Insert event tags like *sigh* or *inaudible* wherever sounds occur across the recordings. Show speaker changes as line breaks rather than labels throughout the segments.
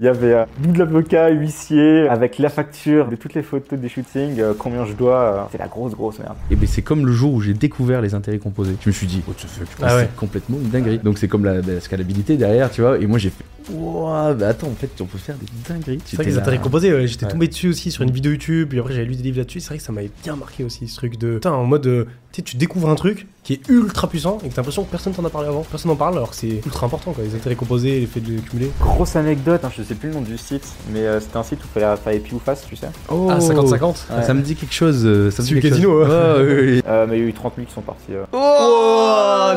Il y avait euh, double avocat, huissier, avec la facture de toutes les photos des shootings, euh, combien je dois. euh, c'est la grosse, grosse merde.
Et ben c'est comme le jour où j'ai découvert les intérêts composés. Je me suis dit, oh, tu fais-
Ah ouais.
c'est complètement une dinguerie. Donc c'est comme la, la scalabilité derrière, tu vois. Et moi j'ai fait, ouah, bah attends, en fait, on peut faire des dingueries.
C'est vrai que les intérêts composés, ouais, j'étais tombé dessus aussi sur une vidéo YouTube, puis après j'avais lu des livres là-dessus, c'est vrai que ça m'avait bien marqué aussi ce truc de. Putain, en mode. euh, Tu sais, tu découvres un truc qui est ultra puissant et que t'as l'impression que personne t'en a parlé avant, personne n'en parle alors que c'est ultra important quoi, les intérêts composés, l'effet de les cumuler.
Grosse anecdote, hein, je sais plus le nom du site, mais euh, c'était un site où fallait faire épi ou face, tu sais.
Oh, ah, 50-50
Ça me dit quelque chose. euh, Ça me
C'est
dit
du
quelque
casino,
chose.
hein.
Ah, oui, oui.
Euh, mais il y a eu 30 000 qui sont partis. euh.
Oh,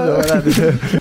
*laughs*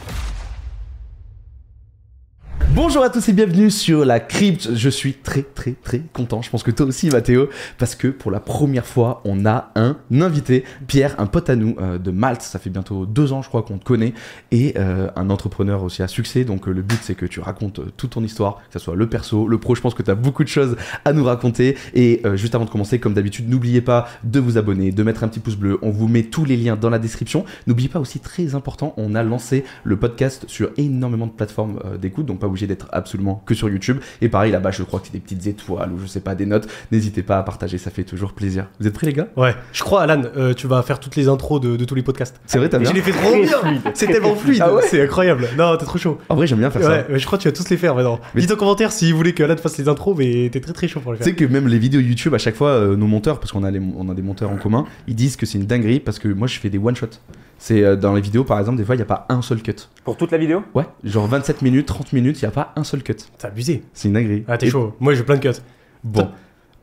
Bonjour à tous et bienvenue sur la crypte. Je suis très très très content. Je pense que toi aussi, Mathéo, parce que pour la première fois, on a un invité, Pierre, un pote à nous euh, de Malte. Ça fait bientôt deux ans, je crois, qu'on te connaît, et euh, un entrepreneur aussi à succès. Donc euh, le but, c'est que tu racontes euh, toute ton histoire, que ce soit le perso, le pro. Je pense que tu as beaucoup de choses à nous raconter. Et euh, juste avant de commencer, comme d'habitude, n'oubliez pas de vous abonner, de mettre un petit pouce bleu. On vous met tous les liens dans la description. N'oubliez pas aussi, très important, on a lancé le podcast sur énormément de plateformes euh, d'écoute, donc pas obligé d'être absolument que sur YouTube. Et pareil, là-bas, je crois que c'est des petites étoiles ou je sais pas, des notes. N'hésitez pas à partager, ça fait toujours plaisir. Vous êtes prêts, les gars
Ouais, je crois, Alan, euh, tu vas faire toutes les intros de, de tous les podcasts.
C'est vrai, t'as bien
Je l'ai fait trop bien C'est tellement fluide,
Ah ouais
c'est incroyable. Non, t'es trop chaud.
En vrai, j'aime bien faire ça.
Ouais, mais je crois que tu vas tous les faire maintenant.
Mais-
Dites en commentaire si vous voulez que Alan fasse les intros, mais t'es très très chaud pour le
Tu
faire.
sais que même les vidéos YouTube, à chaque fois, euh, nos monteurs, parce qu'on a, les- on a des monteurs en commun, ils disent que c'est une dinguerie parce que moi je fais des one-shots. C'est euh, dans les vidéos, par exemple, des fois, il n'y a pas un seul cut.
Pour toute la vidéo
Ouais, genre 27 minutes, 30 minutes, il n'y a pas un seul cut.
T'as abusé.
C'est une dinguerie.
Ah, t'es
Et-
chaud. Moi j'ai plein de cuts.
Bon,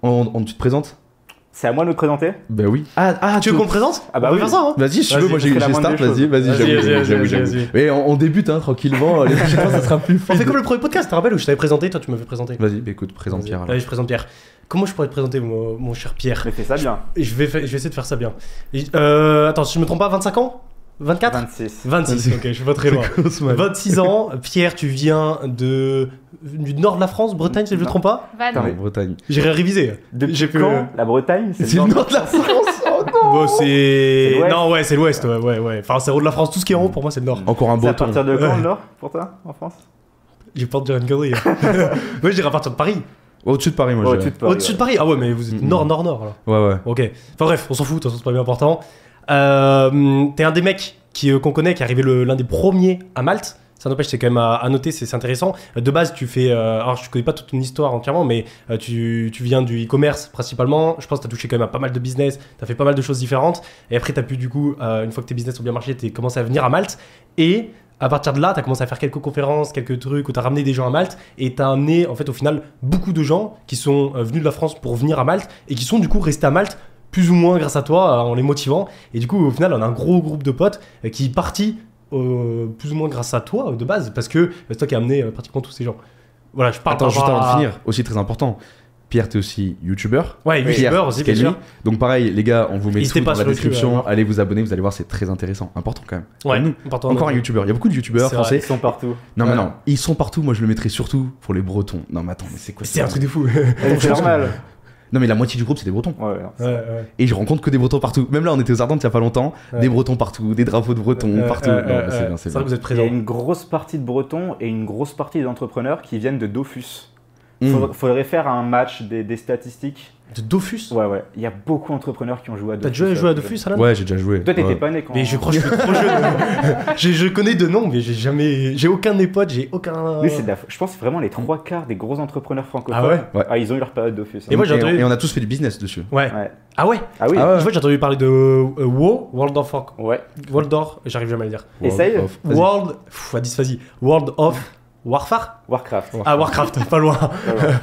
on, on- tu te présentes
C'est à moi de le présenter
Bah oui. Ah, ah
Ben Tu veux qu'on me présente
Ah bah
On peut
oui.
faire ça, hein
Vas-y, si tu
Vas-y,
veux, moi j'ai
fais
j'ai
la moindre
start,
des choses.
vas-y, vas-y,
Vas-y,
j'avoue,
vas-y,
j'avoue,
vas-y,
j'avoue,
vas-y,
j'avoue. Mais on, on débute, hein, tranquillement, les prochaines fois ça sera plus
On fait
fluide.
comme le premier podcast, t'as rappelé où je t'avais présenté, toi tu m'avais présenté.
Vas-y, bah écoute, présente Pierre. alors.
Allez, je présente Pierre. Comment je pourrais te présenter, mon, mon cher Pierre
Mais fais ça bien.
Et je vais, fa- je vais essayer de faire ça bien. Et- euh, attends, si je me trompe pas, 25 ans 24
26.
26, ok, je suis pas très loin. 26 ans, Pierre, tu viens de du nord de la France, Bretagne, si je me
Non.
trompe pas
Putain,
Pardon.
en Bretagne.
J'irai réviser.
Depuis
J'ai pu-
quand La Bretagne,
C'est le nord de
*laughs*
la France oh non
Bon, c'est.
C'est l'ouest.
Non, ouais, c'est l'ouest, ouais, ouais, ouais. Enfin, c'est le haut de la France, tout ce qui est en haut, pour moi, c'est le nord.
Oh, Encore un
C'est à
breton.
partir de quand
Ouais.
le Nord pour toi en France
J'ai peur de dire une connerie. hein.
*laughs*
Moi, j'irai à partir de Paris.
Au-dessus de Paris, moi
Oh,
je
tu te parles,
Au-dessus
ouais.
de Paris Ah ouais, mais vous êtes
Mhm.
nord, nord, nord, alors.
Ouais, ouais.
Ok. Enfin bref, on s'en fout, de toute façon, c'est pas bien important. Euh, T'es un des mecs qui, euh, qu'on connaît, qui est arrivé le- l'un des premiers à Malte. Ça n'empêche, c'est quand même à, à noter, c'est c'est intéressant. De base, tu fais. euh, alors, je connais pas toute ton histoire entièrement, mais euh, tu, tu viens du e-commerce principalement. Je pense que tu as touché quand même à pas mal de business, tu as fait pas mal de choses différentes. Et après, tu as pu, du coup, euh, une fois que tes business ont bien marché, tu commencé à venir à Malte. Et à partir de là, tu as commencé à faire quelques conférences, quelques trucs, où tu as ramené des gens à Malte. Et tu as amené, en fait, au final, beaucoup de gens qui sont euh, venus de la France pour venir à Malte et qui sont, du coup, restés à Malte plus ou moins grâce à toi, euh, en les motivant. Et du coup, au final, on a un gros groupe de potes euh, qui est parti euh, plus ou moins grâce à toi euh, de base, parce que euh, c'est toi qui as amené euh, pratiquement tous ces gens. Voilà, je parle
Attends,
par
juste
rapport
avant
à-
de finir, aussi très important. Pierre, t'es aussi youtubeur.
Ouais, youtubeur
Pierre,
aussi, bien
Skyly.
sûr.
Donc pareil, les gars, on vous met
N'hésitez
tout
pas
dans la
sur YouTube, allez
description.
voir.
Allez vous abonner, vous allez voir, c'est très intéressant. Important quand même.
Ouais,
Comme nous.
important.
Encore un youtubeur. Il y a beaucoup de youtubeurs
C'est vrai.
français.
Ils sont
*laughs*
partout.
Non,
Ouais.
mais non, ils sont partout. Moi, je le mettrais surtout pour les Bretons. Non, mais attends, mais c'est quoi
C'est
ça
un truc de *laughs* fou.
Mais C'est
pense que-
normal.
Non, mais la moitié du groupe, c'est des Bretons.
Ouais, ouais.
Ouais, ouais.
Et je rencontre que des Bretons partout. Même là, on était aux Ardentes il y a pas longtemps.
Ouais.
Des Bretons partout, des drapeaux de Bretons
Euh,
partout.
euh,
non, mais
euh,
c'est bien,
c'est
c'est bien.
vrai que vous êtes
Il y a
présent.
une grosse partie de Bretons et une grosse partie d'entrepreneurs qui viennent de Dofus.
Mmh.
Faudrait, faudrait faire un match des, des statistiques.
De Dofus
Ouais, ouais. Il y a beaucoup d'entrepreneurs qui ont joué à Dofus.
T'as déjà joué à Dofus, Alan
Ouais, j'ai déjà joué.
Toi, t'étais
Ouais.
pas né quand.
Mais je crois que je suis trop jeune. je, je connais de noms, mais j'ai jamais. J'ai aucun de mes potes, j'ai aucun.
Mais c'est de la- Je pense vraiment les trois quarts des gros entrepreneurs francophones.
Ah ouais
Ouais.
Ah, ils ont eu leur période Dofus. hein.
Et moi, j'ai
on-
entendu-
et on a tous fait du business dessus.
Ouais.
Ouais.
Ah ouais
Ah oui.
Ah ouais.
Je vois, j'ai entendu parler de euh, WoW, World of Warcraft.
Ouais.
World of. J'arrive jamais à le dire.
Essaye.
Off. Vas-y.
World. Pff, à dysphasie. World of. Warfare
Warcraft.
Ah, Warcraft, *laughs* pas loin.
Ouais, ouais.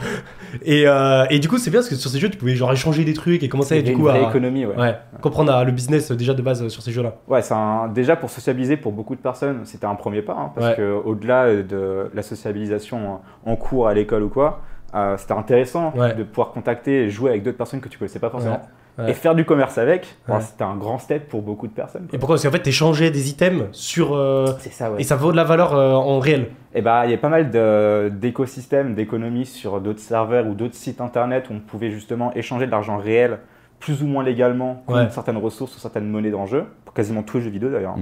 Et, euh, et du coup, c'est bien parce que sur ces jeux, tu pouvais genre échanger des trucs et
Il y
commencer
a
du
une
coup
vraie
à.
économie, ouais.
Ouais, comprendre ah, le business euh, déjà de base euh, sur ces jeux-là.
Ouais, c'est un- déjà pour sociabiliser pour beaucoup de personnes, c'était un premier pas, hein, parce
Ouais.
que au-delà euh, de la sociabilisation en cours à l'école ou quoi, euh, c'était intéressant
Ouais.
de pouvoir contacter et jouer avec d'autres personnes que tu connaissais pas forcément.
Ouais, ouais.
Et faire du commerce avec,
Ouais.
ouais, c'était un grand step pour beaucoup de personnes. quoi.
Et pourquoi Parce qu'en fait, t'échangeais des items sur. euh,
C'est ça, ouais.
Et ça vaut de la valeur euh, en réel.
Et bah, il y a pas mal de- d'écosystèmes, d'économies sur d'autres serveurs ou d'autres sites internet où on pouvait justement échanger de l'argent réel, plus ou moins légalement, contre
Ouais.
certaines ressources ou certaines monnaies d'enjeu, pour quasiment tous les jeux vidéo d'ailleurs. hein.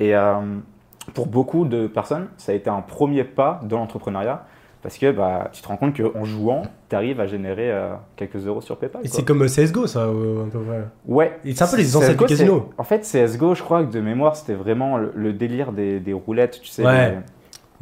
Mmh.
Et euh, pour beaucoup de personnes, ça a été un premier pas dans l'entrepreneuriat. Parce que bah, tu te rends compte qu'en jouant, tu arrives à générer euh, quelques euros sur PayPal.
Et
quoi.
c'est comme euh, CSGO, ça, euh, un peu, ouais.
Ouais.
Et c'est un peu les
CSGO,
ancêtres du casino.
c'est- En fait, CSGO, je crois que de mémoire, c'était vraiment le, le délire des, des roulettes, tu sais.
Ouais.
des-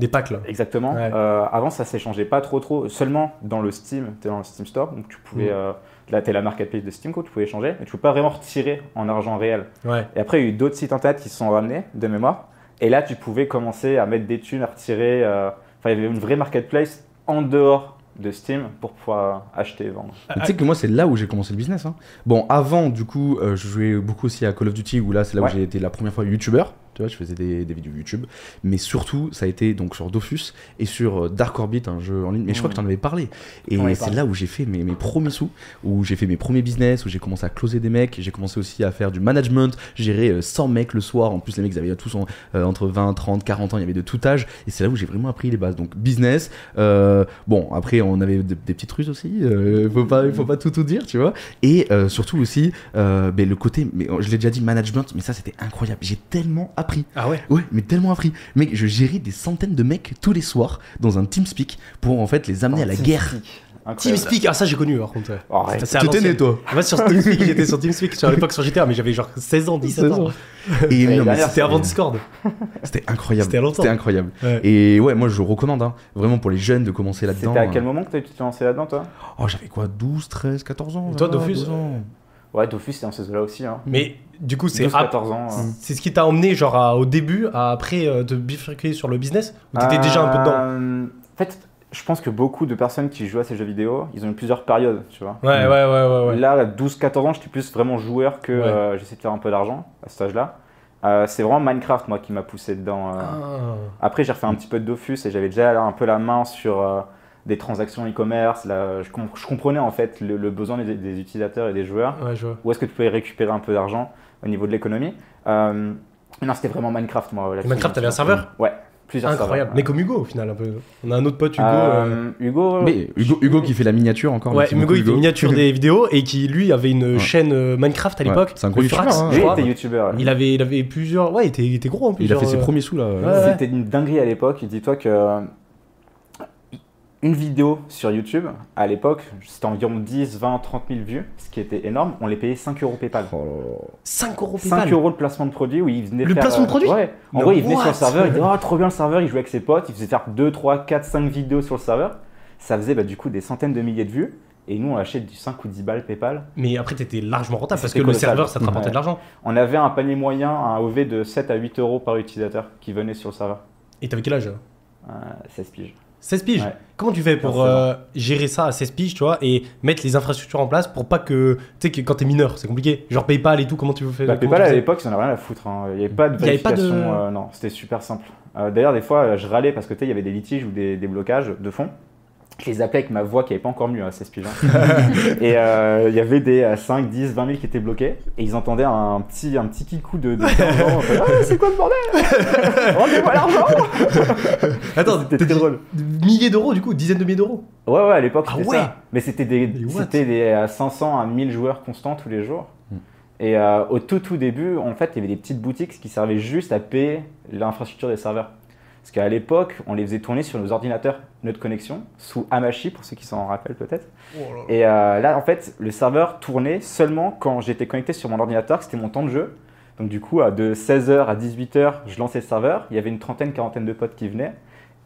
Des packs, là.
Exactement.
Ouais.
Euh, avant, ça s'échangeait pas trop, trop. Seulement dans le Steam, tu dans le Steam Store, donc tu pouvais.
Mm.
euh, là, t'es la marketplace de Steam, quoi, tu pouvais échanger, mais tu pouvais pas vraiment retirer en argent réel.
Ouais.
Et après, il y a eu d'autres sites internet qui se sont ramenés de mémoire. Et là, tu pouvais commencer à mettre des thunes, à retirer. euh, Enfin, il y avait une vraie marketplace en dehors de Steam pour pouvoir acheter et vendre.
Mais tu sais que moi, c'est là où j'ai commencé le business. hein. Bon, avant, du coup, euh, je jouais beaucoup aussi à Call of Duty, où là, c'est là
Ouais.
où j'ai été la première fois youtubeur. Tu vois, je faisais des, des vidéos YouTube. Mais surtout, ça a été donc sur Dofus et sur euh, Dark Orbit, un jeu en ligne. Mais je crois
Mhm.
que tu en avais parlé. Et
On en avait
c'est
parlé.
là où j'ai fait mes, mes premiers sous, où j'ai fait mes premiers business, où j'ai commencé à closer des mecs. J'ai commencé aussi à faire du management, gérer euh, 100 mecs le soir. En plus, les mecs, ils avaient tous en- euh, entre 20, 30, 40 ans. Il y avait de tout âge. Et c'est là où j'ai vraiment appris les bases. Donc, business, euh, bon, après, on avait des, des petites ruses aussi. euh, faut pas, faut pas tout tout dire, tu vois. Et euh, surtout aussi, euh, ben, le côté, mais je l'ai déjà dit, management. Mais ça, c'était incroyable. J'ai tellement appris.
Ah ouais
Ouais, mais tellement appris. Mec, je gérais des centaines de mecs tous les soirs dans un TeamSpeak pour en fait les amener à la guerre.
Incroyable. Oh,
TeamSpeak, ah ça j'ai connu par contre. ouais.
Arrête.
Ça, c'est à
Tu
l'ancienne.
t'es né,
*laughs*
toi
Moi sur TeamSpeak, j'étais sur TeamSpeak, sur à l'époque sur GTA, mais j'avais genre 16 ans, 17
Ouais,
Et
ans.
non, mais
derrière,
C'était
c'était
avant Discord.
c'était incroyable.
C'était à longtemps.
incroyable.
Ouais.
Et ouais, moi je le recommande, hein, vraiment pour les jeunes de commencer là-dedans.
C'était à quel
hein.
moment que t'as- tu t'es lancé là-dedans, toi
Oh, j'avais quoi 12, 13, 14 ans
Et toi,
voilà,
Dofus
12 ans.
Ouais, Dofus, c'était dans ces eaux-là aussi. Hein.
Mais du coup, c'est Hum. ap-
12-14 ans. hein.
c'est ce qui t'a emmené genre à- au début à après euh, te bifurquer sur le business ou t'étais déjà un peu dedans
Euh, En fait, je pense que beaucoup de personnes qui jouent à ces jeux vidéo, ils ont eu plusieurs périodes, tu vois.
Ouais, ouais, ouais, ouais, ouais.
Là, à 12-14 ans, j'étais plus vraiment joueur que
Ouais.
euh, j'essaie de faire un peu d'argent à cet âge-là. Euh, c'est vraiment Minecraft, moi, qui m'a poussé dedans. euh.
Ah.
Après, j'ai refait un petit peu de Dofus et j'avais déjà là, un peu la main sur euh, des transactions e-commerce. là, Je, com- je comprenais en fait le, le besoin des, des utilisateurs et des joueurs.
Ouais, je vois.
Où est-ce que tu pouvais récupérer un peu d'argent au niveau de l'économie Euh, Non, c'était vraiment Minecraft, moi. là-dessus.
Minecraft, t'avais un serveur
Ouais, plusieurs serveurs.
Incroyable.
ouais.
Mais comme Hugo au final un peu. On a un autre pote Hugo euh,
Euh, Hugo,
Mais Hugo, Hugo qui fait la miniature encore.
Ouais,
merci
Hugo,
beaucoup,
il fait miniature des vidéos et qui lui avait une
Ouais.
chaîne euh, Minecraft à
Ouais,
l'époque.
c'est un gros
Le Frax,
youtubeur, hein.
je
lui
crois.
était youtubeur.
Il avait, il avait plusieurs. Ouais, il était, il était gros en
*laughs*
plus.
Il a fait
genre,
ses
euh,
premiers sous là.
Ouais, ouais.
C'était une dinguerie à l'époque. Dis-toi que une vidéo sur YouTube, à l'époque, c'était environ 10, 20, 30 000 vues, ce qui était énorme. On les payait 5 euros PayPal.
Oh là là.
5 euros
5
PayPal.
euros de placement de produit où il venait
Le
faire, euh,
placement de produit
Ouais. En
Mais
gros, il venait
what
sur le serveur, il disait Oh, trop bien le serveur, il jouait avec ses potes, il faisait faire 2, 3, 4, 5 vidéos sur le serveur. Ça faisait bah, du coup des centaines de milliers de vues. Et nous, on achète du 5 ou 10 balles PayPal.
Mais après, t'étais largement rentable parce
C'était
que le
colossal.
serveur, ça te rapportait
Ouais.
de l'argent.
On avait un panier moyen, un OV de 7 à 8 euros par utilisateur qui venait sur le serveur.
Et t'avais quel âge
Euh, 16 piges.
16 piges
Ouais.
Comment tu fais pour
Forcément.
euh, gérer ça à 16 piges, tu vois, et mettre les infrastructures en place pour pas que. Tu sais, que quand t'es mineur, c'est compliqué. Genre PayPal et tout, comment tu fais
Bah,
comment
PayPal
tu
à
faisais
l'époque, ils en avaient rien à foutre. hein. Il n'y avait pas de
Il y avait pas de-
vérification. euh, non, c'était super simple. Euh, D'ailleurs, des fois, euh, je râlais parce que tu sais, il y avait des litiges ou des, des blocages de fond. Je les appelais avec ma voix qui n'avait pas encore mieux à 16
*laughs*
piges. hein. et euh, il y avait des euh, 5, 10, 20 000 qui étaient bloqués. Et ils entendaient un petit, un petit kikou de,
*laughs*
de 15 ans. euh, Ah, c'est quoi le bordel Rendez-moi l'argent
Attends,
C'était
t'étais
très drôle.
milliers d'euros, du coup, dizaines de milliers d'euros.
Ouais, ouais, à l'époque,
Ah
c'était
ouais
ça. Mais c'était des,
Mais what
c'était des euh, 500 à 1000 joueurs constants tous les jours.
Hmm.
Et euh, au tout, tout début, en fait, il y avait des petites boutiques qui servaient juste à payer l'infrastructure des serveurs. Parce qu'à l'époque, on les faisait tourner sur nos ordinateurs, notre connexion, sous Hamachi, pour ceux qui s'en rappellent peut-être.
Oh
Et euh, là, en fait, le serveur tournait seulement quand j'étais connecté sur mon ordinateur, que c'était mon temps de jeu. Donc du coup, à de 16h à 18h, je lançais le serveur. Il y avait une trentaine, quarantaine de potes qui venaient.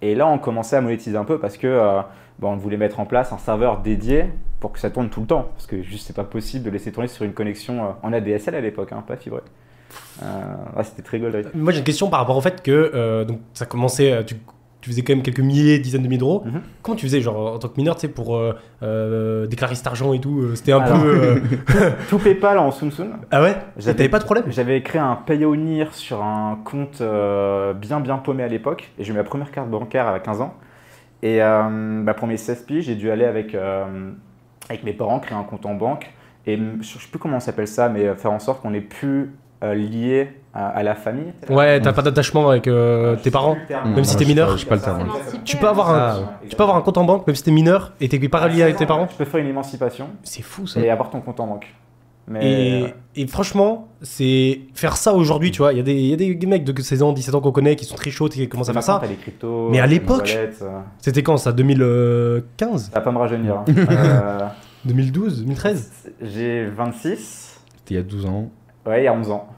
Et là, on commençait à monétiser un peu parce que euh, bah, on voulait mettre en place un serveur dédié pour que ça tourne tout le temps. Parce que juste, c'est pas possible de laisser tourner sur une connexion euh, en ADSL à l'époque, hein, pas fibré. Euh, ah, c'était très gaulerie.
Moi, j'ai une question par rapport au fait que. euh, donc, ça commençait. euh, Tu, tu faisais quand même quelques milliers, dizaines de milliers d'euros.
Mhm.
Comment tu faisais, genre, en tant que mineur, tu sais, pour euh, euh, déclarer cet argent et tout euh, C'était un
Alors.
peu.
*laughs*
euh,
Tout PayPal en Sunsun.
Ah ouais Et
J'avais-
T'avais pas de problème
J'avais créé un Payoneer sur un compte euh, bien bien paumé à l'époque et j'ai eu ma première carte bancaire à 15 ans. Et euh, bah, pour mes 16 piges, j'ai dû aller avec, euh, avec mes parents créer un compte en banque et hum, je sais plus comment on s'appelle ça, mais euh, faire en sorte qu'on n'est plus euh, lié à, à la famille.
Ouais, t'as pas d'attachement avec euh,
Je sais
tes parents
plus le terme.
Même si
t'es
Ouais,
mineur.
Ah, je sais pas- je sais pas le terme.
Émancipé,
Tu peux avoir un- Tu peux avoir un compte en banque, même si t'es mineur, et t'es pas relié avec tes parents
Tu peux faire une émancipation
C'est fou ça.
et avoir ton compte en banque. Mais euh,
Et,
ouais.
et franchement, c'est faire ça aujourd'hui, tu vois. Il y, a des- il y a des mecs de 16 ans, 17 ans qu'on connaît qui sont très chauds et qui commencent à faire
Maintenant,
ça.
t'as les cryptos,
Mais à
t'as les
l'époque-
wallets, euh,
C'était quand ça euh, 2015
ça va pas me rajeunir. hein. Euh,
2012 2013
J'ai 26.
C'était il y a 12 ans.
Ouais, il y a 11 ans.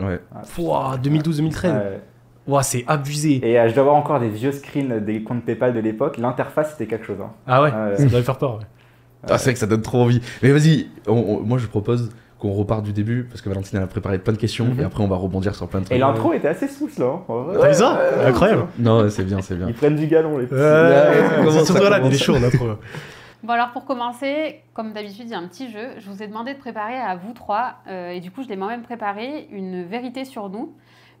Ouais.
Ah,
Pouah, 2012 2013
Ouais.
Ouah, c'est abusé.
Et euh, je dois avoir encore des vieux screens des comptes PayPal de l'époque. L'interface, c'était quelque chose. hein.
Ah ouais,
Ouais.
ça devait faire peur. ouais.
Ah, c'est vrai que ça donne trop envie. Mais vas-y, on- on- moi je propose qu'on repart du début parce que Valentine elle a préparé plein de questions
Mhm.
et après on va rebondir sur plein de
Et
trucs.
l'intro était assez souple là. hein, en vrai.
T'as vu ça Incroyable.
Non, c'est bien, c'est bien.
Ils prennent du galon les petits.
Ouais,
Ouais,
comment
c'est
ça
surtout là,
commence
il est chaud,
*laughs*
on a trop.
Bon alors pour commencer, comme d'habitude, il y a un petit jeu. Je vous ai demandé de préparer à vous trois, euh, et du coup je l'ai moi-même préparé, une vérité sur nous.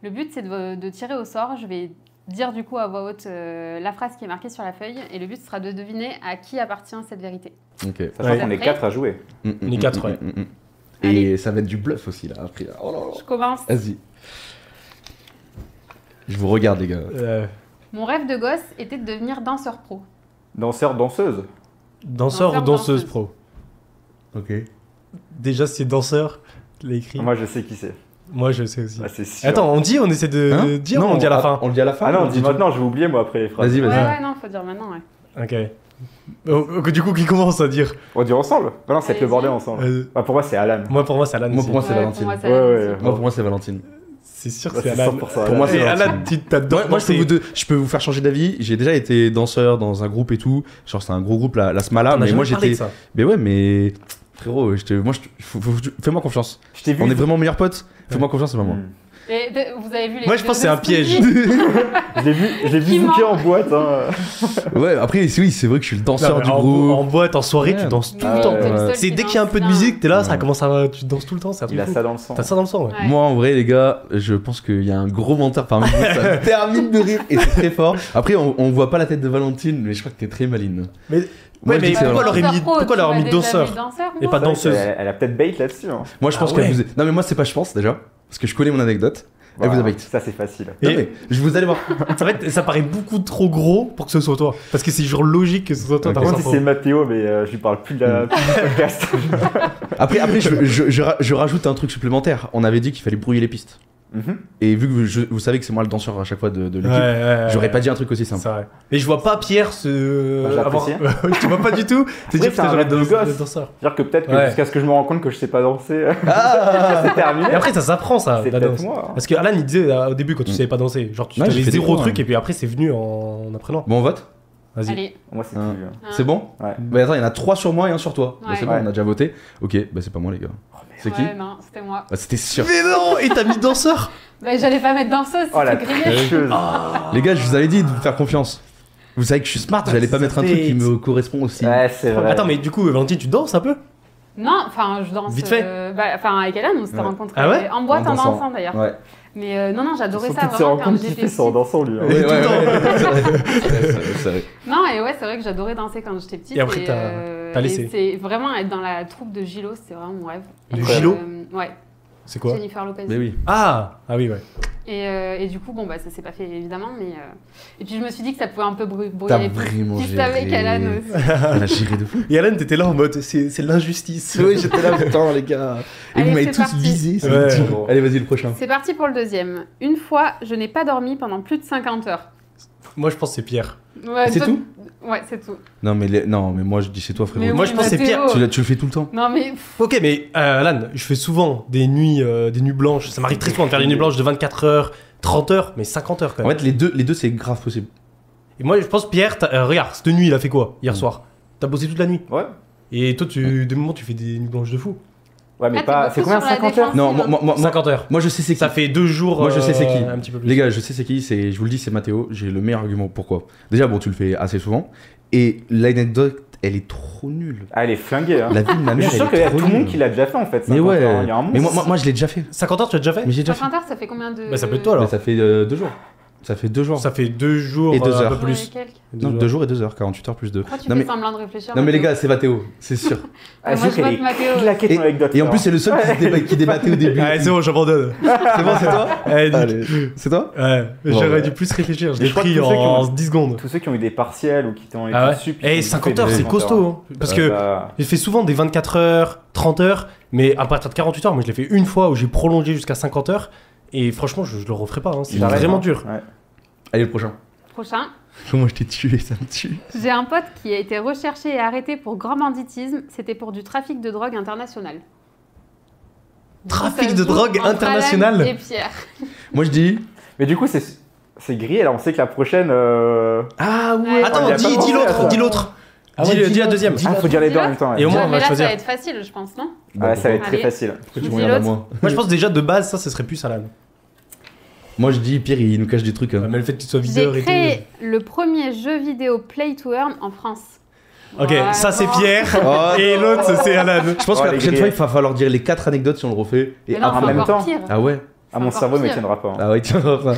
Le but c'est de, de tirer au sort. Je vais dire du coup à voix haute euh, la phrase qui est marquée sur la feuille, et le but sera de deviner à qui appartient cette vérité.
Ok.
Sachant
Ouais.
qu'on est quatre à jouer.
Mm, mm,
Les
mm,
quatre,
mm,
ouais.
mm, mm.
Allez.
Et ça va être du bluff aussi là après. là. Oh là là.
Je commence.
Vas-y. Je vous regarde les gars.
Euh,
Mon rêve de gosse était de devenir danseur pro.
Danseur, danseuse.
danseur ou
Danseur,
danseuse
danseuse.
pro
Ok.
Déjà, c'est danseur, je l'ai écrit.
Moi je sais qui c'est.
Moi, je sais aussi.
Ah, c'est sûr.
Attends, on dit, on essaie de Euh, dire ou on dit à la fin
Hein On le dit à la fin.
Ah
ou
non,
on
dis
dit tout-
maintenant, je vais oublier moi après les phrases.
Vas-y,
Ouais,
vas-y.
ouais, non, faut dire maintenant. ouais.
Ok. Oh, oh, Du coup, qui commence à dire
On dit ensemble Bah non, c'est le
Allez-y.
bordel ensemble.
Euh,
Bah, pour moi, c'est Alan.
Moi, pour moi, c'est Alan.
Moi,
Oh, c'est-
pour moi, c'est
Ouais,
Valentine.
moi, ça
Ouais,
va,
ouais,
c'est
ouais.
bon.
Moi, pour moi, c'est Valentine.
C'est sûr que
Ouais,
c'est
c'est
Alan.
100%
Pour moi,
Alan.
c'est
Et Alan,
Valentine.
tu t'adores.
Moi, moi, je, peux
danser.
vous deux- je peux vous faire changer d'avis. J'ai déjà été danseur dans un groupe et tout. Genre, c'était un gros groupe, la, la Smala.
On a
Mais
jamais
moi,
parlé de
j'étais.
ça.
Mais ouais, mais. Frérot, je te- moi, je te- faut- faut- faut- fais-moi confiance.
Je t'ai vu.
On est vraiment meilleurs potes. Fais-moi confiance, c'est pas moi.
Hmm.
Et de- vous avez vu les
Moi, je
deux
pense que c'est un
deux
piège.
smoothies
*laughs*
Je l'ai vu, je l'ai
Qui
vu zouker
ment.
en boîte. hein.
ouais, après, c'est- oui, c'est vrai que je suis le
Non,
danseur
mais
du
en,
groupe.
en boîte, en soirée,
Ouais. Ah
tu danses tout
Ouais,
le temps.
ouais, ouais.
C'est
Seul
dès
qui
qu'il y a un
danse
peu de
bien.
musique, t'es là, ça
Ouais.
commence à. Tu danses tout le temps, c'est un truc
Il a
fou.
ça dans le sang.
T'as ça dans le sang, ouais.
Ouais.
Moi, en vrai, les gars, je pense qu'il y a un gros menteur parmi vous. Ça *laughs* me termine de rire et c'est très fort. Après, on, on voit pas la tête de Valentine, mais je crois que t'es très maline.
Mais-
moi,
ouais,
je dis
mais
que c'est
pourquoi
Valentine.
leur aurait mis-
Danseur pro,
pourquoi
tu
leur aurait
m'as
mis
déjà
danseur
vu
Et
moi
pas
C'est vrai
danseuse.
qu'elle- Elle a peut-être bait là-dessus. hein.
Moi, je pense
Ah
qu'elle
ouais.
vous. est- Non, mais moi, c'est pas je pense déjà, parce que je connais mon anecdote. Elle
Voilà.
vous a bait.
Ça, c'est facile.
Non,
Et-
mais je vous allez voir.
En fait, ça paraît beaucoup trop gros pour que ce soit toi. Parce que c'est genre logique que ce soit toi.
Ok.
t'as
Par
un
contre, si
sang
c'est Mathéo, mais euh, je lui parle plus de la plus du
*laughs*
podcast.
Après, après *laughs* je, je- je ra- je rajoute un truc supplémentaire. On avait dit qu'il fallait brouiller les pistes.
Mhm.
Et vu que vous, je- vous savez que c'est moi le danseur à chaque fois de, de
pro.
l'équipe,
Ouais, ouais, ouais.
j'aurais pas dit un truc aussi simple.
C'est vrai. Mais je vois pas Pierre se.
Bah, j'apprécie.
*laughs* je te vois pas du tout. T'es dit
Après,
que
c'est un
j'aurais
rêve de
dansé-
gosse.
de danseur.
C'est-à-dire que peut-être que
Ouais.
jusqu'à ce que je me rends compte que je sais pas danser, euh,
Ah
*laughs* c'est terminé.
Et après, ça s'apprend ça,
c'est
la
peut-être
danse.
moi. hein.
Parce que Alan il disait euh, au début quand tu
Mm.
savais pas danser, genre tu
Ouais, j'ai
avais
fait des
zéro
cours,
truc
hein.
et puis après c'est venu en, en apprenant.
Bon, on vote
Vas-y.
Allez,
Moi, c'est
Hein.
plus. euh,
un.
C'est bon
Ouais.
Bah attends, il y en a 3 sur moi et un sur toi. Bah, c'est
Ouais.
bon,
Ouais.
on a déjà voté. Ok, bah c'est pas moi les gars. c'est qui
Ouais, non, c'était moi.
Bah, C'était sûr.
Mais non Et t'as mis danseur
Bah, j'allais pas mettre danseuse,
Oh la
c'était grillé.
tricheuse.
Les gars, je vous avais dit de vous faire confiance. Vous savez que je suis smart, j'allais pas
ça
mettre un
fait-
truc qui me correspond aussi.
Ouais, c'est vrai.
Attends mais du coup Valentine tu danses un peu
Non, enfin, je danse.
Vite fait.
euh, bah, enfin, avec Alan, on s'était
Ouais.
rencontrés euh,
Ah ouais
en boîte
En
en,
dansant.
dansant d'ailleurs.
Ouais.
Mais euh, non, non,
Sans
j'adorais ça
peut-être se
vraiment
rendre
quand
compte qu'il
j'étais
fait ça en
petite.
dansant, lui. hein.
Ouais. *laughs* tout le temps.
Non, et ouais, c'est vrai que j'adorais danser quand j'étais petite.
Et après, t'as-
euh,
t'as laissé.
et C'est vraiment être dans la troupe de Gilo, c'était vraiment mon rêve.
De
Et,
Gilo
euh, Ouais,
C'est quoi
Jennifer Lopez.
Mais oui.
Ah Ah oui ouais.
Et, euh, et du coup, bon, bah, ça s'est pas fait évidemment, mais. euh, Et puis, je me suis dit que ça pouvait un peu brou-
T'as
brouiller les pistes.
vraiment
Si je
géré.
savais qu'Alan aussi.
On a géré Ah, de fou.
Et Alan t'étais là en mode c'est c'est l'injustice.
Oui, j'étais là, putain, les gars. Et
Allez,
vous m'avez
c'est
tous
parti.
visé. c'est
Ouais.
dur. Allez, vas-y, le prochain.
C'est parti pour le deuxième. Une fois, je n'ai pas dormi pendant plus de 50 heures.
Moi je pense que c'est Pierre.
Ouais,
C'est
toi-
tout
Ouais, c'est tout.
Non, mais les- non, mais moi, je dis c'est toi, frérot.
Mais
Moi,
oui,
je pense que c'est
Mathéo.
Tu, l'as- tu le fais tout le temps.
Non, mais pff,
Ok, mais euh, Alan, je fais souvent des nuits, euh, des nuits blanches. Ça m'arrive très souvent de faire des nuits blanches de 24 heures, 30 heures, mais 50 heures quand
En
même.
fait, les deux, les deux c'est grave possible.
Et moi, je pense, Pierre, t'as- euh, regarde, cette nuit, il a fait quoi hier
Mm.
soir T'as bossé toute la nuit.
Ouais.
Et toi, tu, des moments, tu fais des nuits blanches de fou.
Ouais, mais
Ah, t'es
pas.
beaucoup
C'est combien
sur la
50 heures
défense.
Non,
c'est
moi,
un-
moi, moi, moi,
50 heures.
moi, je sais c'est qui.
Ça fait deux jours. euh,
Moi, je sais c'est qui.
Un petit peu plus.
Les gars, je sais c'est qui, c'est, je vous le dis, c'est Mathéo. J'ai le meilleur argument. Pourquoi Déjà, bon, tu le fais assez souvent. Et l'anecdote, elle est trop nulle.
Ah, elle est flinguée. hein.
La vie de ma
Mais *laughs*
mère,
je suis sûr
elle est
qu'il y a
trop
tout le monde
nulle.
qui l'a déjà fait en fait.
Mais
50
ouais.
heures, hein. Il y a un
mais moi,
monstre.
moi, moi, je l'ai déjà fait.
50 heures, tu l'as déjà fait
Mais j'ai déjà fait.
50 heures, ça fait combien de.
Bah, ça peut être toi
Mais
alors.
ça fait euh, deux jours. Ça fait deux jours.
Ça fait deux jours
Et deux
euh, un
heures.
peu
Ouais,
plus.
quelques.
Deux
Non,
jours.
deux jours et deux heures, 48 heures plus deux.
Pourquoi tu
Non
fais
mais,
semblant de réfléchir
non mais les
Mathéo
gars, c'est Mathéo,
*laughs*
c'est sûr.
Ah,
Moi,
je
je
sais qu'elle
vote
est
Mathéo.
claquée ton anecdote. hein.
Et en
là.
plus, c'est le seul qui, se déba- qui débattait au début.
Ah, c'est
*laughs*
bon, j'abandonne.
c'est bon, c'est toi
Eh, nique.
Allez. C'est toi
Ouais,
Bon,
j'aurais
ouais.
dû plus réfléchir. Je
Mais
l'ai
je crois que
pris
tous ceux qui
en
ont-
10 secondes.
Tous ceux qui ont eu des partiels ou qui t'ont été
Ah ouais
sup.
hein.
Ah bah.
Eh, 50 heures, c'est costaud. hein. Parce que. J'ai fait souvent des 24 heures, 30 heures, Mais à partir de 48 heures, moi je l'ai fait une fois où j'ai prolongé jusqu'à 50 heures. Et franchement, je, je le referai pas. hein. C'est
J'arrête,
vraiment
hein.
dur.
Ouais.
Allez, le prochain.
Prochain.
Comment je t'ai tué, ça me tue.
J'ai un pote qui a été recherché et arrêté pour grand banditisme. C'était pour du trafic de drogue international.
Trafic
Ça
de
joue
drogue
entre
international.
Alan Et Pierre.
Moi, je dis.
Mais du coup, c'est c'est grillé. Là, on sait que la prochaine. euh,
Ah ouais.
Ouais.
On
Attends,
y a
dis,
pas
dis
pensé à
l'autre,
ça.
dis l'autre.
Ah
dis,
ouais,
le-
dis
dis la
l'autre.
deuxième.
Dis
Ah, faut dire les deux en même temps. ouais.
Et au
Ouais,
moins, on
mais
va
là,
choisir.
ça va être facile, je pense, non
Ouais, ça va être
Allez.
très facile.
Pourquoi tu
Dis
me regardes à
l'autre.
moi
Moi, je pense déjà de base, ça, ça serait plus Alan.
Moi, je dis, Pierre, il nous cache des trucs. hein.
Mais le fait que tu sois videur
J'ai
et tout.
créé le premier jeu vidéo play to earn en France.
Ok,
Voilà.
ça c'est Pierre.
Oh,
Ah, Et l'autre, c'est Alan.
*laughs* Je pense
Oh,
que la
les
prochaine
grillés.
fois, il va falloir dire les quatre anecdotes si on le refait. Et
Mais non,
en
c'est
même
encore
temps-
pire.
Ah ouais
Ah, mon
encore
cerveau ne
pire.
tiendra pas. hein.
Ah ouais, tiens, enfin.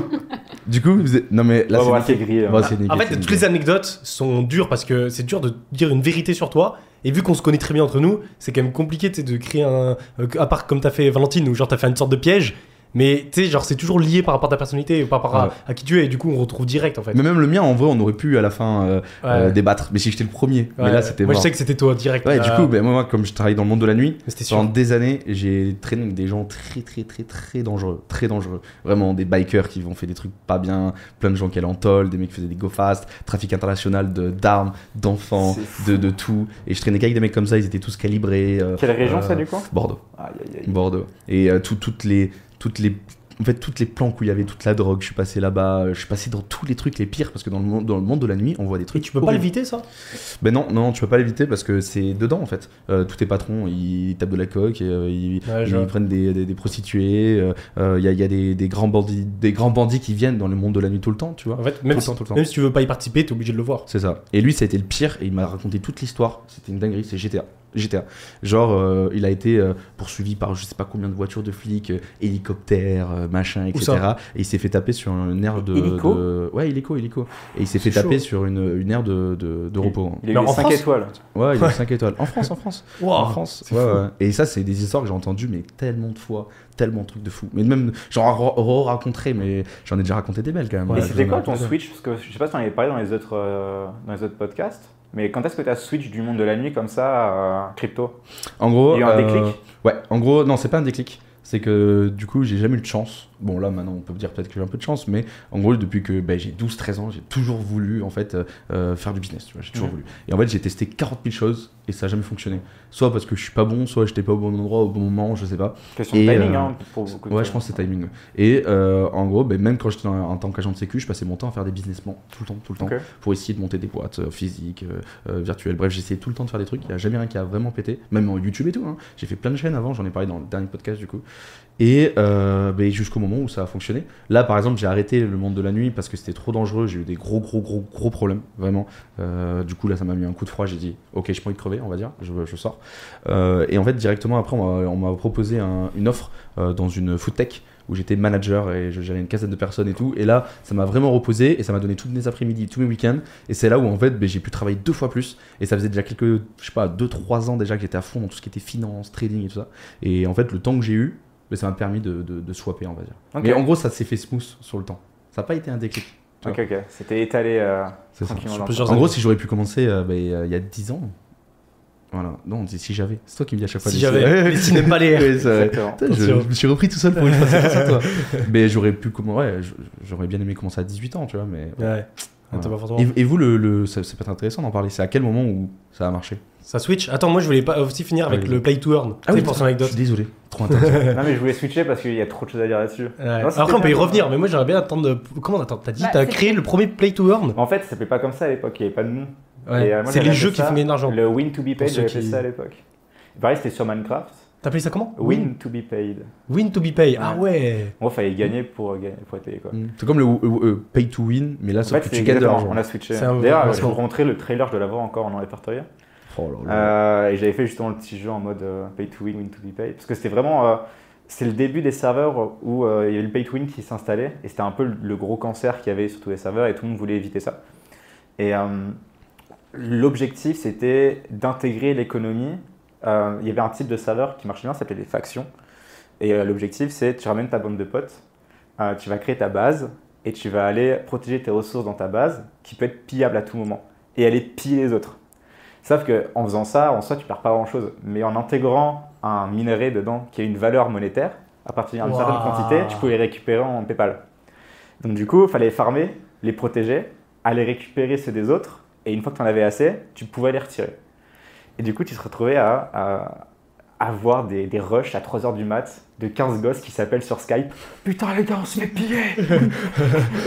*laughs*
Du coup, vous êtes- Non, mais
On va
là, c'est
voir,
nickel.
c'est grillé. hein.
Bon, c'est nickel,
Bah, En fait,
c'est
toutes
nickel.
les anecdotes sont dures parce que c'est dur de dire une vérité sur toi. Et vu qu'on se connaît très bien entre nous, c'est quand même compliqué tu sais, de créer un. euh, À part comme t'as fait Valentine, où genre t'as fait une sorte de piège. Mais tu sais, genre c'est toujours lié par rapport à ta personnalité, par rapport à,
Ouais.
à qui tu es. Et du coup, on retrouve direct en fait.
Mais même le mien, en vrai, on aurait pu à la fin euh,
Ouais.
euh, débattre. Mais si j'étais le premier. mais
Ouais.
là, c'était
Moi, je
mort.
sais que c'était toi direct.
Ouais, du
Euh,
coup, ben, moi, comme je travaille dans le monde de la nuit,
mais c'était sûr.
pendant des années, j'ai traîné avec des gens très, très, très, très dangereux. Très dangereux. Vraiment, des bikers qui vont faire des trucs pas bien, plein de gens qui allaient en tôle, des mecs qui faisaient des go-fast, trafic international de- d'armes, d'enfants,
C'est fou.
de, de tout. Et je traînais qu'avec des mecs comme ça, ils étaient tous calibrés. euh,
Quelle région, ça,
euh,
du coup
Bordeaux.
Aïe, aïe, aïe.
Bordeaux. Et euh, tout- toutes les, toutes les, en fait, toutes les planques où il y avait toute la drogue, je suis passé là-bas, euh, je suis passé dans tous les trucs les pires parce que dans le monde, dans le monde de la nuit, on voit des
Et
trucs.
tu peux pas
horribles.
l'éviter ça
Ben non, non, tu peux pas l'éviter parce que c'est dedans en fait. Euh, tous tes patrons, ils tapent de la coque, et, euh, ils,
Ouais, je
ils
vois.
prennent des, des- des prostituées. euh, euh, Il y a, il y a des, des grands bandits, des grands bandits qui viennent dans le monde de la nuit tout le temps, tu vois.
En fait, même,
le
si,
temps, tout le temps.
même si tu veux pas y participer, t'es obligé de le voir.
C'est ça. Et lui, ça a été le pire. Et il m'a raconté toute l'histoire. C'était une dinguerie. C'est GTA. GTA. Genre, euh, il a été euh, poursuivi par je sais pas combien de voitures de flics, euh, hélicoptères, euh, machin, etc.
ça
Et il s'est fait taper sur un air de.
Hélico
de- Ouais, hélico, hélico. Et il s'est fait
C'est
taper
chaud.
sur une, une aire de, de, de repos. hein.
Il
Mais
a eu
en
5
France
étoiles.
Ouais, il a 5 étoiles. En France, en France.
Oh,
En
Waouh.
France.
c'est
ouais,
fou.
ouais. Et ça, c'est des histoires que j'ai entendues, mais tellement de fois, tellement de trucs de fou. Mais même, genre, re-raconter, mais j'en ai déjà raconté des belles quand même.
Et
Ouais,
c'était
j'en ai
quoi ton
raconté.
switch Parce que je sais pas si t'en avais parlé dans les autres, euh, dans les autres podcasts, mais quand est-ce que t'as switch du monde de la nuit comme ça à crypto
En gros.
Il y a eu un
euh,
déclic
Ouais, en gros, non, c'est pas un déclic. C'est que du coup, j'ai jamais eu de chance. Bon, là, maintenant, on peut dire peut-être que j'ai un peu de chance, mais en gros, depuis que ben, j'ai 12-13 ans, j'ai toujours voulu en fait euh, euh, faire du business. Tu vois, j'ai toujours
Mhm.
voulu. Et en fait, j'ai testé 40 000 choses et ça a jamais fonctionné. Soit parce que je suis pas bon, soit j'étais pas au bon endroit au bon moment, je sais pas.
Question de
Et,
timing,
euh,
hein, pour beaucoup de
Ouais,
gens.
je pense que c'est timing. ouais. Et euh, en gros, ben, même quand j'étais en, en tant qu'agent de sécu, je passais mon temps à faire des business plans tout le temps, tout le temps,
Ok.
pour essayer de monter des boîtes euh, physiques, euh, euh, virtuelles. Bref, j'essayais tout le temps de faire des trucs. Il n'y a jamais rien qui a vraiment pété, même en YouTube et tout. hein. J'ai fait plein de chaînes avant, j'en ai parlé dans le dernier podcast du coup. Et euh, ben, jusqu'au moment où ça a fonctionné. Là, par exemple, j'ai arrêté le monde de la nuit parce que c'était trop dangereux. J'ai eu des gros, gros, gros, gros problèmes, vraiment. Euh, du coup, là, ça m'a mis un coup de froid. J'ai dit, ok, je peux y crever, on va dire. Je, je sors. Euh, et en fait, directement après, on m'a- on m'a proposé un- une offre euh, dans une food tech où j'étais manager et je gérais une quinzaine de personnes et tout. Et là, ça m'a vraiment reposé et ça m'a donné toutes mes après-midi, tous mes week-ends. Et c'est là où en fait, ben, j'ai pu travailler deux fois plus. Et ça faisait déjà quelques, je sais pas, deux, trois ans déjà que j'étais à fond dans tout ce qui était finance, trading et tout ça. Et en fait, le temps que j'ai eu, ben, ça m'a permis de, de, de swapper, on va dire.
Ok.
Mais en gros, ça s'est fait smooth sur le temps. Ça n'a pas été un déclic.
Ok, ok. C'était étalé. euh,
C'est ça.
Tranquillement
Sur
dans le
plusieurs
En gros,
années.
si j'aurais pu commencer euh, ben, euh, il y a 10 ans. Voilà. Non, on dit si j'avais. C'est toi qui me dis à chaque fois.
Si
des- *laughs*
j'avais. Mais si n'aime pas les
Ouais, c'est vrai. *laughs*
Exactement.
Putain, je,
Attention.
je me suis repris tout seul pour une fois, c'est grâce à
*laughs*
toi. Mais j'aurais pu comment ouais, je- j'aurais bien aimé commencer à 18 ans, tu vois, mais
Ouais. Ah, t'as pas forcément-
et, et vous le, le ça, ça peut être intéressant d'en parler, c'est à quel moment où ça a marché
Ça switch. Attends, moi je voulais pas aussi finir
Ah
avec
oui.
le play to earn. Tu sais, pour son
je
anecdote.
suis désolé, trop
*laughs*
intéressant.
non, mais je voulais switcher parce qu'il y a trop de choses à dire là-dessus.
Ouais.
Non, c'était
Après, on peut y
bien.
revenir, mais moi j'aimerais bien attendre. de- Comment attends T'as dit,
Bah,
t'as
c'est-
créé le premier play to earn
En fait, ça s'appelait pas comme ça à l'époque, il n'y avait pas de nom.
Ouais.
Et, euh, moi,
C'est
j'avais
les jeux
appelé
qui
ça
font gagner de l'argent.
Le win to be
Pour
paid,
ceux
j'avais
qui-
fait ça à l'époque. Pareil, c'était sur Minecraft.
T'appelais ça comment
Win to be paid.
Win to be pay. Ah ouais.
En gros, fallait gagner pour, euh, gagner- pour être payé quoi.
Mm. c'est comme le euh, euh, pay to win, mais là
En
sauf
fait,
que
c'est
tu gagnes de
exactement,
l'argent.
On a switché.
C'est un-
D'ailleurs,
un-
je vais vous montrer le trailer, je dois l'avoir encore en répertorié.
Oh là là.
Euh, et j'avais fait justement le petit jeu en mode euh, pay to win, win to be paid. Parce que c'était vraiment. euh, c'est le début des serveurs où euh, il y avait le pay to win qui s'installait. Et c'était un peu le- le gros cancer qu'il y avait sur tous les serveurs et tout le monde voulait éviter ça. Et euh, l'objectif, c'était d'intégrer l'économie. Euh, il y avait un type de serveur qui marchait bien, ça s'appelait les factions. Et euh, l'objectif, c'est tu ramènes ta bande de potes, euh, tu vas créer ta base et tu vas aller protéger tes ressources dans ta base qui peut être pillable à tout moment et aller piller les autres. Sauf que en faisant ça, en soi, tu perds pas grand chose. Mais en intégrant un minerai dedans qui a une valeur monétaire, à partir d'une
Wow.
certaine quantité, tu pouvais les récupérer en PayPal. Donc du coup, il fallait farmer, les protéger, aller récupérer ceux des autres, et une fois que tu en avais assez, tu pouvais les retirer. Et du coup, tu te retrouvais à, à- à avoir des, des rushs à 3h du mat de 15 gosses qui s'appellent sur Skype « Putain les gars, on se fait piller !»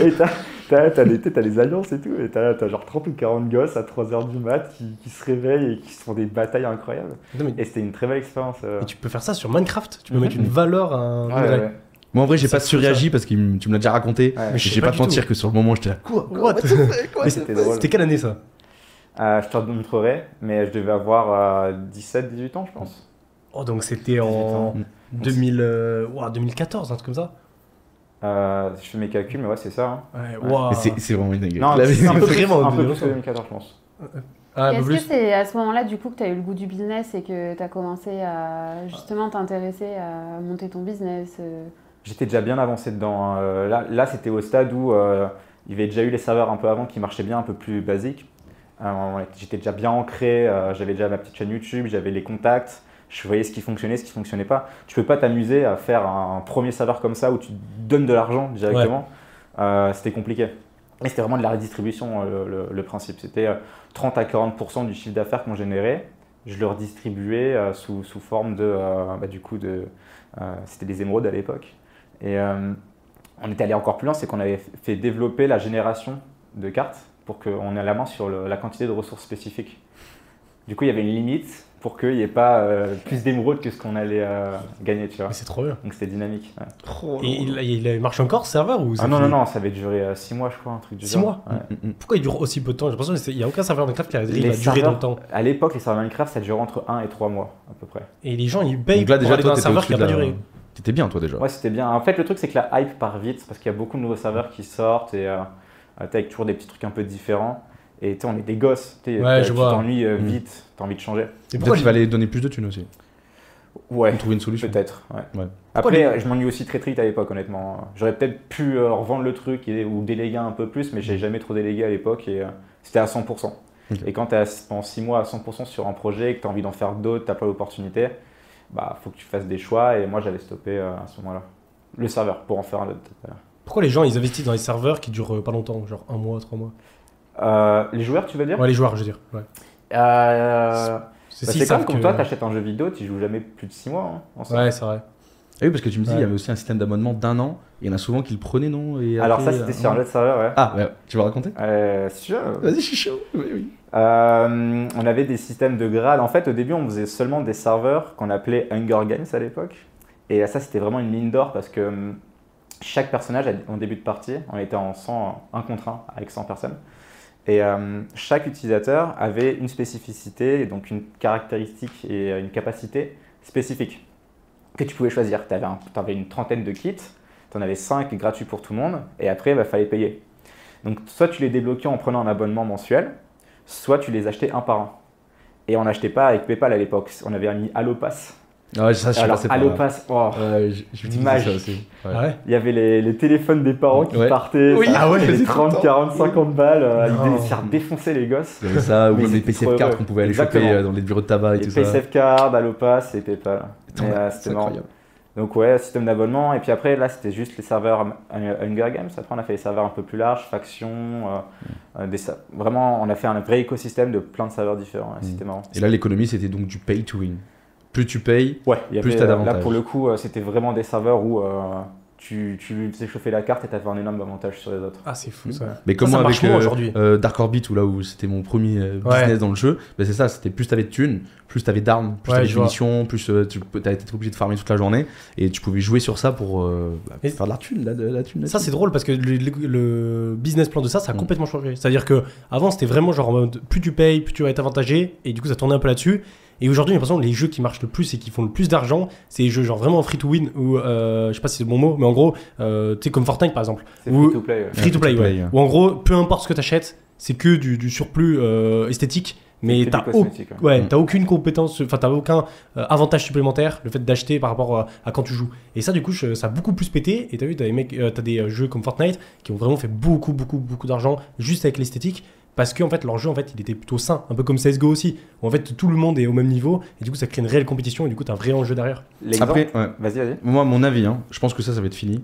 *laughs* Et t'as- t'as t'as des, t'as des alliances et tout, et t'as t'as genre 30 ou 40 gosses à 3h du mat qui, qui se réveillent et qui se font des batailles incroyables.
Putain, mais-
Et c'était une très belle expérience. euh.
Et tu peux faire ça sur Minecraft. Tu peux
Mhm.
mettre une valeur à un.
Ouais, ouais,
minerai.
ouais.
Moi en vrai j'ai
Ça,
pas
c'est
surréagi parce que tu me l'as déjà raconté.
Ouais.
Mais
Je
je sais
vais
pas
pas te
du
mentir que sur le moment j'étais là quoi quoi what the fuck, what
*laughs* Mais
the
c'était
fuck
drôle.
C'était quelle année ça
Euh, je te montrerai, mais je devais avoir 17-18 ans, je pense.
Oh, donc c'était
18
en
ans.
2000, euh, ouah, 2014, un truc comme ça.
Euh, je fais mes calculs, mais ouais, c'est ça. hein.
Ouais,
Mais c'est- C'est vraiment une dinguerie.
Non,
La-
c'est un peu, plus,
vraiment
un peu
de-
plus que 2014, je pense.
Ah,
Et
bah
Est-ce que
plus.
c'est à ce moment-là, du coup, que tu as eu le goût du business et que tu as commencé à justement t'intéresser à monter ton business euh,
J'étais déjà bien avancé dedans. hein. Euh, Là, là c'était au stade où euh, il y avait déjà eu les serveurs un peu avant qui marchaient bien, un peu plus basiques. Euh, J'étais déjà bien ancré, euh, j'avais déjà ma petite chaîne YouTube, j'avais les contacts, je voyais ce qui fonctionnait, ce qui fonctionnait pas. Tu peux pas t'amuser à faire un premier serveur comme ça où tu donnes de l'argent directement. Euh, c'était compliqué. Et c'était vraiment de la redistribution, euh, le, le principe. C'était euh, 30 à 40% du chiffre d'affaires qu'on générait, je le redistribuais euh, sous, sous forme de. euh, bah, du coup, de, euh, c'était des émeraudes à l'époque. Et euh, on était allé encore plus loin, c'est qu'on avait fait développer la génération de cartes pour qu'on ait la main sur le- la quantité de ressources spécifiques. Du coup, il y avait une limite pour qu'il n'y ait pas euh, plus d'émeraudes que ce qu'on allait euh, gagner, tu vois.
Mais c'est trop bien.
Donc c'était dynamique. ouais.
Et il, il- il marche encore ce serveur ou c'est
Oh, Ah non, non,
fini
non, ça avait duré 6 mois, je crois, un truc du
Six
genre.
mois
Ouais.
Mm,
Pourquoi il dure aussi peu de temps J'ai l'impression qu'il n'y a aucun serveur Minecraft qui a, il
Les
a duré dans
serveurs-
le temps.
À l'époque, les serveurs Minecraft, ça dure entre 1 et 3 mois, à peu près.
Et les gens ils payent
Donc là
pour
déjà
aller dans
toi
un
t'étais
serveur qui
au-dessus
a
de
pas
la-
duré.
T'étais bien toi déjà.
Ouais, c'était bien. En fait, le truc, c'est que la hype part vite parce qu'il y a beaucoup de nouveaux serveurs qui sortent et euh, euh, t'as avec toujours des petits trucs un peu différents. Et tu sais, on est des gosses. t'sais,
Ouais,
t'as-
je
tu
vois.
t'ennuies euh,
Mm.
vite, t'as envie de changer.
Et pourquoi
Peut-être
les-
qu'il fallait donner plus de thunes aussi.
Ouais,
Trouver une solution.
peut-être. ouais.
Ouais.
Après,
les-
euh, je m'ennuie aussi très très vite à l'époque, honnêtement. J'aurais peut-être pu euh, revendre le truc et- ou déléguer un peu plus, mais j'ai jamais trop délégué à l'époque et euh, c'était à 100%.
Ok.
Et quand tu es en 6 mois à 100% sur un projet et que tu as envie d'en faire d'autres, tu pas l'opportunité, bah faut que tu fasses des choix et moi j'avais stoppé euh, à ce moment-là. Le serveur pour en faire un autre. tout à l'heure.
Pourquoi les gens ils investissent dans les serveurs qui durent euh, pas longtemps, genre un mois, trois mois
Euh, les joueurs, tu veux dire
Ouais, les joueurs, je veux dire. Ouais.
Euh,
C'est
bah,
s'ils
C'est
savent
comme quand
que-
toi, t'achètes un jeu vidéo, tu joues jamais plus de 6 mois. hein, en somme.
Ouais, c'est vrai.
Ah oui parce que tu me dis il y
Ouais.
avait aussi un système d'abonnement d'un an. Il y en a souvent qui le prenaient non Et
Alors, ça,
après,
c'était
euh,
sur un jeu de serveur, ouais.
Ah ouais, tu vas raconter
Euh, sûr.
Vas-y je suis chaud. Oui, oui.
Euh, on avait des systèmes de grades. En fait, au début, on faisait seulement des serveurs qu'on appelait Hunger Games à l'époque. Et ça, c'était vraiment une mine d'or parce que hum, chaque personnage, en début de partie, on était en 100, un contre 1 avec 100 personnes. Et euh, chaque utilisateur avait une spécificité, donc une caractéristique et euh, une capacité spécifique que tu pouvais choisir. Tu avais, une trentaine de kits, tu en avais 5 gratuits pour tout le monde, et après, il fallait payer. Donc, soit tu les débloquais en prenant un abonnement mensuel, soit tu les achetais un par un. Et on n'achetait pas avec PayPal à l'époque, on avait mis Allopass.
Ah ouais ça je suis
Alors,
passé par là.
Allopass, oh,
Ouais, j'ai- j'ai utilisé
Magique.
ça aussi. Ouais.
Ah ouais
il y avait les, les téléphones des parents qui
Ouais.
partaient,
Oui,
ça,
ah ouais,
c'était
c'est
30,
tout le temps.
40, 50 balles, euh, ils
Non.
devaient se faire défoncer les gosses.
Il y avait ça,
Mais
ou même
c'était
les
trop
PCF cartes
heureux.
qu'on pouvait aller
Exactement.
choper euh, dans les bureaux de tabac et
Et
tout ça.
PaySafe Card, Allopass et PayPal.
Attends,
Mais, euh,
c'est
c'était marrant.
incroyable.
Donc ouais, système d'abonnement. Et puis après, là, c'était juste les serveurs hum- Hunger Games. Après, on a fait des serveurs un peu plus larges, factions. euh, euh, des sa- Vraiment, on a fait un vrai écosystème de plein de serveurs différents. et C'était marrant.
Et là l'économie c'était donc du pay to win. Plus tu payes,
Ouais, il y
Plus
avait,
t'as
euh, Là,
d'avantages.
pour le coup, euh, c'était vraiment des serveurs où euh, tu, tu faisais chauffer la carte et t'avais un énorme avantage sur les autres.
Ah, c'est fou ça.
mais comme
ça
moi
marche
avec
moins
euh,
aujourd'hui.
euh, Dark Orbit ou là où c'était mon premier euh,
Ouais.
business dans le jeu, bah, c'est ça, c'était plus t'avais de thunes, plus t'avais d'armes, plus
Ouais,
t'avais
je
de
vois.
munitions, plus euh, tu t'as été obligé de farmer toute la journée et tu pouvais jouer sur ça pour euh, bah,
Mais-
faire de la thune, la, de la thune. la
Ça
thune.
c'est drôle parce que le, le- le business plan de ça, ça a
Mm.
complètement changé. C'est-à-dire que avant c'était vraiment genre en mode plus tu payes, plus tu vas être avantagé, et du coup ça tournait un peu là-dessus. Et aujourd'hui j'ai l'impression que les jeux qui marchent le plus et qui font le plus d'argent, c'est les jeux genre vraiment free to win ou euh, je sais pas si c'est le bon mot, mais en gros, euh, tu sais comme Fortnite par exemple,
C'est euh,
Ou-
free to play. ouais.
free to play, ouais. Ou en gros, peu importe ce que t'achètes, c'est que du, du surplus euh, esthétique, mais
Que du
t'as au-
cosmétique, hein. ouais.
Ouais,
Mm.
t'as aucune compétence, enfin t'as aucun euh, avantage supplémentaire le fait d'acheter par rapport à, à quand tu joues. Et ça du coup je- ça a beaucoup plus pété. Et t'as vu t'as des mecs, euh, t'as des euh, jeux comme Fortnite qui ont vraiment fait beaucoup beaucoup beaucoup d'argent juste avec l'esthétique. Parce que en fait, leur jeu, en fait, il était plutôt sain, un peu comme CSGO aussi. Où, en fait, tout le monde est au même niveau, et du coup, ça crée une réelle compétition, et du coup, t'as un vrai enjeu derrière.
L'exemple.
Après, ouais,
Vas-y, vas-y.
moi, mon avis, hein, je pense que ça, ça va être fini.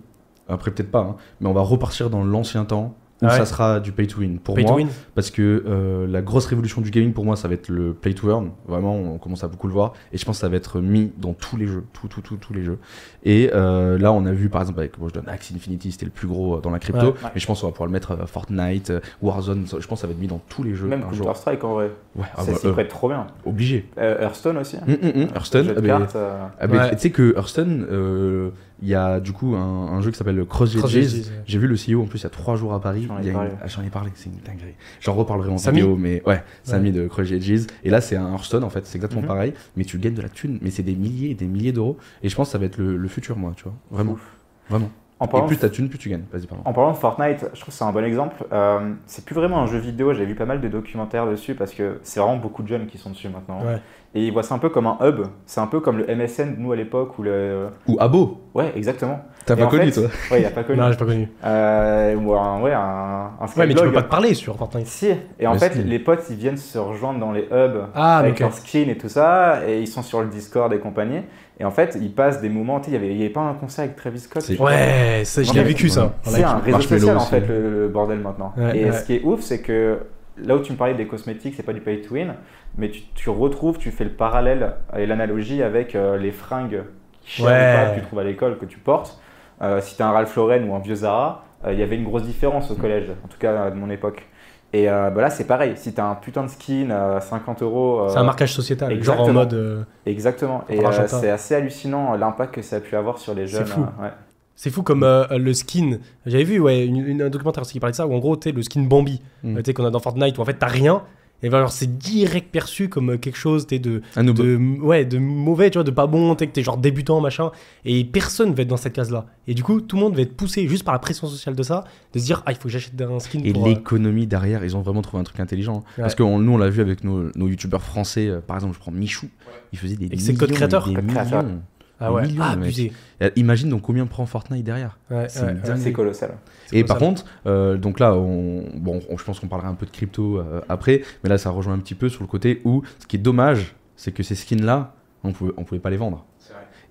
Après, peut-être pas, hein, mais on va repartir dans l'ancien temps où
Ah ouais.
ça sera du pay to win. Pour
Pay
moi,
to win.
parce que euh, la grosse révolution du gaming pour moi ça va être le play to earn vraiment on commence à beaucoup le voir et je pense que ça va être mis dans tous les jeux tout tout tout tous les jeux et euh, là on a vu par exemple avec moi je donne Axie Infinity c'était le plus gros euh, dans la crypto
Ouais.
mais je pense qu'on va pouvoir le mettre à Fortnite euh, Warzone ça- je pense que ça va être mis dans tous les jeux
Même
un jour.
Counter Strike en vrai,
ouais ah
ça
bah,
s'y
euh,
prête trop bien.
obligé
Euh, Hearthstone aussi.
Hum, hum, hum, Hearthstone
Jeu de
ah, mais-
cartes, euh,
ah, mais
Ouais.
tu sais que Hearthstone euh, il y a du coup un, un jeu qui s'appelle Crossjet
Crossjet
Jizz.
Jizz, ouais.
J'ai vu le CEO en plus il y a trois jours à Paris.
J'en ai
Il y a une-
parlé.
ah, J'en ai parlé, c'est une dinguerie. J'en reparlerai en
Samy
vidéo, mais ouais, Samy de Crossjet Jizz. Et là, c'est un Hearthstone en fait, c'est exactement
Mhm.
pareil, mais tu gagnes de la thune, mais c'est des milliers et des milliers d'euros. Et je pense que ça va être le, le futur, moi, tu vois. Vraiment,
ouf.
vraiment.
En
et
parlant,
plus t'as thune, plus tu gagnes. Vas-y, pardon.
en parlant de Fortnite, je trouve que c'est un bon exemple. Euh, c'est plus vraiment un jeu vidéo, j'ai vu pas mal de documentaires dessus parce que c'est vraiment beaucoup de jeunes qui sont dessus maintenant. hein.
Ouais.
Et ils voient ça un peu comme un hub. C'est un peu comme le MSN, nous à l'époque, ou le.
Ou Abo,
Ouais, exactement.
t'as
Et
pas
en
connu,
fait-
toi.
Ouais, il a pas
*laughs*
connu.
Non, j'ai pas connu.
Euh, ou un, ouais, un, un
Ouais, mais tu
Skyblog.
peux pas te parler sur Fortnite.
Si, et en
Mais
fait,
si.
les potes, ils viennent se rejoindre dans les hubs
Ah,
avec
ok.
leur skin et tout ça, et ils sont sur le Discord et compagnie. Et en fait, ils passent des moments. Tu sais, il y avait- il y avait pas un concert avec Travis Scott
Si.
je crois.
Ouais, ça, je
Ouais,
l'ai
mais-
vécu ça. en
C'est
live.
un réseau
Marshmello
social en
aussi.
fait le, le bordel maintenant.
Ouais,
et
ouais.
ce qui est ouf, c'est que là où tu me parlais des cosmétiques, c'est pas du pay to win, mais tu, tu retrouves, tu fais le parallèle et l'analogie avec euh, les fringues chères ou
Ouais.
pas que tu trouves à l'école que tu portes. Euh, si t'es un Ralph Lauren ou un vieux Zara, euh, il y avait une grosse différence au
Mm.
collège, en tout cas euh, de mon époque. Et euh, bah là, c'est pareil. Si t'as un putain de skin à 50 euros, euh,
C'est un marquage sociétal, genre en
exactement.
mode. euh,
exactement. Et
Pour
euh,
Argentin.
c'est assez hallucinant euh, l'impact que ça a pu avoir sur les
C'est
jeunes.
fou.
euh, ouais.
C'est fou comme euh, le skin. J'avais vu ouais, une- une- un documentaire aussi qui parlait de ça, où en gros, tu le skin Bambi,
Mm.
euh, tu sais, qu'on a dans Fortnite, où en fait, t'as rien. Et ben, alors, c'est direct perçu comme euh, quelque chose, t'es de,
Un noob.
de, ouais, de mauvais, tu vois, de pas bon, t'es que t'es genre débutant, machin. Et personne va être dans cette case-là. Et du coup, tout le monde va être poussé juste par la pression sociale de ça, de se dire, ah, il faut que j'achète un skin
Et
pour. euh,
l'économie derrière, ils ont vraiment trouvé un truc intelligent. hein.
Ouais.
Parce que on- nous, on l'a vu avec nos, nos youtubeurs français. euh, Par exemple, je prends Michou. Il faisait des
Et c'est code
millions et
créateur.
des
Code créateur.
millions.
Ah ouais,
millions,
ah,
mec.
abusé.
Et euh, Imagine donc combien prend Fortnite derrière.
Ouais,
C'est
ouais,
une
ouais.
dinguerie.
C'est colossal.
Et par
colossal.
contre, euh, donc là, on, bon, on- je pense qu'on parlera un peu de crypto euh, après, mais là, ça rejoint un petit peu sur le côté où ce qui est dommage, c'est que ces skins-là, on pouvait, on pouvait pas les vendre.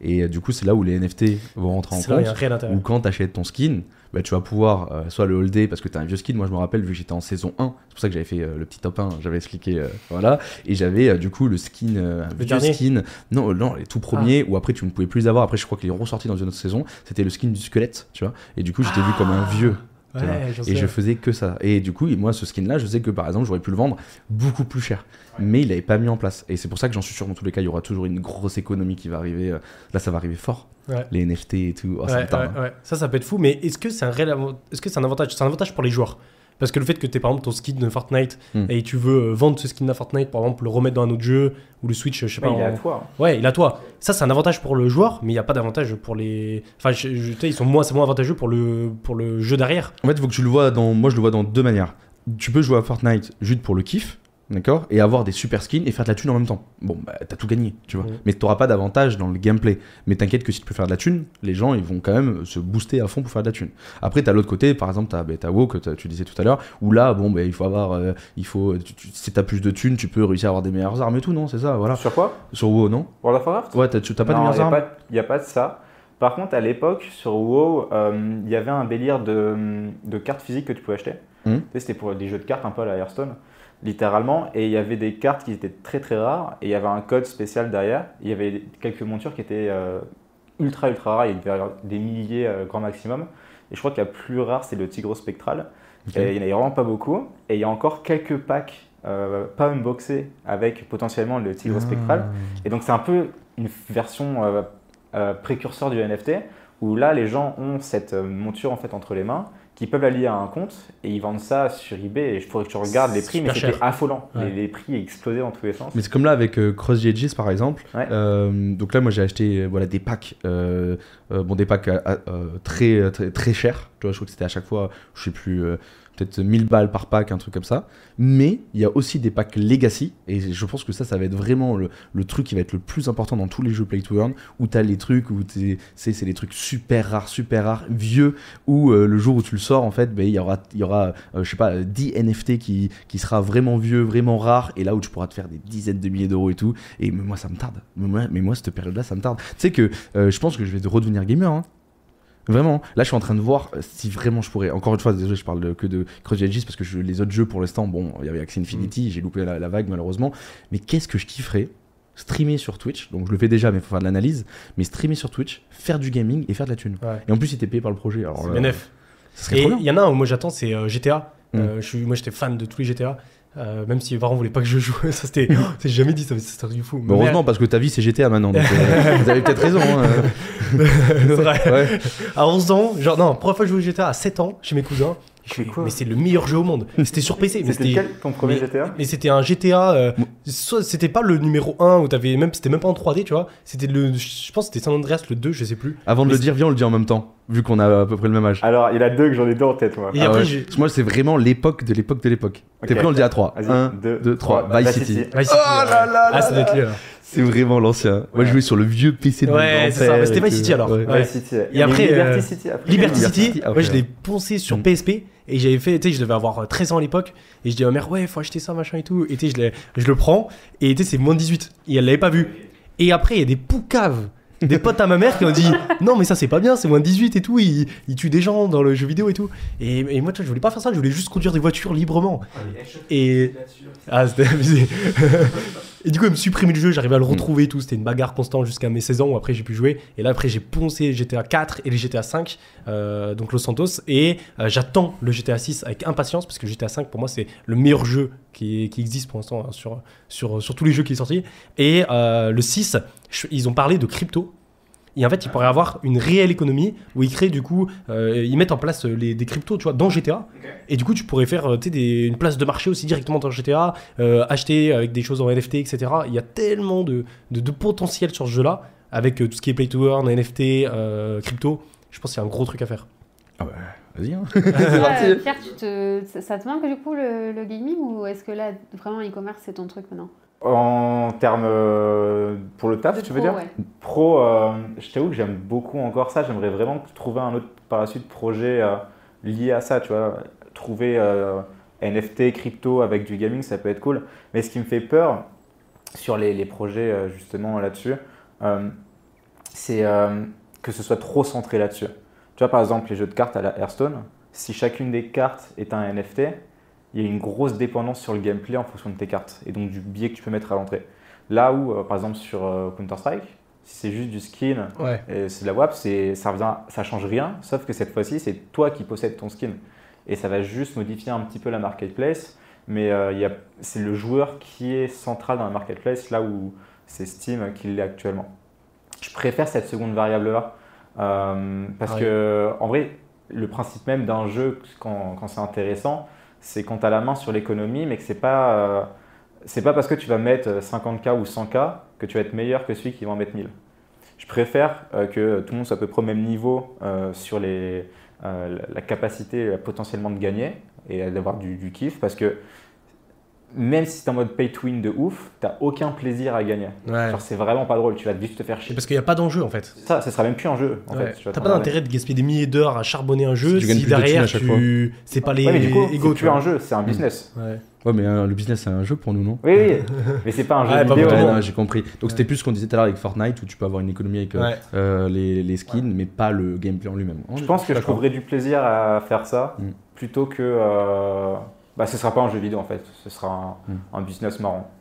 Et euh, du coup, c'est là où les NFT vont rentrer en
C'est là où il y a un
compte.
réel intérêt.
Ou quand tu achètes ton skin, bah, tu vas pouvoir euh, soit le holder parce que tu as un vieux skin. Moi, je me rappelle, vu que j'étais en saison 1, c'est pour ça que j'avais fait euh, le petit top 1, j'avais expliqué. euh, voilà. Et j'avais euh, du coup le skin, euh, un vieux
dernier Ah.
skin. Non, euh, non, les tout premiers, ou après, tu ne pouvais plus les avoir. Après, je crois qu'il est ressorti dans une autre saison. C'était le skin du squelette, tu vois. Et du coup, j'étais vu comme un
Ah,
vieux.
Ouais,
tu vois.
j'en sais.
Et je faisais que ça. Et du coup, moi, ce skin-là, je sais que par exemple, j'aurais pu le vendre beaucoup plus cher. Mais il n'avait pas mis en place. Et c'est pour ça que j'en suis sûr, dans tous les cas, il y aura toujours une grosse économie qui va arriver. Euh, Là, ça va arriver fort.
Ouais.
Les NFT et tout. Oh, ça me
Ouais,
tarde, hein.
ouais, ouais. Ça, ça peut être fou, mais est-ce que c'est un réel avant- est-ce que c'est un avantage C'est un avantage pour les joueurs. Parce que le fait que tu par exemple ton skin de Fortnite
Hmm.
et tu veux euh, vendre ce skin à Fortnite, par exemple le remettre dans un autre jeu ou le Switch, je sais
Ouais,
pas.
il est
en-
à toi. hein.
Ouais, il a toi. Ça, c'est un avantage pour le joueur, mais il n'y a pas d'avantage pour les. Enfin, je, je- tu sais, ils sont moins, c'est moins avantageux pour le, pour le jeu derrière.
En fait, il faut que tu le vois dans. Moi, je le vois dans deux manières. Tu peux jouer à Fortnite juste pour le kiff, d'accord Et avoir des super skins et faire de la thune en même temps. Bon, bah, t'as tout gagné, tu vois.
Ouais.
Mais t'auras pas d'avantage dans le gameplay. Mais t'inquiète que si tu peux faire de la thune, les gens, ils vont quand même se booster à fond pour faire de la thune. Après, t'as l'autre côté, par exemple, t'as bah, t'as WoW que t'as- tu disais tout à l'heure, où là, bon, bah, il faut avoir. euh, il faut, tu- tu- si t'as plus de thunes, tu peux réussir à avoir des meilleures armes et tout, non C'est ça, voilà.
Sur quoi
Sur WoW, non
World of Warcraft
Ouais, t'as tu- t'as pas de meilleures armes
Il n'y a, pas de ça. Par contre, à l'époque, sur WoW, euh, il y avait un délire de, de cartes physiques que tu pouvais acheter.
Mhm.
Tu sais, C'était pour des jeux de cartes un peu à la Hearthstone, littéralement. Et il y avait des cartes qui étaient très très rares. Et il y avait un code spécial derrière. Il y avait quelques montures qui étaient euh, ultra ultra rares. Il y avait des milliers euh, grand maximum. Et je crois que la plus rare, c'est le Tigre Spectral.
Ok.
Et il n'y en a vraiment pas beaucoup. Et il y a encore quelques packs euh, pas unboxés avec potentiellement le
Ah.
Tigre Spectral. Et donc c'est un peu une version euh, euh, précurseur du NFT où là les gens ont cette euh, monture en fait entre les mains qui peuvent la lier à un compte et ils vendent ça sur eBay et je pourrais que tu regardes les prix mais
Super
c'était
cher.
affolant
Ouais.
les, les prix explosaient dans tous les sens
Mais c'est comme là avec euh, CrossGGs par exemple.
Ouais.
Euh, donc là, moi j'ai acheté euh, voilà, des packs, euh, euh, bon, des packs euh, euh, très, très, très chers, tu plus, je crois que c'était à chaque fois, je sais plus, euh, peut-être 1000 balles par pack, un truc comme ça. Mais il y a aussi des packs Legacy, et je pense que ça, ça va être vraiment le, le truc qui va être le plus important dans tous les jeux Play to Earn, où t'as les trucs, où t'es- c'est c'est des trucs super rares, super rares, vieux, où euh, le jour où tu le sors, en fait, ben, il y aura, il y aura euh, je sais pas, euh, 10 NFT qui, qui sera vraiment vieux, vraiment rare, et là où tu pourras te faire des dizaines de milliers d'euros et tout. Et mais moi, ça me tarde. Mais moi, mais moi cette période-là, ça me tarde. Tu sais que euh, je pense que je vais redevenir gamer. hein. Vraiment, là je suis en train de voir euh, si vraiment je pourrais. Encore une fois, désolé, je parle de- que de Crush Edges parce que je- les autres jeux pour l'instant, bon, il y avait Axie
Mm.
Infinity, j'ai loupé la, la vague malheureusement. Mais qu'est-ce que je kifferais Streamer sur Twitch, donc je le fais déjà, mais faut faire de l'analyse. Mais streamer sur Twitch, faire du gaming et faire de la thune.
Ouais.
Et en plus, il était payé par le projet. Alors, là,
NF.
ça serait
Et
trop bien.
il y en a un où moi j'attends, c'est euh, GTA.
Mm.
Euh, je suis, moi j'étais fan de tous les GTA. euh, même si mes parents voulaient pas que je joue, *laughs* ça
*laughs*
c'était. oh, J'ai jamais dit ça, mais c'est un truc de fou.
Mais heureusement, parce que ta vie c'est GTA maintenant. Donc,
*laughs*
euh, vous avez peut-être raison. hein,
C'est vrai.
euh, ouais.
À 11 ans, genre, non, première fois que je jouais au GTA à 7 ans chez mes cousins. Je fais,
quoi
mais c'est le meilleur jeu au monde. C'était sur PC, mais
C'était
c'était.
quel ton premier
mais-
GTA
Mais c'était un GTA, euh, soit- c'était pas le numéro 1 où t'avais même, c'était même pas en 3D, tu vois. C'était le, je pense que c'était San Andreas le 2, je sais plus.
Avant de
Mais Ah,
le dire, viens, on le dit en même temps, vu qu'on a à peu près le même âge.
Alors, il y en a deux que j'en ai deux en tête, moi.
Et
Ah
après,
ouais.
j'ai-
Parce que Moi, c'est vraiment l'époque de l'époque de l'époque.
Ok.
T'es pris, on le dit à 3.
Vas-y,
1,
deux,
2, 3.
trois,
Vice
Bah,
Vice
City.
City.
Vice City, ouais. Ah, ça doit être lui, alors.
C'est vraiment l'ancien. Moi, je jouais sur le vieux PC de mon
Ouais, c'est ça,
grand-père
mais c'était
et
Vice
tout.
City, alors.
Ouais.
Ouais.
Vice City.
Et après,
Liberty
euh,
City. après.
Liberty
Liberty
City,
City,
moi
après,
je
ouais.
l'ai poncé sur
Mm.
PSP et j'avais fait, tu sais, je devais avoir euh, 13 ans à l'époque et je dis à ma mère, ouais, faut acheter ça, machin et tout. Et tu sais, je, l'ai- je le prends et tu sais, c'est moins de 18 et elle l'avait pas vu. Et après, il y a des poucaves, des potes à ma mère qui ont dit, non, mais ça c'est pas bien, c'est moins de 18 et tout, ils, ils tuent des gens dans le jeu vidéo et tout. Et, et moi, tu vois, je voulais pas faire ça, je voulais juste conduire des voitures librement. Et. Ah, c'était abusé. *laughs* Et du coup, elle me supprimait le jeu, j'arrivais à le retrouver et tout. C'était une bagarre constante jusqu'à mes 16 ans où après j'ai pu jouer. Et là, après, j'ai poncé GTA 4 et les GTA 5, euh, donc Los Santos. Et euh, j'attends le GTA 6 avec impatience parce que GTA 5 pour moi, c'est le meilleur jeu qui, qui existe pour l'instant hein, sur, sur, sur tous les jeux qui sont sortis. Et euh, le 6, je- ils ont parlé de crypto. Et en fait, ils pourraient avoir une réelle économie où ils créent du coup, euh, ils mettent en place euh, les, des cryptos, tu vois, dans GTA. Et du coup, tu pourrais faire euh, tu sais, des- une place de marché aussi directement dans GTA, euh, acheter avec des choses en NFT, etc. Il y a tellement de, de, de potentiel sur ce jeu-là, avec euh, tout ce qui est play to earn, NFT, euh, crypto. Je pense qu'il y a un gros truc à faire.
Vas-y.
*laughs*
hein.
Toi,
parti.
euh, Pierre, tu te... ça- ça te manque du coup le, le gaming ou est-ce que là vraiment e-commerce c'est ton truc maintenant
En termes euh, pour le taf,
De
tu veux
pro,
dire
Oh, ouais.
Pro, euh, je t'avoue que j'aime beaucoup encore ça. J'aimerais vraiment trouver un autre par la suite projet euh, lié à ça, tu vois. Trouver euh, NFT, crypto avec du gaming, ça peut être cool. Mais ce qui me fait peur sur les, les projets euh, justement là-dessus, euh, c'est euh, que ce soit trop centré là-dessus. Tu vois, par exemple, les jeux de cartes à la Hearthstone, si chacune des cartes est un NFT, il y a une grosse dépendance sur le gameplay en fonction de tes cartes et donc du biais que tu peux mettre à l'entrée. Là où, euh, par exemple, sur euh, Counter-Strike, si c'est juste du skin
Ouais.
et c'est de la WAP, c'est- ça revient, ça change rien, sauf que cette fois-ci, c'est toi qui possèdes ton skin. Et ça va juste modifier un petit peu la marketplace, mais euh, il y a- c'est le joueur qui est central dans la marketplace, là où c'est Steam qui l'est actuellement. Je préfère cette seconde variable-là, euh, parce
Ouais.
que, en vrai, le principe même d'un jeu, quand, quand c'est intéressant, c'est quand tu as la main sur l'économie, mais que c'est pas. euh, c'est pas parce que tu vas mettre euh, 50K ou 100K que tu vas être meilleur que celui qui va en mettre 1000. Je préfère euh, que tout le monde soit à peu près au même niveau euh, sur les, euh, la- la capacité euh, potentiellement de gagner et euh, d'avoir du, du kiff parce que même si t'es en mode pay to win de ouf, t'as aucun plaisir à gagner.
Ouais.
Genre c'est vraiment pas drôle, tu vas vite te faire chier.
Parce qu'il n'y a pas d'enjeu en fait.
Ça, ce sera même plus un jeu en
Ouais.
fait. Tu vas
T'as
t'en
pas
emmerder.
d'intérêt de gaspiller des milliers d'heures à charbonner un
Si
jeu
tu
si,
gagnes plus de thunes
derrière
à chaque
tu. C'est pas les
Ouais, mais du coup,
égaux,
c'est plus un jeu, c'est un
Hmm.
business.
Ouais.
Ouais, mais euh, le business, c'est un jeu pour nous, non
Oui,
*laughs*
oui, mais c'est pas un jeu
Ouais, pas
vidéo.
Ouais,
vraiment.
non, j'ai compris. Donc c'était plus ce qu'on disait tout à l'heure avec Fortnite où tu peux avoir une économie avec euh,
Ouais.
euh, les, les skins, mais pas le gameplay en lui-même.
Je pense que je trouverais du plaisir à faire ça
Hmm.
Mm.
plutôt que. euh, Bah, ce sera pas un jeu vidéo en fait, ce sera un,
Hmm.
Mm.
un business marrant.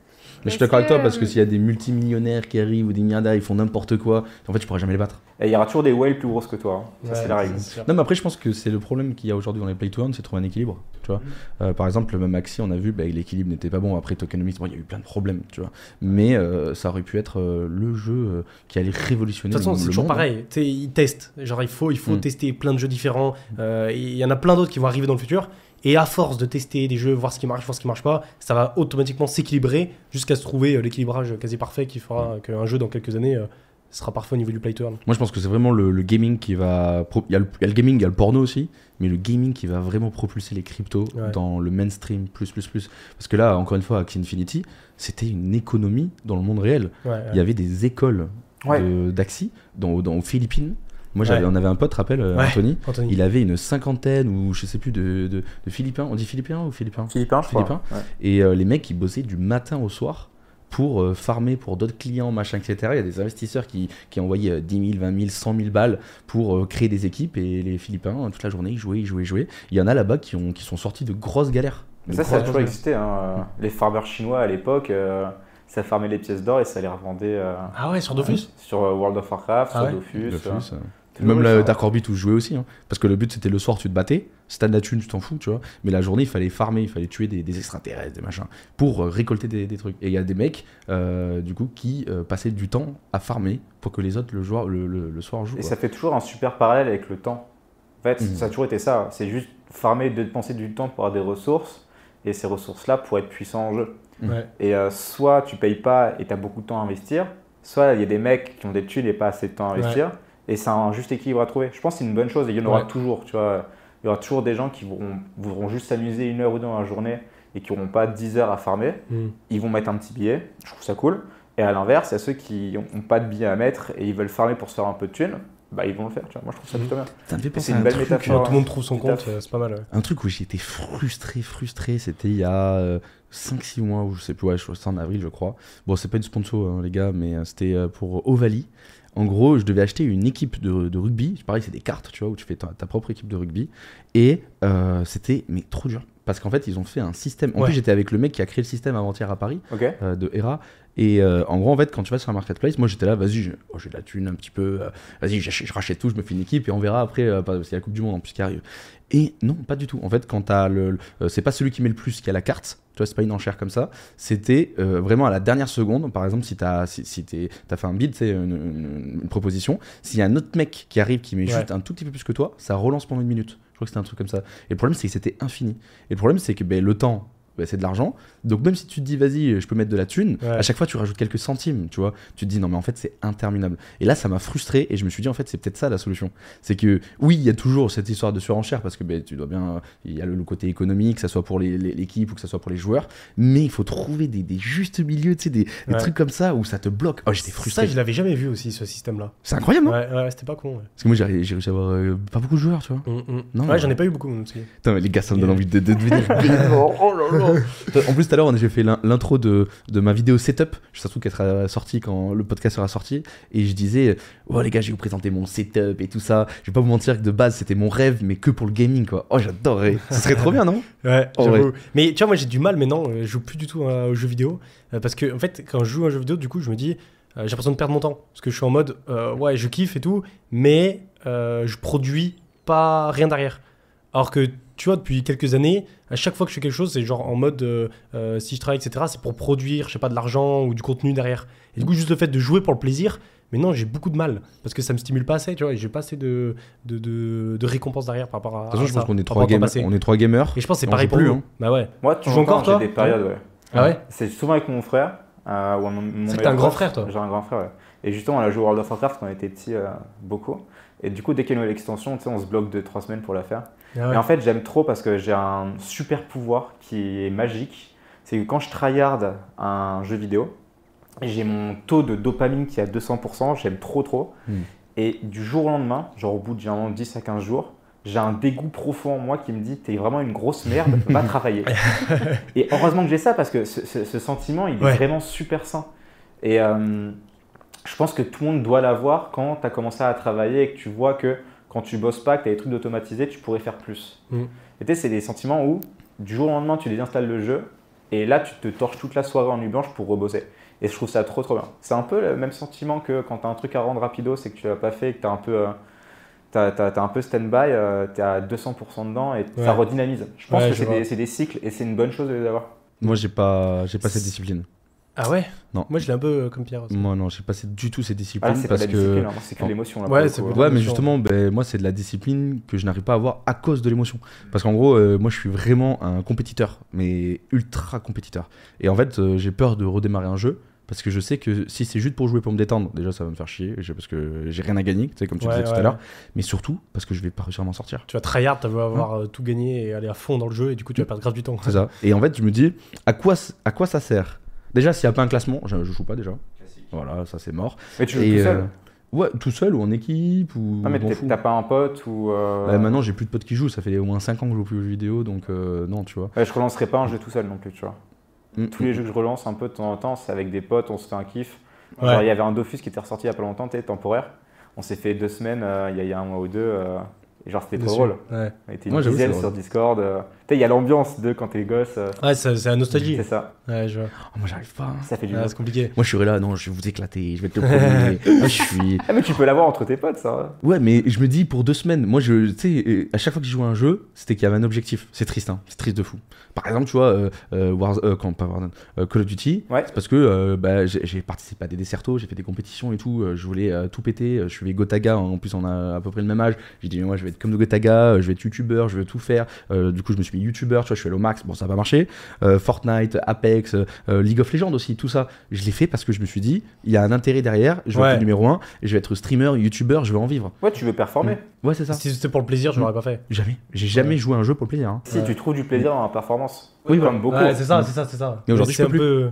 Mais je suis
Est-ce
d'accord avec toi
que,
parce que
euh,
s'il y a des multimillionnaires qui arrivent ou des milliardaires, ils font n'importe quoi, en fait, tu pourras jamais les battre.
Et il y aura toujours des whales plus grosses que toi, hein. ça
Ouais,
c'est la règle.
sûr.
Non, mais après, je pense que c'est le problème qu'il y a aujourd'hui dans les play to earn, c'est de trouver un équilibre. Tu vois,
Mm.
Euh, par exemple, le Maxi, on a vu, bah, l'équilibre n'était pas bon. Après Tokenomics, bon, il y a eu plein de problèmes, tu vois. Mais euh, ça aurait pu être euh, le jeu euh, qui allait révolutionner.
De toute façon,
le-
c'est
le
toujours
monde. hein.
pareil. Tu sais, ils testent. Genre, il faut, il faut
Mm.
tester plein de jeux différents. Euh, et Il y en a plein d'autres qui vont arriver dans le futur. Et à force de tester des jeux, voir ce qui marche, voir ce qui marche pas, ça va automatiquement s'équilibrer jusqu'à se trouver euh, l'équilibrage quasi parfait qui fera qu'un jeu dans quelques années euh, ce sera parfait au niveau du play turn.
Moi, je pense que c'est vraiment le, le gaming qui va. pro- Il y, a le- il y a le gaming, il y a le porno aussi, mais le gaming qui va vraiment propulser les cryptos
Ouais.
dans le mainstream plus plus plus. Parce que là, encore une fois, Axie Infinity, c'était une économie dans le monde réel.
Ouais,
Il y avait des écoles
Ouais.
de- d'Axie dans, dans- aux Philippines. Moi, j'avais,
Ouais.
on avait un pote, rappelle euh,
Ouais.
Anthony.
Anthony.
Il avait une cinquantaine ou je sais plus de, de- de Philippins. On dit Philippins ou Philippins
Philippin, je crois.
Philippin.
Ouais.
Et euh, les mecs, qui bossaient du matin au soir pour euh, farmer pour d'autres clients, machin, etc. Il y a des investisseurs qui, qui envoyaient euh, 10 000, 20 000, 100 000 balles pour euh, créer des équipes. Et les Philippins, euh, toute la journée, ils jouaient, ils jouaient, ils jouaient. Il y en a là-bas qui, ont, qui sont sortis de grosses galères.
Mais
De
ça, ça a
grosses-
toujours existé. hein. Les farmers chinois à l'époque, euh, ça farmait les pièces d'or et ça les revendait euh,
Ah ouais, sur Dofus
sur euh, World of Warcraft,
Ah
sur
ouais
Dofus.
Dofus,
euh,
euh,
tout le
Même
monde,
la
ça.
Dark Orbit où je jouais aussi, hein. parce que le but c'était le soir tu te battais, si t'as de la thune tu t'en fous, tu vois, mais la journée il fallait farmer, il fallait tuer des, des extraterrestres, des machins, pour euh, récolter des, des trucs. Et il y a des mecs, euh, du coup, qui euh, passaient du temps à farmer pour que les autres le, joueur, le, le- le soir jouent.
Et
quoi.
ça fait toujours un super parallèle avec le temps. En fait,
Mhm.
ça a toujours été ça. C'est juste farmer, dépenser du temps pour avoir des ressources. Et ces ressources-là pour être puissant en jeu.
Mhm.
Ouais. Mm.
Et euh, soit tu payes pas et tu as beaucoup de temps à investir, soit il y a des mecs qui ont des thunes et pas assez de temps à
Ouais.
investir. Et c'est un juste équilibre à trouver. Je pense que c'est une bonne chose. Et il y en aura
Ouais.
toujours. Tu vois. Il y aura toujours des gens qui voudront, voudront juste s'amuser une heure ou deux dans la journée et qui n'auront pas 10 heures à farmer
Hmm.
ils vont mettre un petit billet, je trouve ça cool. Et à l'inverse, il y a ceux qui n'ont pas de billet à mettre et ils veulent farmer pour se faire un peu de thunes, bah ils vont le faire. Tu vois. Moi je trouve ça
Mhm.
plutôt bien.
Ça me fait penser
une
à un
belle
truc,
métaphore.
euh,
Ah, Tout le monde trouve son
Tout à
compte,
fait.
euh, c'est pas mal. ouais.
un truc où j'étais frustré, frustré, c'était il y a 5-6 mois, ou je sais plus, ouais, je crois que c'était en avril, je crois. Bon, c'est pas une sponsor, hein, les gars, mais euh, c'était euh, pour Ovalie. En gros, je devais acheter une équipe de, de rugby. Pareil, c'est des cartes, tu vois, où tu fais ta, ta propre équipe de rugby. Et euh, c'était, mais trop dur. Parce qu'en fait, ils ont fait un système. En
Ouais.
plus, j'étais avec le mec qui a créé le système avant-hier à Paris
*laughs*
Ok
euh, de Hera. Et euh, en gros, en fait, quand tu vas sur un marketplace, moi j'étais là, vas-y, j'ai oh, j'ai de la thune un petit peu, euh, vas-y, j'achète- je rachète tout, je me fais une équipe et on verra après, euh, parce qu'il y a la Coupe du Monde en plus qui arrive. Et non, pas du tout. En fait, quand t'as le. le- euh, c'est pas celui qui met le plus qui a la carte, tu vois, c'est pas une enchère comme ça. C'était euh, vraiment à la dernière seconde, par exemple, si t'as si, si t'es- t'as fait un bid, c'est une, une- une proposition, s'il y a un autre mec qui arrive qui met
Ouais.
juste un tout petit peu plus que toi, ça relance pendant une minute. Je crois que c'était un truc comme ça. Et le problème, c'est que c'était infini. Et le problème, c'est que ben, le temps, ben, c'est de l'argent. Donc même si tu te dis, vas-y, je peux mettre de la thune,
Ouais.
à chaque fois, tu rajoutes quelques centimes, tu vois. Tu te dis, non, mais en fait, c'est interminable. Et là, ça m'a frustré et je me suis dit, en fait, c'est peut-être ça la solution. C'est que, oui, il y a toujours cette histoire de surenchère parce que ben, tu dois bien. Il y a le, le côté économique, que ça soit pour les- les- l'équipe ou que ça soit pour les joueurs. Mais il faut trouver des, des justes milieux, tu sais, des, des
Ouais.
trucs comme ça où ça te bloque. Oh, j'étais frustré.
Ça, je l'avais jamais vu aussi, ce système-là.
C'est incroyable, non
Ouais, ouais, c'était pas con. ouais.
Parce que moi, j'ai j'ai réussi à avoir euh, pas beaucoup de joueurs, tu vois.
Mm, mm.
Non.
ouais, j'en ai pas eu beaucoup, moi aussi.
Putain, mais les gars, ça me donne envie de, de *laughs* devenir gamer. Oh là là. En plus, tout à l'heure, on a- j'ai fait l'in- l'intro de, de ma vidéo setup. Ça se trouve qu'elle sera sortie quand le podcast sera sorti. Et je disais, oh les gars, je vais vous présenter mon setup et tout ça. Je vais pas vous mentir que de base, c'était mon rêve, mais que pour le gaming, quoi. Oh, j'adorerais. Ce serait trop bien, non
Ouais,
Oh,
j'avoue. Mais tu vois, moi j'ai du mal maintenant, euh, je joue plus du tout euh, aux jeux vidéo. euh, parce que, en fait, quand je joue à un jeu vidéo, du coup, je me dis, euh, j'ai l'impression de perdre mon temps. Parce que je suis en mode, euh, ouais, je kiffe et tout, mais euh, je produis pas rien derrière. Alors que, tu vois, depuis quelques années, à chaque fois que je fais quelque chose, c'est genre en mode, euh, euh, si je travaille, etc., c'est pour produire, je sais pas, de l'argent ou du contenu derrière. Et du coup, juste le fait de jouer pour le plaisir, mais non, j'ai beaucoup de mal. Parce que ça me stimule pas assez, tu vois, et j'ai pas assez de, de, de, de récompense derrière par rapport à.
De toute façon, je
à
pense
ça,
qu'on est,
par
trois
rapport au temps
gamers-
passé.
on est trois gamers.
Et je pense que c'est
On
pareil
joue
pour
plus,
nous.
hein.
Bah ouais.
Moi, tu
joues encore, toi
J'ai des périodes, ouais.
Ah ouais
Euh, C'est souvent avec mon frère. Euh, ou mon, mon
C'est que
meilleur
t'as un grand
pote.
frère, toi.
J'ai un grand frère, ouais. Et justement, on a joué au World of Warcraft quand on était petits, euh, beaucoup. Et du coup, dès qu'il y a une nouvelle extension, tu sais, on se bloque 2-3 semaines pour la faire.
Ah ouais.
Et en fait, j'aime trop parce que j'ai un super pouvoir qui est magique. C'est que quand je tryhard un jeu vidéo, j'ai mon taux de dopamine qui est à 200%, j'aime trop trop.
Hmm.
Et du jour au lendemain, genre au bout de généralement 10 à 15 jours, j'ai un dégoût profond en moi qui me dit T'es vraiment une grosse merde,
*laughs*
va travailler. et heureusement que j'ai ça parce que ce, ce- ce sentiment, il est
Ouais.
vraiment super sain. Et euh, je pense que tout le monde doit l'avoir quand tu as commencé à travailler et que tu vois que quand tu bosses pas, que tu as des trucs d'automatisés, tu pourrais faire plus.
Mm.
Et tu sais, c'est des sentiments où du jour au lendemain, tu désinstalles le jeu et là, tu te torches toute la soirée en nuit blanche pour rebosser. Et je trouve ça trop trop bien. C'est un peu le même sentiment que quand tu as un truc à rendre rapido, c'est que tu l'as pas fait et que tu as un peu. euh, T'as, t'as- t'as un peu stand-by, euh, t'es à 200% dedans et
Ouais.
ça redynamise. Je pense
Ouais,
que
je
c'est
vois.
des, c'est des cycles et c'est une bonne chose de les avoir.
Moi, j'ai pas, j'ai pas cette discipline.
Ah ouais
Non. Mm.
Moi, je l'ai un peu euh, comme Pierre aussi.
Moi, non, j'ai pas cette- du tout cette
Ah, là,
discipline
c'est pas de
parce
la
que.
discipline, hein, c'est que de l'émotion. Là,
Ouais,
pour le
c'est
coup,
pas-
hein.
Ouais, mais
L'émotion.
justement, ben, moi, c'est de la discipline que je n'arrive pas à avoir à cause de l'émotion. Parce qu'en gros, euh, moi, je suis vraiment un compétiteur, mais ultra compétiteur. Et en fait, euh, j'ai peur de redémarrer un jeu Parce que je sais que si c'est juste pour jouer pour me détendre, déjà ça va me faire chier, je- parce que j'ai rien à gagner, tu sais, comme tu
Ouais,
disais tout
ouais.
à l'heure. Mais surtout, parce que je vais pas réussir à m'en sortir.
Tu vas tryhard, tu vas avoir euh, tout gagné et aller à fond dans le jeu et du coup tu vas perdre grave du temps.
C'est Mm. ça. Et en fait, je me dis, à quoi, c- à quoi ça sert Déjà, s'il n'y a pas un classement, je, je joue pas déjà. Voilà, ça c'est mort.
Mais tu joues
Et,
tout seul.
euh, Ouais, tout seul ou en équipe ou.
non, Ah, mais
je m'en
t'es-
fous.
t'as pas un pote ou. euh,
Bah, maintenant, j'ai plus de potes qui jouent, ça fait au moins 5 ans que je joue plus aux jeux vidéo, donc euh, non, tu vois.
ouais, je relancerai pas un jeu tout seul non plus, tu vois.
Mm.
Tous les jeux que je relance un peu de temps en temps, c'est avec des potes, on se fait un kiff.
Ouais.
Genre, il y avait un Dofus qui était ressorti il y a pas longtemps, t'es temporaire. On s'est fait deux semaines, euh, il y a- il y, a un mois ou deux. euh, et genre, c'était trop
Dessus.
drôle.
Ouais,
On était une
Ouais, j'avoue,
dizaine
c'est
sur Discord. euh. Tu sais, il y a l'ambiance de quand t'es gosse. euh,
Ouais, ça- c'est la nostalgie.
c'est ça,
Ouais, je vois.
Oh, moi, j'arrive pas. hein.
ça fait du
Ouais,
bien.
c'est compliqué.
Moi, je serais là, non, je vais vous éclater, je vais te le promener.
*laughs*
Ah, je suis.
Ah, mais tu peux l'avoir entre tes potes, ça. hein.
Ouais, mais je me dis pour deux semaines. Moi, je, tu sais, euh, à chaque fois que je jouais à un jeu, c'était qu'il y avait un objectif. C'est triste, hein. C'est triste de fou. Par exemple, tu vois, euh, euh, Warz- euh, quand, pas Warzone, euh, Call of Duty,
Ouais.
c'est parce que euh, bah, j'ai j'ai participé à des dessertos, j'ai fait des compétitions et tout. euh, je voulais euh, tout péter. euh, Je suivais Gotaga. hein, en plus, on a à peu près le même âge. J'ai dit, mais moi, je vais être comme le Gotaga. euh, Je vais être youtubeur. Je veux tout faire. Euh, du coup, je me suis mis youtubeur. Tu vois, je suis allé au max. Bon, ça n'a pas marché. Euh, Fortnite, Apex, euh, euh, League of Legends aussi, tout ça. Je l'ai fait parce que je me suis dit, il y a un intérêt derrière. Je vais
Ouais.
être numéro un. et Je vais être streamer, youtubeur. Je vais en vivre.
Ouais, tu veux performer.
Ouais, c'est ça.
Ah, Si c'était pour le plaisir, je l'aurais pas fait.
Jamais. J'ai jamais
Ouais.
joué à un jeu pour le plaisir. hein.
Si
Ouais.
tu trouves du plaisir dans la performance.
Oui,
comme beaucoup.
Ouais, c'est ça, c'est ça, c'est ça.
Mm. Mais aujourd'hui, je
c'est
peux
un peu.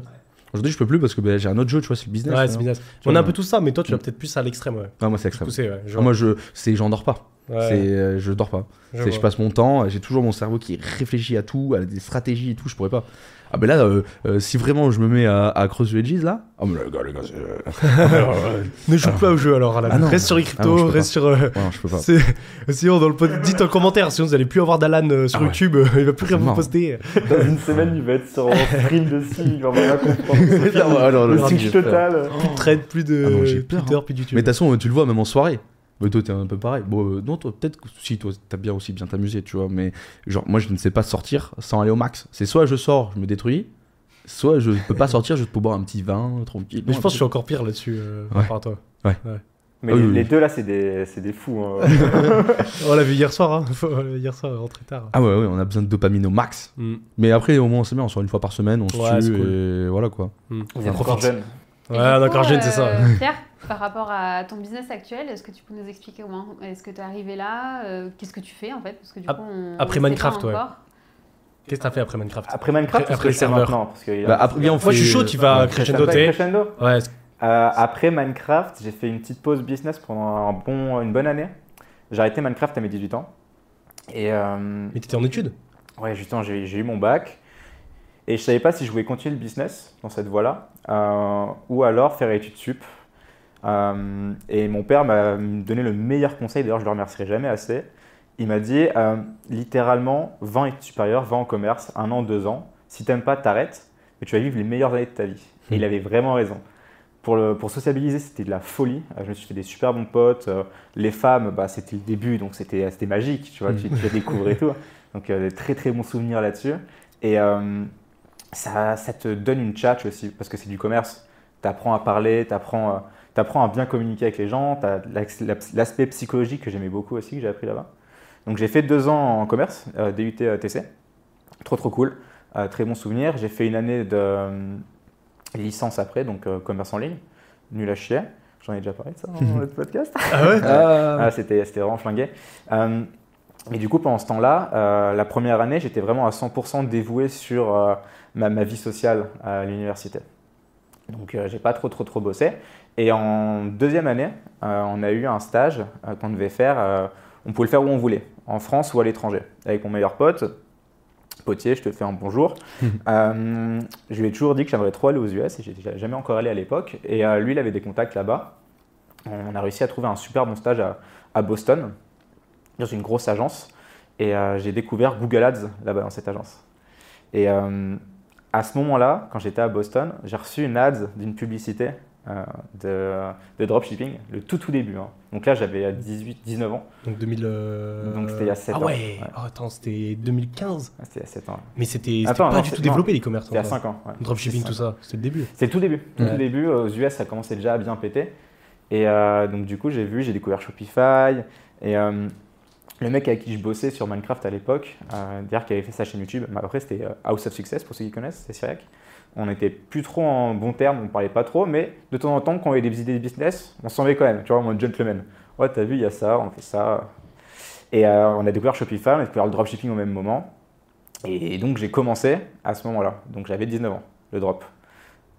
Aujourd'hui, je peux plus parce que bah, j'ai un autre jeu, tu vois, c'est le business.
Ouais,
tu
c'est
vois.
bizarre.
Tu
On
vois,
a un peu tout ça, mais toi, tu vas
Mm.
peut-être plus à l'extrême, ouais.
Ouais, moi, c'est extrême.
Poussé, ouais. je
Ah,
vois.
moi, je, c'est, j'en dors pas.
Ouais,
C'est, euh, je dors pas.
je
C'est, je
vois.
passe mon temps. J'ai toujours mon cerveau qui réfléchit à tout, à des stratégies et tout. Je pourrais pas. Ah ben là, euh, euh, si vraiment je me mets à, à creuser les Edges là, ah mais le gars, le gars, c'est-
Ne joue pas au jeu alors, Alan.
Ah, non.
reste sur les
Ah, non, je
cryptos,
peux
reste sur. euh,
Ouais, non, je peux pas.
*laughs* c'est- Sinon, dans le pod- dites en commentaire, sinon vous allez plus avoir d'Alan euh, sur
Ah ouais.
YouTube, euh, il va plus rien vous
mort.
poster.
Dans une semaine, il va être sur un stream dessus, il va rien comprendre.
Ah, ouais, alors,
Le
alors, j'ai
switch
peur.
total.
Plus de trade, plus de
Ah non, j'ai peur,
Twitter,
hein.
plus de YouTube.
Mais de toute façon, tu le vois même en soirée. Mais toi, t'es un peu pareil. Bon, euh, non, toi, peut-être que si, toi, t'as bien aussi bien t'amusé, tu vois. Mais genre, moi, je ne sais pas sortir sans aller au max. C'est soit je sors, je me détruis, soit je peux
*laughs*
pas sortir juste pour boire un petit vin, tranquille.
Mais je pense que je suis encore pire là-dessus euh, par
Ouais.
rapport à toi.
Mais
Ah oui,
les,
oui.
les deux là, c'est des, c'est des fous.
*laughs*
hein.
On l'a vu hier soir, hein. *laughs* on l'a vu hier soir, rentré tard.
Ah ouais, ouais, on a besoin de dopamine au max.
Mm.
Mais après, au moins, on se met, on sort une fois par semaine, on se
Ouais, c'est
tue,
cool.
et voilà quoi.
Mm.
Vous
On
êtes encore
profite.
jeune.
Et
Ouais,
du coup,
d'accord, jeune, c'est ça.
euh, Pierre, par rapport à ton business actuel, est-ce que tu peux nous expliquer comment Est-ce que tu es arrivé là Euh, Qu'est-ce que tu fais en fait Parce que du
Ap-
coup, on-
après
on sait pas
Minecraft, ouais.
encore.
Qu'est-ce que t'as fait après Minecraft
Après Minecraft, après
Après- après
le
serveur.
maintenant. Parce que
Bah, après, viens, on fait.
Moi, je suis chaud, tu vas
Ça
crescendo,
s'appelle
t'es.
Crescendo
Ouais, c'est-
Euh, après Minecraft, j'ai fait une petite pause business pendant un bon, une bonne année. J'ai arrêté Minecraft à mes 18 ans. Et euh,
mais t'étais en études
ouais, justement, j'ai j'ai eu mon bac. Et je savais pas si je voulais continuer le business dans cette voie-là euh, ou alors faire études sup. Euh, et mon père m'a donné le meilleur conseil, d'ailleurs je le remercierai jamais assez. Il m'a dit euh, littéralement 20 études supérieures, 20 en commerce, un an, deux ans. Si t'aimes pas, t'arrêtes, mais tu vas vivre les meilleures années de ta vie. Et il avait vraiment raison. Pour, le, pour sociabiliser, c'était de la folie. Euh, Je me suis fait des super bons potes. Euh, Les femmes, bah, c'était le début, donc c'était c'était magique, tu vois, tu, tu les découvres et tout. Donc euh, des très très bons souvenirs là-dessus. Et euh, ça, ça te donne une tchatche aussi, parce que c'est du commerce. T'apprends à parler, t'apprends euh, t'apprends à bien communiquer avec les gens, t'as l'ax- l'aps- l'aspect psychologique que j'aimais beaucoup aussi, que j'ai appris là-bas. Donc j'ai fait deux ans en commerce, euh, DUT euh, TC, trop trop cool, Euh, très bon souvenir. J'ai fait une année de euh, licence après, donc euh, commerce en ligne, nul à chier. J'en ai déjà parlé de ça
*laughs*
dans notre podcast.
Ah ouais
*laughs* Ah, c'était, c'était vraiment flingué. Euh, et du coup, pendant ce temps-là, euh, la première année, j'étais vraiment à 100% dévoué sur euh, ma, ma vie sociale à l'université. Donc, euh, j'ai pas trop, trop, trop bossé. Et en deuxième année, euh, on a eu un stage euh, qu'on devait faire. euh, on pouvait le faire où on voulait, en France ou à l'étranger, avec mon meilleur pote. Potier, je te fais un bonjour. Euh, je lui ai toujours dit que j'aimerais trop aller aux US et j'étais jamais encore allé à l'époque. Et euh, lui, il avait des contacts là-bas. On a réussi à trouver un super bon stage à, à Boston, dans une grosse agence. Et euh, j'ai découvert Google Ads là-bas dans cette agence. Et euh, à ce moment-là, quand j'étais à Boston, j'ai reçu une ad d'une publicité euh, de, de dropshipping, le tout tout début. hein. Donc là, j'avais 18-19 ans.
Donc 2000. euh,
Donc, c'était il y a sept
ah
ans.
ouais.
Ouais.
Oh, attends, c'était 2015.
Ah, C'était à 7 ans.
Mais c'était c'était
Attends,
pas
non,
du tout
c'est-
développé les commerces.
C'était à
encore.
5 ans. ouais.
Dropshipping, tout ça, c'était le début.
C'est le tout début. Tout
Ouais.
le début, euh, aux US, ça commençait déjà à bien péter. Et euh, donc, du coup, j'ai vu, j'ai découvert Shopify. Et euh, le mec avec qui je bossais sur Minecraft à l'époque, euh, d'ailleurs, qui avait fait sa chaîne YouTube, bah, après, c'était euh, House of Success, pour ceux qui connaissent, c'est Cyriac. On n'était plus trop en bon terme, on parlait pas trop, mais de temps en temps, quand on avait des idées de business, on s'en met quand même, tu vois, en mode gentleman. Ouais, t'as vu, il y a ça, on fait ça. Et euh, on a découvert Shopify, on a découvert le dropshipping au même moment. Et donc j'ai commencé à ce moment-là. Donc j'avais 19 ans, le drop.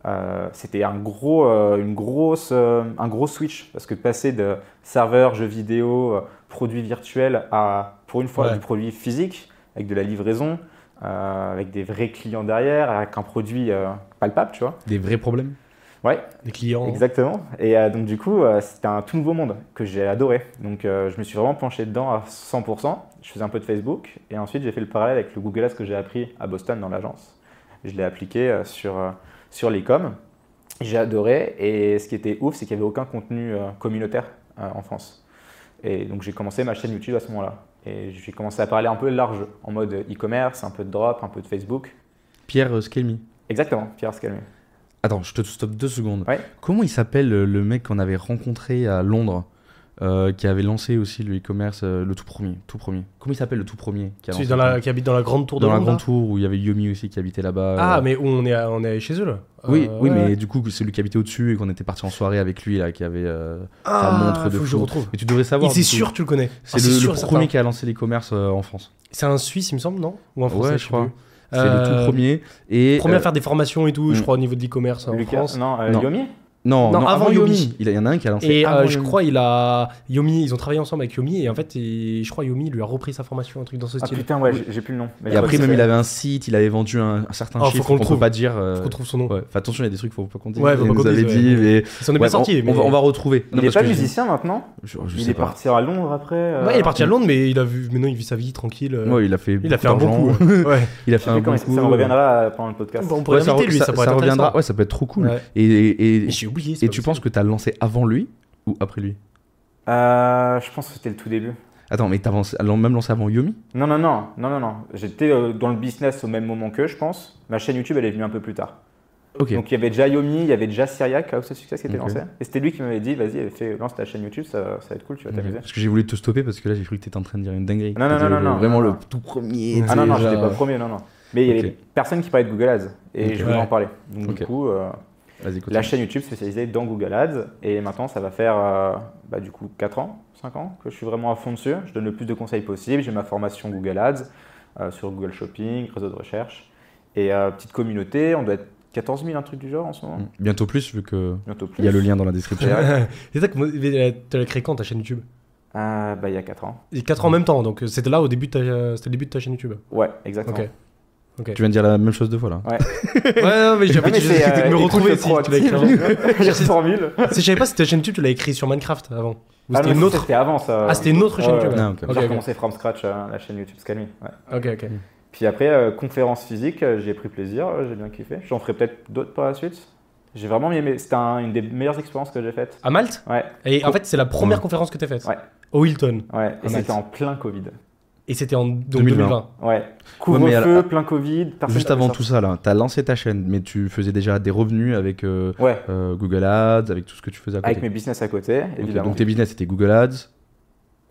Euh, c'était un gros, euh, une grosse, euh, un gros switch parce que passer de serveur, jeux vidéo, euh, produits virtuels à pour une fois
Ouais.
du produit physique avec de la livraison, euh, avec des vrais clients derrière, avec un produit euh, palpable, tu vois.
Des vrais problèmes.
Ouais,
Des clients.
Exactement. Et euh, donc du coup, euh, c'était un tout nouveau monde que j'ai adoré. Donc euh, je me suis vraiment penché dedans à 100%. Je faisais un peu de Facebook et ensuite j'ai fait le parallèle avec le Google Ads que j'ai appris à Boston dans l'agence. Je l'ai appliqué euh, sur, euh, sur les coms. J'ai adoré et ce qui était ouf, c'est qu'il n'y avait aucun contenu euh, communautaire euh, en France. Et donc j'ai commencé ma chaîne YouTube à ce moment-là. Et j'ai commencé à parler un peu large, en mode e-commerce, un peu de drop, un peu de Facebook.
Pierre euh, Skelmy.
Exactement, Pierre Scalmi.
Attends, je te stoppe deux secondes.
Ouais.
Comment il s'appelle euh, le mec qu'on avait rencontré à Londres euh, qui avait lancé aussi le e-commerce, euh, le tout premier, tout premier. Comment il s'appelle le tout premier qui, a
Celui
lancé
dans
le
la-
tout
qui habite dans la grande tour
premier
de
dans la grande
Londres, là.
tour où il y avait Yomi aussi qui habitait là-bas.
Ah,
euh.
mais où on est, à- on est chez eux là
Oui,
Euh,
oui,
ouais.
mais du coup, celui qui habitait au-dessus et qu'on était parti en soirée avec lui, là, qui avait euh, sa
Ah,
montre de
faut que je
fou.
retrouve.
Mais tu devrais savoir.
Il- C'est
du coup.
sûr, tu le connais.
C'est
Ah,
le, le
sûr et certain.
premier qui a lancé l'e-commerce euh, en France.
C'est un Suisse, il me semble, non Ou un Français
ouais,
sais
je crois.
plus.
C'est
Euh,
le tout premier. Et,
Premier à
euh,
faire des formations et tout, je
hmm.
crois, au niveau de l'e-commerce en
Lucas-
France.
non, euh,
Non.
Yomi
non,
Non,
non,
avant
avant Yomi.
Yomi.
Il y en a un qui a lancé.
Et
avant
euh, je
Yomi.
crois, il a. Yomi, ils ont travaillé ensemble avec Yomi, et en fait, il- je crois, Yomi lui a repris sa formation, un truc dans ce
Ah
style.
putain, ouais, j'ai- j'ai plus le nom. Mais
Et
je crois
après,
que
même,
c'est-
il avait un site, il avait vendu un, un certain
Ah, faut
chiffre
qu'on
qu'on
le
ne peut
trouve.
pas dire. euh,
Faut qu'on trouve son nom.
ouais. Enfin, attention, il y a des trucs qu'il faut pas qu'on dise.
Ouais, faut
il
pas
nous
qu'on
avait
dise,
dit,
ouais.
mais.
Ils sont bien
Ouais,
sortis.
on,
mais-
on va, on va retrouver.
Il n'est
parce
pas
que je-
musicien maintenant
je- je
Il
sais
est
pas.
parti à Londres après euh,
Ouais, il est parti à Londres, mais il a vu. Maintenant, il vit sa vie tranquille. euh,
Mm. Ouais, il a fait.
Il a
beaucoup
fait un bon
*laughs* d'argent.
coup. hein. Ouais. bah,
Il a
Je
fait
sais
un
plus
bon
comment
coup.
ça me reviendra euh, pendant le podcast.
On pourrait
Ouais, ça
l'inviter,
re-
lui, ça, pourrait être
reviendra.
intéressant.
Ouais, ça peut être trop cool.
Ouais.
Et, et-
Mais J'ai oublié. c'est
et
pas
tu
possible.
penses que t'as lancé avant lui ou après lui
Euh, je pense que c'était le tout début.
Attends, mais t'as lancé- même lancé avant Yomi
Non, non, non, non, non, non. J'étais euh, dans le business au même moment que je pense. Ma chaîne YouTube, elle est venue un peu plus tard.
Ok.
Donc il y avait déjà Yomi, il y avait déjà Syriac, House of Success qui était
Ok.
lancé. Et c'était lui qui m'avait dit, vas-y, fais, lance ta chaîne YouTube, ça, Bah, ça va être cool, tu vas t'amuser.
Parce que j'ai voulu te stopper parce que là j'ai cru que t'étais en train de dire une dinguerie.
Non, non,
T'étais
non,
le-
non, non.
Vraiment
Non,
le
non.
tout premier.
Ah non, non,
t'sais,
j'étais
genre-
pas premier, non, non. Mais il y
Ok.
avait personne qui parlait de Google Ads. Et
Ok.
je voulais
Ouais.
en parler. Donc
Ok.
du coup, euh,
Vas-y, continue.
la chaîne YouTube spécialisée dans Google Ads. Et maintenant, ça va faire euh, bah, du coup 4 ans, 5 ans que je suis vraiment à fond dessus. Je donne le plus de conseils possible. J'ai ma formation Google Ads euh, sur Google Shopping, réseau de recherche. Et euh, petite communauté, on doit être 14 000, un truc du genre en ce moment.
Mm. Bientôt plus vu que
Bientôt plus.
il y a le lien dans la description.
*laughs*
Ouais.
C'est ça que moi- mais, euh, t'as créé quand ta chaîne YouTube
Ah, bah, il y a 4 ans.
4 ans en
Mm.
même temps, donc euh, c'était là au début de ta, euh, c'était le début de ta chaîne YouTube.
Ouais, exactement.
Ok.
Tu viens de dire la même chose deux fois là.
ouais, non, mais
Non,
j'avais
mais
dit
c'est,
de
euh,
me
les
retrouver
trucs
si tu l'as écrit.
proactifs, *laughs* les
Merci.
formules.
Si je savais pas si ta chaîne YouTube, tu l'avais écrit sur Minecraft avant. Ou
Ah
c'était
non,
une
ça,
autre.
C'était avant ça.
Ah, c'était une autre chaîne
Ouais,
YouTube.
ouais.
Non, ok.
J'ai
ok.
commencé from scratch euh, la chaîne YouTube Scalmi. Ouais.
Ok, ok.
Puis après, euh, conférence physique, euh, j'ai pris plaisir, euh, j'ai bien kiffé. J'en ferai peut-être d'autres par la suite. J'ai vraiment bien aimé. C'était un- une des meilleures expériences que j'ai faites.
À Malte
Ouais,
Et en fait, c'est la première conférence que t'as faite.
Ouais.
Au Hilton.
ouais.
Ah,
Et c'était
nice.
en plein Covid.
Et c'était en donc,
2020.
2020.
Ouais.
mais à
Couvre-feu,
la-
plein Covid. personne
Juste
n'avait
avant
sorti.
tout ça là, t'as lancé ta chaîne, mais tu faisais déjà des revenus avec euh,
Ouais.
euh, Google Ads, avec tout ce que tu faisais à côté.
Avec mes business à côté,
Ok,
évidemment.
donc tes business c'était Google Ads,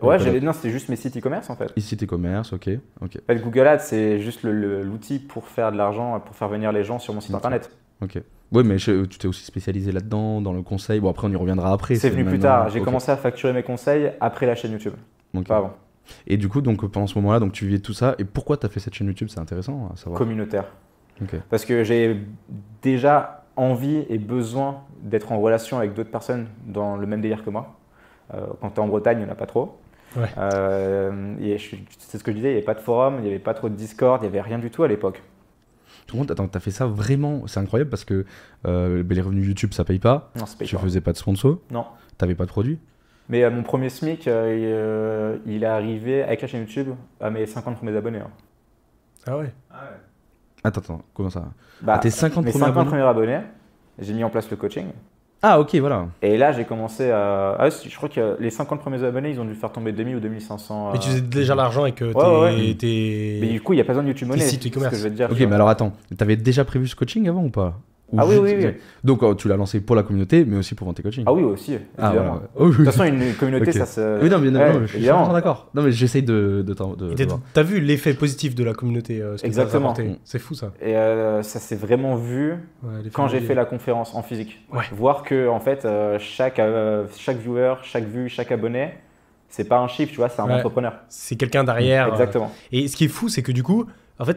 ouais,
donc,
j'avais- non, c'était juste mes sites e-commerce en fait.
ici tes commerces, ok, ok,
En fait, Google Ads, c'est juste le- le- l'outil pour faire de l'argent, pour faire venir les gens sur mon site
Ok.
internet.
ok. Ouais, mais je- tu t'es aussi spécialisé là-dedans, dans le conseil. Bon après on y reviendra après.
C'est venu plus
maintenant-
tard. J'ai
ok,
commencé à facturer mes conseils après la chaîne YouTube,
ok.
pas avant.
Et du coup, donc pendant ce moment-là, donc tu vivais tout ça. Et pourquoi t'as fait cette chaîne YouTube C'est intéressant à savoir.
communautaire.
Ok.
Parce que j'ai déjà envie et besoin d'être en relation avec d'autres personnes dans le même délire que moi. Euh, quand tu es en Bretagne, il n'y en a pas trop.
Ouais.
Euh, et je suis- c'est ce que je disais, il n'y avait pas de forum, il n'y avait pas trop de Discord, il n'y avait rien du tout à l'époque.
Tout le monde, attends, t'as fait ça vraiment, c'est incroyable parce que euh, ben, les revenus YouTube ça paye pas.
Non, c'est pas
Tu
grave.
faisais pas de sponsor.
Non.
T'avais pas de produit.
Mais euh, mon premier SMIC, euh, il, euh, il est arrivé avec la chaîne YouTube à mes 50 premiers abonnés. hein.
Ah ouais.
Attends, attends, comment ça
Bah,
Ah, Tes 50
mes
premiers
50
abonnés
premiers abonnés, j'ai mis en place le coaching.
Ah ok, voilà.
Et là, j'ai commencé à. ah, je crois que les 50 premiers abonnés, ils ont dû faire tomber 2000 ou 2500.
Mais tu
euh,
faisais déjà l'argent avec euh,
Ouais, ouais,
tes-
ouais.
tes.
Mais du coup, il n'y a pas besoin de YouTube Money.
sites
c'est ce
e-commerce.
que je veux te dire.
Ok,
tu vois.
mais alors attends, t'avais déjà prévu ce coaching avant ou pas Ou
Ah oui,
juste-
oui, oui.
Donc euh, tu l'as lancé pour la communauté, mais aussi pour vendre tes coachings.
Ah oui, aussi, évidemment.
Ah, voilà, ouais. Oh,
De
oui.
toute façon, une communauté,
Ok.
ça se.
Oui, non, mais, non,
Ouais,
non, mais je suis
évidemment.
100% d'accord. Non, mais j'essaye de, de, t'en- de-
Et
de
t'as-
voir.
T'as vu l'effet positif de la communauté euh, ce que ça
euh,
a
Exactement.
apporté.
Mm.
C'est fou ça.
Et euh, ça s'est vraiment vu
Ouais, l'effet
quand j'ai
levier.
fait la conférence en physique.
Ouais.
Voir que, en fait, euh, chaque, euh, chaque viewer, chaque vue, chaque abonné, c'est pas un chiffre, tu vois, c'est un
Ouais.
entrepreneur.
C'est quelqu'un derrière. euh,
Exactement.
Et ce qui est fou, c'est que du coup, en fait,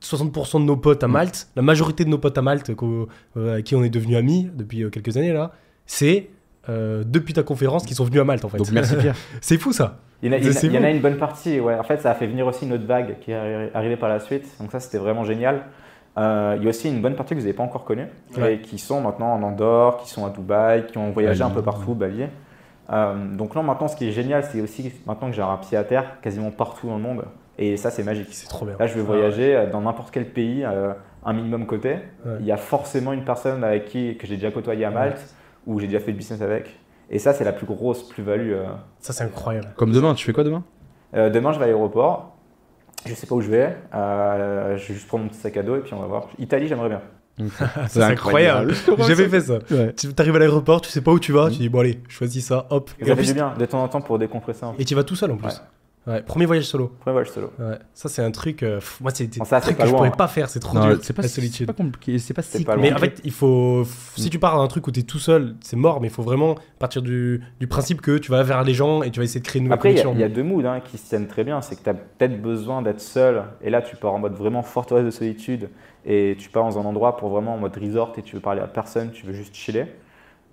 60% de nos potes
Mm.
à Malte, la majorité de nos potes à Malte qu'au- euh, à qui on est devenus amis depuis euh, quelques années là, c'est euh, depuis ta conférence qu'ils sont venus à Malte en fait.
Donc merci Pierre.
*laughs* c'est fou ça.
Il y, en a- il
Mais
y en a-
c'est
il y en
bon.
a une bonne partie. Ouais. En fait, ça a fait venir aussi une autre vague qui est arri- arrivée par la suite. Donc ça, c'était vraiment génial. Euh, il y a aussi une bonne partie que vous n'avez pas encore connue
Ouais.
et qui sont maintenant en Andorre, qui sont à Dubaï, qui ont voyagé
Bali,
un peu partout, Bali. Euh, donc là, maintenant, ce qui est génial, c'est aussi maintenant que j'ai un pied à terre quasiment partout dans le monde. Et ça, c'est magique.
C'est trop bien.
Là, je vais voyager euh, dans n'importe quel pays, euh, un minimum côté.
Ouais.
Il y a forcément une personne avec qui que j'ai déjà côtoyé à Malte ou j'ai déjà fait du business avec. Et ça, c'est la plus grosse plus-value. euh,
Ça c'est incroyable.
Comme demain, tu fais quoi demain
euh, demain, je vais à l'aéroport. Je sais pas où je vais. Euh, je vais juste prendre mon petit sac à dos et puis on va voir. Italie, j'aimerais bien. Ah,
Ah, Ça, C'est incroyable. *laughs* J'avais fait ça.
*laughs* Ouais.
Tu arrives à l'aéroport, tu sais pas où tu vas, tu dis bon allez, choisis ça, hop.
Mm. Et
Et,
ça
en
fait
plus-
du bien de temps en temps pour décompresser un peu.
et tu vas tout seul en plus. Ouais, premier voyage solo.
Après, voilà, je solo.
Ouais. Ça c'est un truc. euh, pff, moi c'est des
Bon, ça, c'est
trucs
pas
que je
loin,
pourrais
hein.
pas faire. C'est trop
Non,
dur.
c'est pas,
la
c'est
solitude.
pas compliqué, c'est pas
C'est
si
pas
Mais
loin.
en fait, il faut. f- Si tu pars dans un truc où t'es tout seul, c'est mort, mais il faut vraiment partir du, du principe que tu vas vers les gens et tu vas essayer de créer une nouvelle
Après, il y a-
connexion.
il y, a deux moods hein, qui se tiennent très bien. C'est que tu as peut-être besoin d'être seul. Et là, tu pars en mode vraiment forteresse de solitude. Et tu pars dans un endroit pour vraiment en mode resort et tu veux parler à personne, tu veux juste chiller.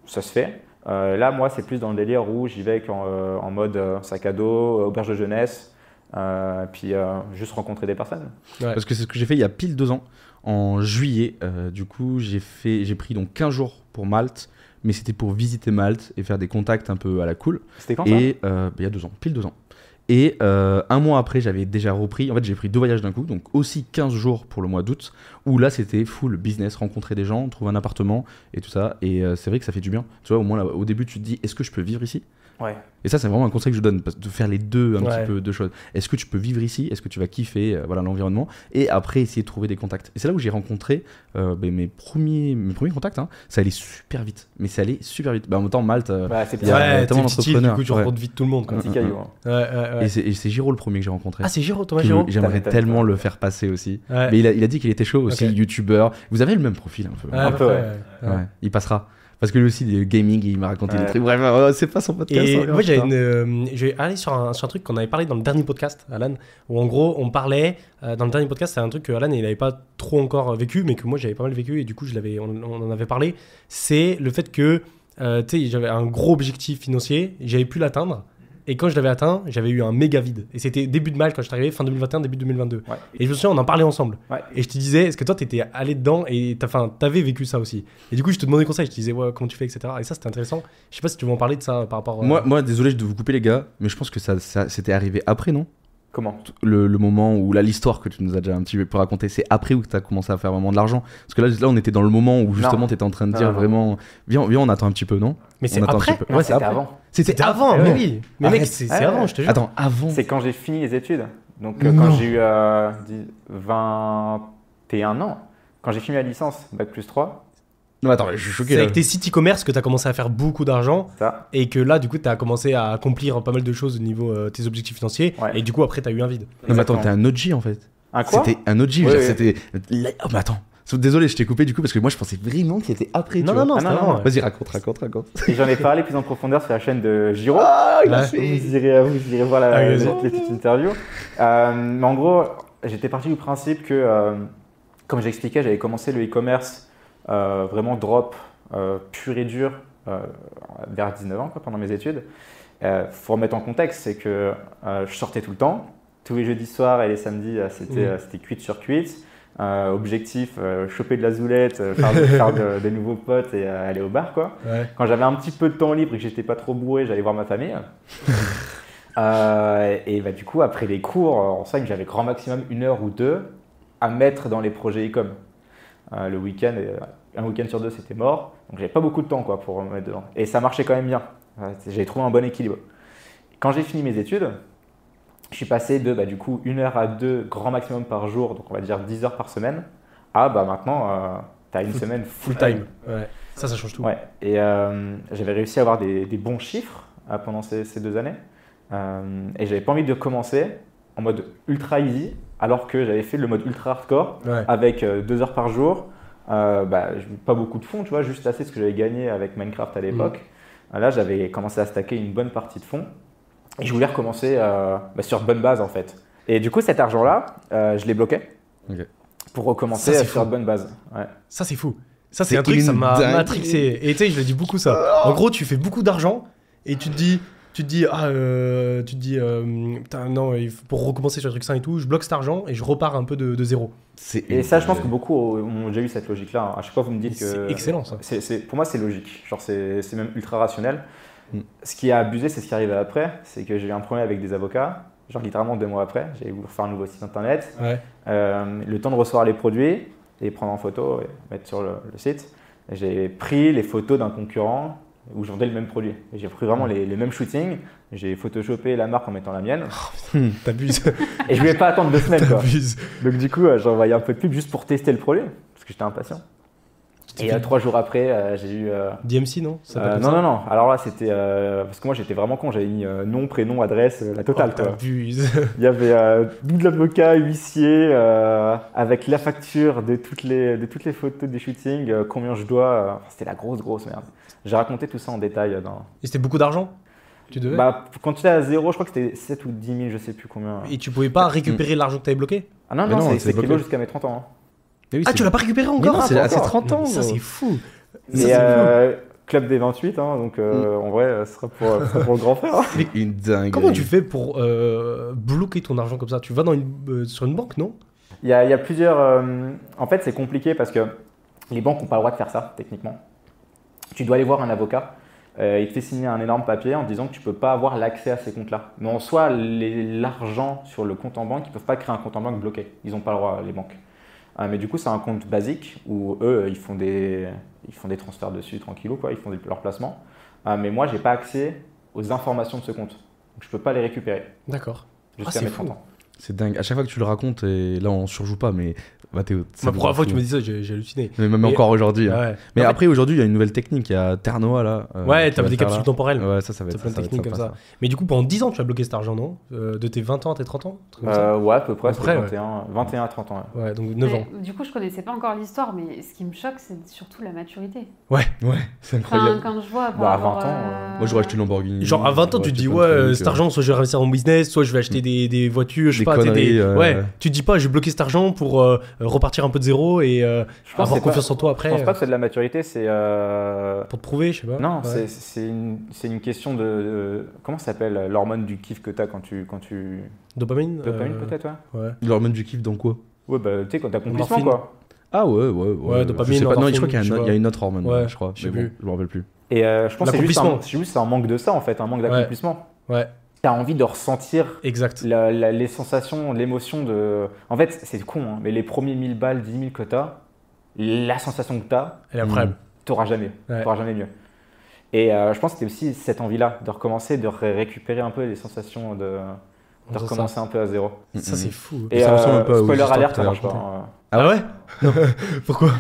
Ça se fait. Euh, là, moi, c'est plus dans le délire où j'y vais en, euh, en mode euh, sac à dos, euh, auberge de jeunesse. euh, puis euh, juste rencontrer des personnes.
Parce que c'est ce que j'ai fait il y a pile deux ans, en juillet. Euh, du coup, j'ai fait, j'ai pris donc 15 jours pour Malte, mais c'était pour visiter Malte et faire des contacts un peu à la cool.
C'était quand ça
Et euh, bah, il y a deux ans, pile deux ans. Et euh, un mois après, j'avais déjà repris. En fait, j'ai pris deux voyages d'un coup, donc aussi 15 jours pour le mois d'août, où là, c'était full business, rencontrer des gens, trouver un appartement et tout ça. Et euh, c'est vrai que ça fait du bien. Tu vois, au moins, là, au début, tu te dis, est-ce que je peux vivre ici
Ouais.
Et ça, c'est vraiment un conseil que je donne, parce que de faire les deux, un
Ouais.
petit peu, deux choses. Est-ce que tu peux vivre ici Est-ce que tu vas kiffer euh, voilà l'environnement Et après, essayer de trouver des contacts. Et c'est là où j'ai rencontré euh, ben, mes, premiers, mes premiers contacts. hein. Ça allait super vite, mais ça allait super vite. Bah, en même temps, Malte, euh,
Bah, c'est
Il y a
bien.
ouais, t'es
tellement
petit, du
d'entrepreneurs.
coup, tu
Ouais.
rencontres vite tout le monde.
Un
Quoi.
petit
un,
caillou. hein.
Ouais, ouais, ouais.
et c'est- et c'est Giro le premier que j'ai rencontré.
Ah, c'est Giro, Thomas
Qui-
Giro
J'aimerais
T'as- t'as-
tellement le faire passer aussi.
Ouais.
Mais il a, il a dit qu'il était chaud aussi,
Ok.
youtubeur. Vous avez le même profil un peu.
Ouais,
hein.
un peu,
ouais,
ouais.
ouais.
Ouais, Il passera. Parce que lui aussi, il est gaming, il m'a raconté des
Ouais.
trucs. Bref, euh, c'est pas son podcast.
Et
hein,
moi, j'avais
putain.
une. euh, je vais aller sur un, sur un truc qu'on avait parlé dans le dernier podcast, Alan, où en gros, on parlait. euh, dans le dernier podcast, c'est un truc que Alan, il n'avait pas trop encore euh, vécu, mais que moi, j'avais pas mal vécu, et du coup, je l'avais, on, on en avait parlé. C'est le fait que, euh, tu sais, j'avais un gros objectif financier, j'avais pu l'atteindre. Et quand je l'avais atteint, j'avais eu un méga vide. Et c'était début de mal quand je suis arrivé, fin 2021, début 2022.
Ouais.
Et je me souviens, on en parlait ensemble.
Ouais.
Et je te disais, est-ce que toi, t'étais allé dedans et t'as- enfin, t'avais vécu ça aussi Et du coup, je te demandais conseil, je te disais, ouais, comment tu fais, etc. Et ça, c'était intéressant. Je sais pas si tu veux en parler de ça par rapport. euh,
Moi, moi, désolé de vous couper, les gars, mais je pense que ça, ça c'était arrivé après, non
Comment
le, le moment où, là, l'histoire que tu nous as déjà un petit peu raconté, c'est après où tu as commencé à faire vraiment de l'argent. Parce que là, là, on était dans le moment où justement,
Non.
tu étais en train de
Non,
dire
non.
vraiment, viens, viens, on attend un petit peu, non
mais c'est
On attend un
après.
petit peu.
Non,
Ouais, c'est
c'était
après.
avant.
C'était
Ah
avant,
ouais.
mais oui. Mais mec,
Arrête.
c'est c'est
Ouais,
avant,
Ah ouais.
je te jure.
Attends, avant.
C'est quand j'ai fini les études. Donc euh, quand
Non.
j'ai eu euh, dix- 21 ans, quand j'ai fini ma licence, bac plus 3,
Non, mais attends, je suis choqué.
C'est
là.
avec tes sites e-commerce que t'as commencé à faire beaucoup d'argent
ça,
et que là, du coup, t'as commencé à accomplir pas mal de choses au niveau euh, tes objectifs financiers.
Ouais.
Et du coup, après, t'as eu un vide.
Non, mais attends, t'es
Exactement.
un OG en fait.
un quoi
C'était un OG, je veux
Oui,
dire,
oui.
c'était. Oh, mais attends. Désolé, je t'ai coupé du coup parce que moi je pensais vraiment que c'était après. tu
Non,
vois.
non, non,
Ah,
c'était
non,
avant.
non,
ouais.
Vas-y, raconte, raconte, raconte.
Et j'en ai parlé plus en profondeur sur la chaîne de Giro.
Ah,
*laughs*
il a
vous, irez, vous irez voir la,
Ah, vas-y.
la- la petite interview. Euh, mais en gros, j'étais parti du principe que, euh, comme j'expliquais, j'avais commencé le e-commerce euh, vraiment drop, euh, pur et dur, euh, vers 19 ans, quoi, pendant mes études. Euh, faut remettre en contexte, c'est que euh, je sortais tout le temps. Tous les jeudis soirs et les samedis, euh, c'était
Mhm.
euh, c'était cuite sur cuite. Euh, objectif, euh, choper de la zoulette, euh, faire, *laughs* faire de- des nouveaux potes et euh, aller au bar, quoi
Ouais.
quand j'avais un petit peu de temps libre et que j'étais pas trop bourré, j'allais voir ma
*laughs*
famille. Euh, et bah, du coup, après les cours, euh, en somme, j'avais grand maximum une heure ou deux à mettre dans les projets e-com. Euh, le week-end, euh, un week-end sur deux, c'était mort. Donc j'avais pas beaucoup de temps quoi, pour me mettre dedans. Et ça marchait quand même bien. Euh, J'ai trouvé un bon équilibre. Quand j'ai fini mes études, je suis passé de bah, du coup une heure à deux grand maximum par jour, donc on va dire 10 heures par semaine, à bah, maintenant euh, T'as une semaine
Full time. Ouais. Ça, ça change tout.
Ouais, et euh, j'avais réussi à avoir des, des bons chiffres euh, pendant ces, ces deux années. Euh, et j'avais pas envie de commencer en mode ultra easy, alors que j'avais fait le mode ultra hardcore
Ouais.
avec euh, deux heures par jour. Euh, bah, j- pas beaucoup de fonds, tu vois, juste assez ce que j'avais gagné avec Minecraft à l'époque.
Mmh.
Euh, Là, j'avais commencé à stacker une bonne partie de fonds. Et je voulais recommencer euh, bah, sur bonne base en fait. Et du coup, cet argent-là, euh, je l'ai bloqué
Ok.
pour recommencer
Ça, c'est
sur
fou.
bonne base. Ouais.
Ça, c'est fou. Ça, c'est
C'est
un truc, ça
une
m'a
dinguerie.
matrixé. Et tu sais, je le dis beaucoup, ça. En gros, tu fais beaucoup d'argent et tu te dis, tu te dis, ah, euh, tu te dis, euh, putain, non, il faut- pour recommencer sur le truc sain et tout, je bloque cet argent et je repars un peu de, de zéro.
C'est
Et
une-
ça, je pense que beaucoup ont déjà eu cette logique-là. hein. À chaque fois, vous me dites
C'est
que.
excellent, ça.
C'est- c'est- pour moi, c'est logique. Genre, c'est c'est même ultra rationnel.
Mm.
Ce qui a abusé, c'est ce qui arrivait après. C'est que j'ai eu un problème avec des avocats. Genre, littéralement deux mois après, j'ai voulu refaire un nouveau site internet.
Ouais.
Euh, le temps de recevoir les produits, et les prendre en photo et mettre sur le, le site. J'ai pris les photos d'un concurrent où je vendais le même produit. Et J'ai pris vraiment les, les mêmes shootings. J'ai photoshopé la marque en mettant la mienne. *laughs*
T'abuses,
Et je voulais pas attendre deux semaines. quoi.
t'abuses.
Donc du coup, euh, j'ai envoyé un peu de pub juste pour tester le produit, parce que j'étais impatient. Et euh, trois jours après, euh, j'ai eu... euh,
DMC, non Ça s'appelle
euh,
comme
non,
ça
non, non. Alors là, c'était... euh, parce que moi, j'étais vraiment con. J'avais mis euh, nom, prénom, adresse, euh, la totale.
Oh,
quoi.
T'abuses.
Il y avait euh, double avocat, huissier, euh, avec la facture de toutes les, de toutes les photos du shooting, euh, combien je dois. euh, c'était la grosse, grosse merde. J'ai raconté tout ça en détail. euh, dans...
Et c'était beaucoup d'argent Tu devais
Bah, quand tu es à zéro, je crois que c'était 7 ou 10 000, je sais plus combien.
Et tu pouvais
bah,
pas
mm.
récupérer l'argent que t'avais bloqué
Ah non,
Mais
non,
non,
c'est-
c'est
c'est
bloqué.
kilo jusqu'à mes 30 ans. hein.
Mais oui,
Ah,
c'est-
tu l'as pas récupéré
Mais
encore
non, c'est
pas
à ses
encore.
30 ans.
Ça,
gros.
c'est fou. Ça,
Mais
c'est Mm.
euh, club des 28, hein, donc euh, en vrai, euh, ce sera pour, euh, ce sera pour le grand frère.
C'est une dingue.
Comment tu fais pour euh, bloquer ton argent comme ça Tu vas dans une, euh, sur une banque, non
Il y a, il y a plusieurs. euh, en fait, c'est compliqué parce que les banques n'ont pas le droit de faire ça, techniquement. Tu dois aller voir un avocat. euh, il te fait signer un énorme papier en disant que tu peux pas avoir l'accès à ces comptes-là. Mais en soi, les- l'argent sur le compte en banque, ils peuvent pas créer un compte en banque bloqué. Ils n'ont pas le droit, les banques. Euh, mais du coup, c'est un compte basique où eux, ils font des, ils font des transferts dessus tranquillou, quoi. Ils font des- leurs placements. Euh, mais moi, j'ai pas accès aux informations de ce compte. Donc, je peux pas les récupérer
D'accord.
jusqu'à
Ah, c'est
mes
fou.
30 ans.
C'est dingue. À chaque fois que tu le racontes, et là on surjoue pas, mais Mathéo. ça
La
me
première
rend
fois que
fou.
tu me dis ça, j'ai j'ai halluciné.
Mais même
Et-
encore aujourd'hui. hein.
Ouais,
Mais
Non,
après, aujourd'hui, il y a une nouvelle technique. Il y a Ternoa là. euh,
Ouais,
qui
t'as
va
des
faire, là.
capsules temporelles.
Ouais, ça, ça va
T'as
être
plein de
ça va être
techniques comme
sympa,
ça. Mais du coup, pendant 10 ans, tu as bloqué cet argent, non Euh, De tes 20 ans à tes 30 ans un truc comme ça
Euh, ouais, à peu près,
À peu
c'est
près, ouais.
21, 21 à 30 ans. ouais.
Ouais, donc 9 ans.
Mais, Du coup, je connaissais pas encore l'histoire, mais ce qui me choque, c'est surtout la maturité.
ça. Ouais, *laughs* c'est
Enfin,
incroyable.
quand je vois. par
Bah, à
rapport
20 ans, euh,
Moi, j'aurais acheté une Lamborghini.
Genre à 20 ans,
j'aurais
tu te
acheté
dis,
plein
ouais,
de
euh,
trucs,
cet
euh.
argent, soit je vais investir en business, soit je vais
Mm.
acheter des, des voitures, je sais
Des
pas. t'es
conneries, euh,
Ouais,
ouais.
tu te dis pas, je vais bloquer cet argent pour euh, repartir un peu de zéro et
Je pense
euh,
que
avoir
c'est pas-
confiance en toi
Je
après.
pense pas
euh,
que c'est de la maturité, c'est. euh,
Pour te prouver, je sais pas.
Non,
Ouais.
c'est- c'est une, c'est une question de. de- Comment ça s'appelle euh, l'hormone du kiff que t'as quand tu. Quand tu...
Dopamine
Dopamine
euh,
peut-être, ouais
Ouais.
L'hormone du kiff dans quoi
Ouais, bah tu sais, quand t'as
Endorphine.
accomplissement quoi.
Ah ouais, ouais, ouais.
Ouais, dopamine,
je sais pas. Non, je
endorphine,
crois qu'il y, a
je
un-
sais
il y a une autre hormone,
Ouais,
je crois.
je sais
Mais bon,
plus.
je m'en rappelle plus.
Et euh, je pense que c'est juste,
L'accomplissement.
un- c'est juste un manque de ça en fait, un manque d'accomplissement.
Ouais,
T'as envie de ressentir
exact.
la- la- les sensations, l'émotion de. En fait, c'est con, hein, mais les premiers 1000 balles, 10 000 que t'as, la sensation que t'as,
Elle est incroyable.
t'auras jamais,
Ouais.
t'auras jamais mieux. Et euh, je pense que c'était aussi cette envie-là de recommencer, de ré- récupérer un peu les sensations, de,
On
de
sent
recommencer un peu à zéro.
Ça, c'est fou.
Et
Ça
euh,
ressemble un peu aux
spoiler
histoires
alerte,
que
ça
t'avais
marche pas.
racontées.
hein. *laughs*
Ah ouais Pourquoi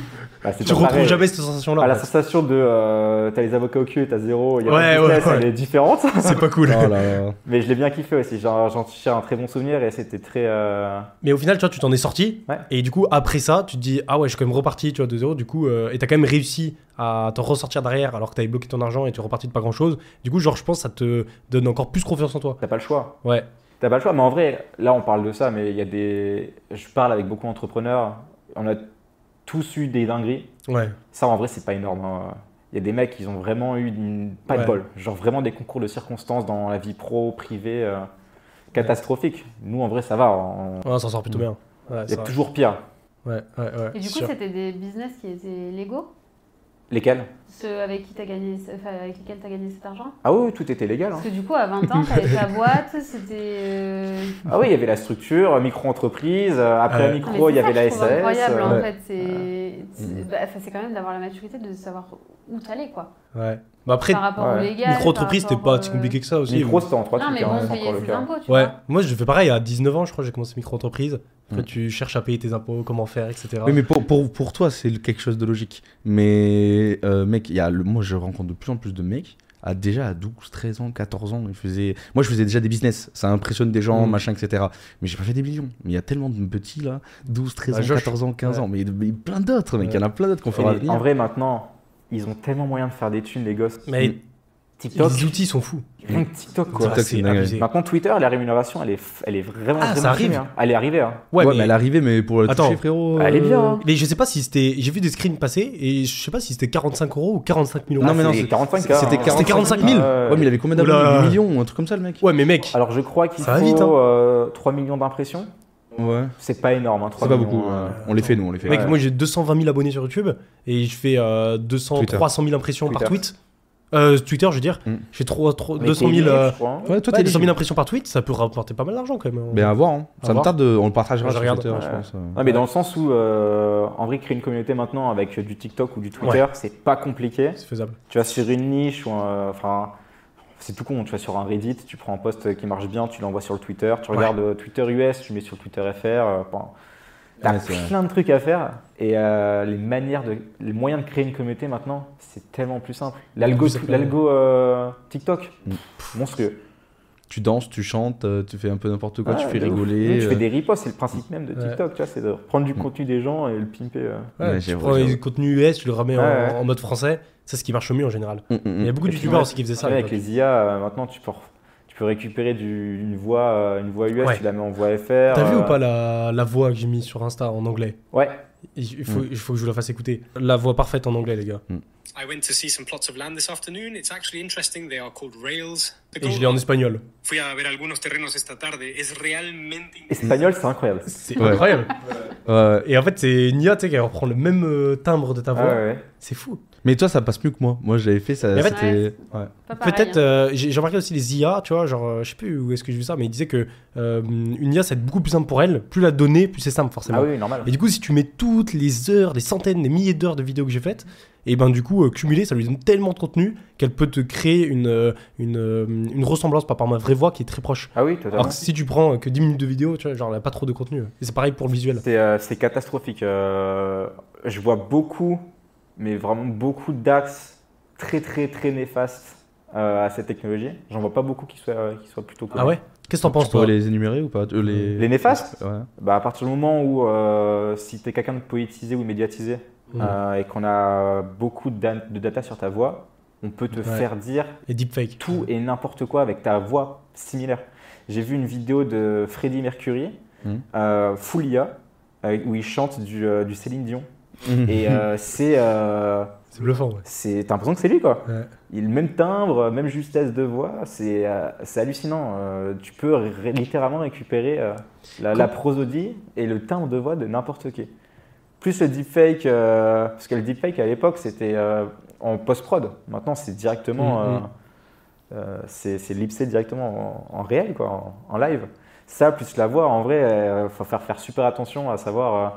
Bah, c'est
Tu
pas
retrouves
pareil.
jamais cette sensation-là
Ah,
en
la
fait.
sensation de euh, t'as les avocats au cul et t'as zéro, il y a
Ouais,
pas de
ouais,
vitesse,
ouais.
elle est différente. *laughs*
C'est pas cool.
Oh là là.
Mais je l'ai bien kiffé aussi, j'en j'en tire un très bon souvenir et c'était très. euh,
Mais au final, tu vois, tu t'en es sorti.
Ouais.
Et du coup, après ça, tu te dis, ah ouais, je suis quand même reparti, tu vois, de zéro. Du coup, euh, et t'as quand même réussi à t'en ressortir derrière alors que t'avais bloqué ton argent et tu es reparti de pas grand chose. Du coup, genre, je pense que ça te donne encore plus confiance en toi.
T'as pas le choix.
Ouais.
T'as pas le choix, mais en vrai, là on parle de ça, mais il y a des. Je parle avec beaucoup d'entrepreneurs, on a tous eu des dingueries.
Ouais.
Ça, en vrai, c'est pas énorme. hein. Il y a des mecs, ils ont vraiment eu une... pas
Ouais.
de bol. Genre vraiment des concours de circonstances dans la vie pro, privée, euh, catastrophique. Nous, en vrai, ça va. on-
Ouais, on s'en sort plutôt bien.
Il
Ouais,
Mm. y
c'est
a
vrai.
toujours pire.
Ouais, ouais, ouais.
Et du coup,
Sûr.
c'était des business qui étaient légaux
Lesquels
Ceux avec, qui t'as gagné, enfin, avec lesquels tu as gagné cet argent
Ah oui, oui, tout était légal. hein.
*laughs*
Parce que du coup, à 20 ans, t'avais ta boîte, c'était. euh,
Ah oui, il y avait la structure, micro-entreprise. euh, Après la
Ouais.
Non, Ah, mais
micro, il y
c'est ça
avait
que
la
je
SAS.
trouve incroyable,
euh, Mhm.
en
ouais.
fait. C'est
Mm.
c'est- bah, enfin, c'est quand même d'avoir la maturité de savoir où t'allais, quoi.
Ouais. Bah après,
Par rapport au
ouais.
légal.
micro-entreprise,
par
c'était
rapport,
pas si
euh,
compliqué que ça aussi.
Micro, c'était en trois
Non,
trucs.
mais
hein,
bon,
c'est
payer
encore le
ses
cas.
impôts, tu
Ouais,
vois.
moi je fais pareil à 19 ans, je crois, j'ai commencé micro-entreprise. Après,
Mm.
tu cherches à payer tes impôts, comment faire, etc.
Oui, *laughs* mais pour, pour, pour toi, c'est le- quelque chose de logique. Mais, euh, mec, il y a le, moi, je rencontre de plus en plus de mecs. À déjà à 12, 13 ans, 14 ans, ils faisaient... moi je faisais déjà des business, ça impressionne des gens,
Mm.
machin, etc. Mais j'ai pas fait des millions. Mais il y a tellement de petits là, 12, 13
Bah,
ans,
Josh.
14 ans, 15
Ouais.
ans, mais, mais plein d'autres, mec, il y en a plein d'autres qu'on fera
Et En
venir.
vrai, maintenant, ils ont tellement moyen de faire des thunes, les gosses.
Mm.
Mais
TikTok,
les outils sont fous.
rien que TikTok, quoi.
Ah,
TikTok, c'est
c'est
dingue.
abusé.
Maintenant, Twitter, la rémunération, elle est, f- elle est vraiment.
Ah, ça
vraiment
arrive. Euh,
filmée, hein. Elle est arrivée. hein.
Ouais,
Ouais,
mais
mais-
elle arrivait, mais pour la
Attends.
toucher, frérot.
Elle est bien, hein.
Mais je sais pas si c'était. J'ai vu des screens passer et je sais pas si c'était 45 euros ou 45 000 euros.
Non, mais non,
c'est
c'est-
45
C'était
hein.
45
45 000.
Ah,
euh, Ouais, mais il avait combien d'abonnés
Oula.
8 millions ou un truc comme ça, le mec
Ouais, mais
Ah,
mec,
Alors, je crois qu'il faut
Ça va vite, hein.
euh, 3 millions d'impressions.
Ouais.
C'est pas énorme. Hein, 3
C'est pas
millions,
beaucoup.
euh,
ouais. On les fait, nous, on les fait.
mec
Ouais.
moi j'ai 220 000 abonnés sur YouTube et je fais euh, 200,
Twitter.
300 000 impressions par
Twitter.
tweet. Euh, Twitter, je veux dire.
Mm.
J'ai trois- trois-
mais
200
t'es
000.
libre,
euh,
je crois, hein.
Ouais, toi,
Ouais,
t'es
200
libre.
000 impressions par tweet, ça peut rapporter pas mal d'argent quand même.
Ben à voir, hein.
À
ça me
voir.
tarde, de- on le partagera
Je
sur
regarde.
Twitter, je
Ouais.
pense. euh.
Non, mais dans le sens où, euh, en vrai, créer une communauté maintenant avec du TikTok ou du Twitter, c'est pas compliqué.
C'est faisable.
Tu vas sur une niche ou un- enfin. c'est tout con, tu vas sur un Reddit, tu prends un post qui marche bien, tu l'envoies sur le Twitter, tu
Ouais.
regardes euh, Twitter US, tu mets sur le Twitter FR. euh, bon. T'as
Ouais, c'est vrai.
plein de trucs à faire et euh, les manières de, les moyens de créer une communauté maintenant, c'est tellement plus simple. L'algo,
Plus simple,
l'algo euh, TikTok,
Mm.
pff, monstrueux.
Tu danses, tu chantes, euh, tu fais un peu n'importe quoi,
Ah,
tu fais
de ouf.
rigoler.
Oui, tu
euh.
fais des reposts, c'est le principe même de
Ouais.
TikTok, tu vois, c'est de prendre du contenu des gens et le pimper. euh.
Ouais,
Ouais,
j'ai-
tu prends
j'ai-
du contenu US, tu le ramènes en-
Ouais, ouais.
en, mode français. C'est ce qui marche le mieux en général.
Mm, mm,
Il y a
mm.
beaucoup de
Et puis,
youtubeurs
ouais,
aussi qui faisaient ça. à
Ouais, avec
l'époque.
les IA, euh, maintenant tu peux, tu peux récupérer du- une voix, euh, une voix US,
Ouais.
tu la mets en voix FR.
T'as vu
euh,
ou pas la, la voix que j'ai mise sur Insta en anglais
Ouais.
Il il faut, il
Mm.
faut que je vous la fasse écouter. La voix parfaite en anglais, les gars.
I went to see some plots of land this afternoon. It's actually interesting. They are called rails. The
Et je
goal-
l'ai en espagnol.
Fui a ver algunos terrenos esta tarde. Es realmente
Espagnol, c'est incroyable.
C'est
Ouais.
incroyable.
Ouais.
Et en fait, c'est Nia tu sais, qui reprend le même euh, timbre de ta
Ah
voix.
ouais, ouais.
C'est fou.
Mais toi, ça passe mieux que moi. Moi, je l'avais fait, ça.
Mais en fait,
c'était- ouais.
Pas pareil,
Peut-être,
hein.
euh, j'ai j'ai remarqué aussi les IA, tu vois, genre, euh, je sais plus où est-ce que j'ai vu ça, mais il disait que euh, une IA, ça va être beaucoup plus simple pour elle. Plus la donnée, plus c'est simple, forcément.
Ah oui, normal.
Et du coup, si tu mets toutes les heures, les centaines, les milliers d'heures de vidéos que j'ai faites, et ben du coup, euh, cumulé, ça lui donne tellement de contenu qu'elle peut te créer une, euh, une, euh, une ressemblance par rapport à ma vraie voix qui est très proche.
Ah oui, totalement.
Alors que si tu prends euh, que 10 minutes de vidéo, tu vois, genre, elle a pas trop de contenu. euh. Et c'est pareil pour le visuel.
C'est euh, c'est catastrophique. Euh, je vois beaucoup, mais vraiment beaucoup d'axes très très très néfastes euh, à cette technologie. J'en vois pas beaucoup qui soient, euh, qui soient plutôt
Ah
connus.
ouais Qu'est-ce que t'en penses,
Tu pourrais
toi
les énumérer ou pas Euh, les...
Les néfastes
Ouais.
bah, À partir du moment où, euh, si tu es quelqu'un de politisé ou médiatisé
Mhm.
euh, et qu'on a beaucoup de, da- de data sur ta voix, on peut te
Ouais.
faire dire
Les deepfakes.
tout et n'importe quoi avec ta voix similaire. J'ai vu une vidéo de Freddie Mercury,
Mhm.
euh, full IA, euh, où il chante du, euh, du Céline Dion.
Mhm.
Et euh, c'est. euh,
C'est bluffant, ouais.
c'est- T'as l'impression que c'est lui, quoi.
Ouais.
Il même timbre, même justesse de voix, c'est euh, c'est hallucinant. Euh, tu peux ré- littéralement récupérer euh, la, la prosodie et le timbre de voix de n'importe qui. Plus le deepfake, euh, parce que le deepfake à l'époque c'était euh, en post-prod. Maintenant c'est directement.
Mm,
Mhm.
euh, euh, c'est c'est lipsé directement en, en réel, quoi, en, en live. Ça, plus la voix, en vrai, euh, faut faire, faire super attention à savoir euh,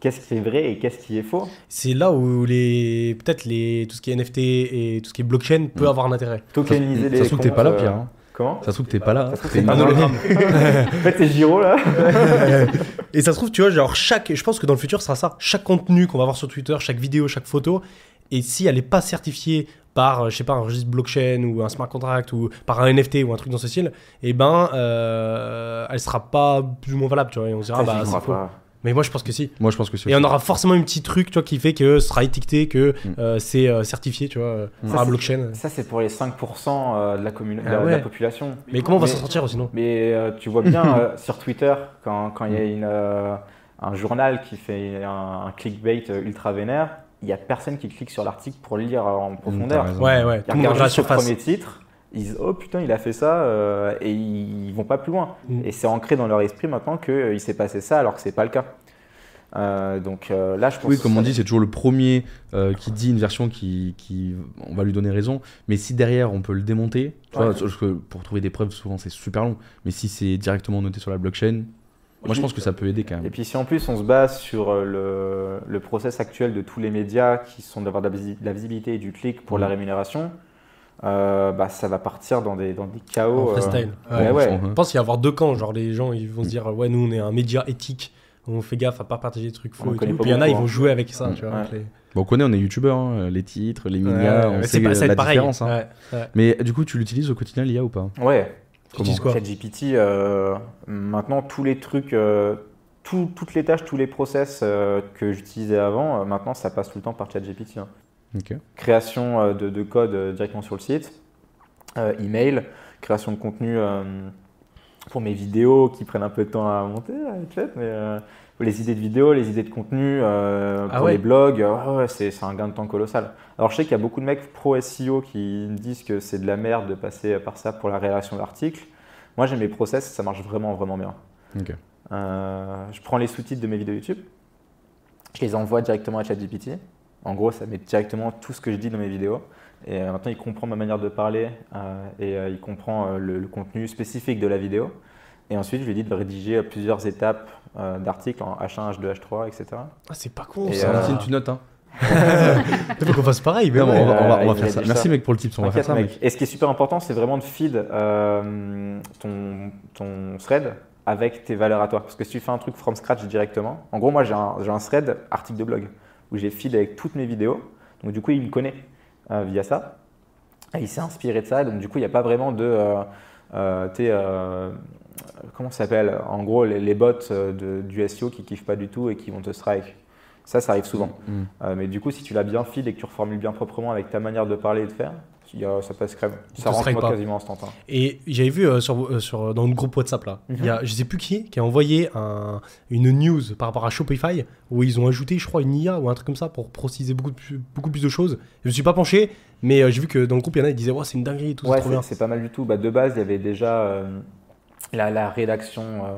qu'est-ce qui est vrai et qu'est-ce qui est faux.
C'est là où les peut-être les tout ce qui est NFT et tout ce qui est blockchain peut
Mm.
avoir un intérêt.
Tokeniser les.
Ça se trouve que t'es pas là,
comptes, euh,
Pierre. hein.
Comment
Ah, Ça se trouve que t'es pas là.
Ça se trouve,
T'es
c'est
une-
un hologramme. *laughs* En fait, c'est Giro là.
Et ça se trouve, tu vois, genre chaque, je pense que dans le futur, ce sera ça. Chaque contenu qu'on va voir sur Twitter, chaque vidéo, chaque photo, et si elle n'est pas certifiée par, euh, je sais pas, un registre blockchain ou un smart contract ou par un NFT ou un truc dans ce style, eh ben, euh, elle sera pas plus ou moins valable, tu vois. Et on se dira,
Ça, j'y
bah,
crois
c'est faux.
pas.
Mais moi, je pense que si.
Moi, je pense que c'est.
Et on aura forcément un petit truc, tu vois, qui fait que ce sera étiqueté, que
Mm.
euh, c'est euh, certifié, tu vois, euh,
Ça,
par la
c'est-
blockchain.
Ça, c'est pour les 5% euh, de la, commun- de
Ah
la- de la
ouais.
population.
Mais comment on va
Mais-
s'en sortir sinon
Mais euh, tu vois bien euh, sur Twitter, quand quand il y a une, euh, un journal qui fait un, un clickbait euh, ultra vénère, il n'y a personne qui clique sur l'article pour le lire euh, en
Mmh,
profondeur.
bah
Ouais, ouais,
Ils
tout le monde
regardent
regardera la
juste le
surface.
premier titre, ils disent Oh putain, il a fait ça, euh, et ils ils vont pas plus loin.
Mm.
Et c'est ancré dans leur esprit maintenant qu'il s'est passé ça alors que c'est pas le cas. Euh, donc euh, là, je pense
Oui,
que
comme
ça-
on dit, c'est toujours le premier euh, qui dit une version qui, qui. On va lui donner raison. Mais si derrière, on peut le démonter. tu vois,
Ouais.
parce que pour trouver des preuves, souvent, c'est super long. Mais si c'est directement noté sur la blockchain, moi, je pense que ça peut aider quand
Et
même.
puis si en plus on se base sur euh, le, le process actuel de tous les médias qui sont d'avoir de la visi- de la visibilité et du clic pour
Mm.
la rémunération, euh, bah, ça va partir dans des, dans des chaos.
En
euh,
freestyle.
ouais,
Ouais.
ouais.
hein.
Je pense qu'il va y avoir deux camps. Genre, les gens, ils vont se dire, ouais, nous, on est un média éthique on fait gaffe à pas partager des trucs
On
faux. et
connaît
tout.
pas
Puis il y en a,
beaucoup,
ils vont
hein.
jouer avec ça.
Ouais.
Tu vois, avec les-
Bon, on connaît, on est youtubeur, hein, les titres, les médias,
Ouais,
on
ouais,
sait
pas- ça va
euh, la
être pareil.
différence. hein.
Ouais, ouais.
Mais euh, du coup, tu l'utilises au quotidien l'IA ou pas
Ouais,
Comment
Quoi
ChatGPT, euh, maintenant, tous les trucs, euh, tout- toutes les tâches, tous les process euh, que j'utilisais avant, euh, maintenant, ça passe tout le temps par ChatGPT. hein.
Ok.
Création euh, de, de code euh, directement sur le site, euh, email, création de contenu euh, pour mes vidéos qui prennent un peu de temps à monter, à être faites, mais euh, les idées de vidéos, les idées de contenu euh,
Ah
pour
ouais.
les blogs, euh, ouais, ouais, c'est c'est un gain de temps colossal. Alors je sais qu'il y a beaucoup de mecs pro SEO qui me disent que c'est de la merde de passer par ça pour la rédaction d'articles. Moi j'ai mes process, ça marche vraiment vraiment bien.
Ok.
Euh, je prends les sous-titres de mes vidéos YouTube, je les envoie directement à ChatGPT. En gros, ça met directement tout ce que je dis dans mes vidéos. Et euh, maintenant, il comprend ma manière de parler euh, et euh, il comprend euh, le, le contenu spécifique de la vidéo. Et ensuite, je lui dis de rédiger euh, plusieurs étapes euh, d'articles en H1, H2, H3, etc.
Ah, c'est pas con
Et,
Ça,
euh,
ça.
Martine, tu notes, hein
Il faut qu'on fasse pareil. Mais
Non, mais
ouais.
on va, on va-
ouais,
on va
il
faire
a
ça.
dit
Merci,
ça.
mec, pour le tips. On va faire
T'inquiète,
ça,
mec.
mec.
Et ce qui est super important, c'est vraiment de feed euh, ton, ton thread avec tes valeurs à toi. Parce que si tu fais un truc from scratch directement, en gros, moi j'ai un, j'ai un thread article de blog où j'ai feed avec toutes mes vidéos. Donc du coup, il me connaît euh, via ça. Et Ah, il s'est inspiré de ça. Donc du coup, il n'y a pas vraiment de. euh, euh, t'es, euh, comment ça s'appelle En gros, les, les bots euh, de, du SEO qui kiffent pas du tout et qui vont te strike. Ça, ça arrive souvent.
Mm.
Euh, mais du coup, si tu l'as bien feed et que tu reformules bien proprement avec ta manière de parler et de faire, il y a- ça passe crème.
Il
Ça
te
rentre
strike
moi,
pas.
quasiment instantané.
Et j'avais vu euh, sur, euh, sur, dans le groupe WhatsApp là, il
Mhm.
y a, je sais plus qui, qui a envoyé un- une news par rapport à Shopify où ils ont ajouté, je crois, une IA ou un truc comme ça pour préciser beaucoup, de plus- beaucoup plus de choses. Je me suis pas penché, mais euh, j'ai vu que dans le groupe, il y en a qui disaient, ouais, c'est une dinguerie et tout,
Ouais,
c'est trop bien.
c'est pas mal du tout. Bah, de base, il y avait déjà euh, la, la rédaction euh,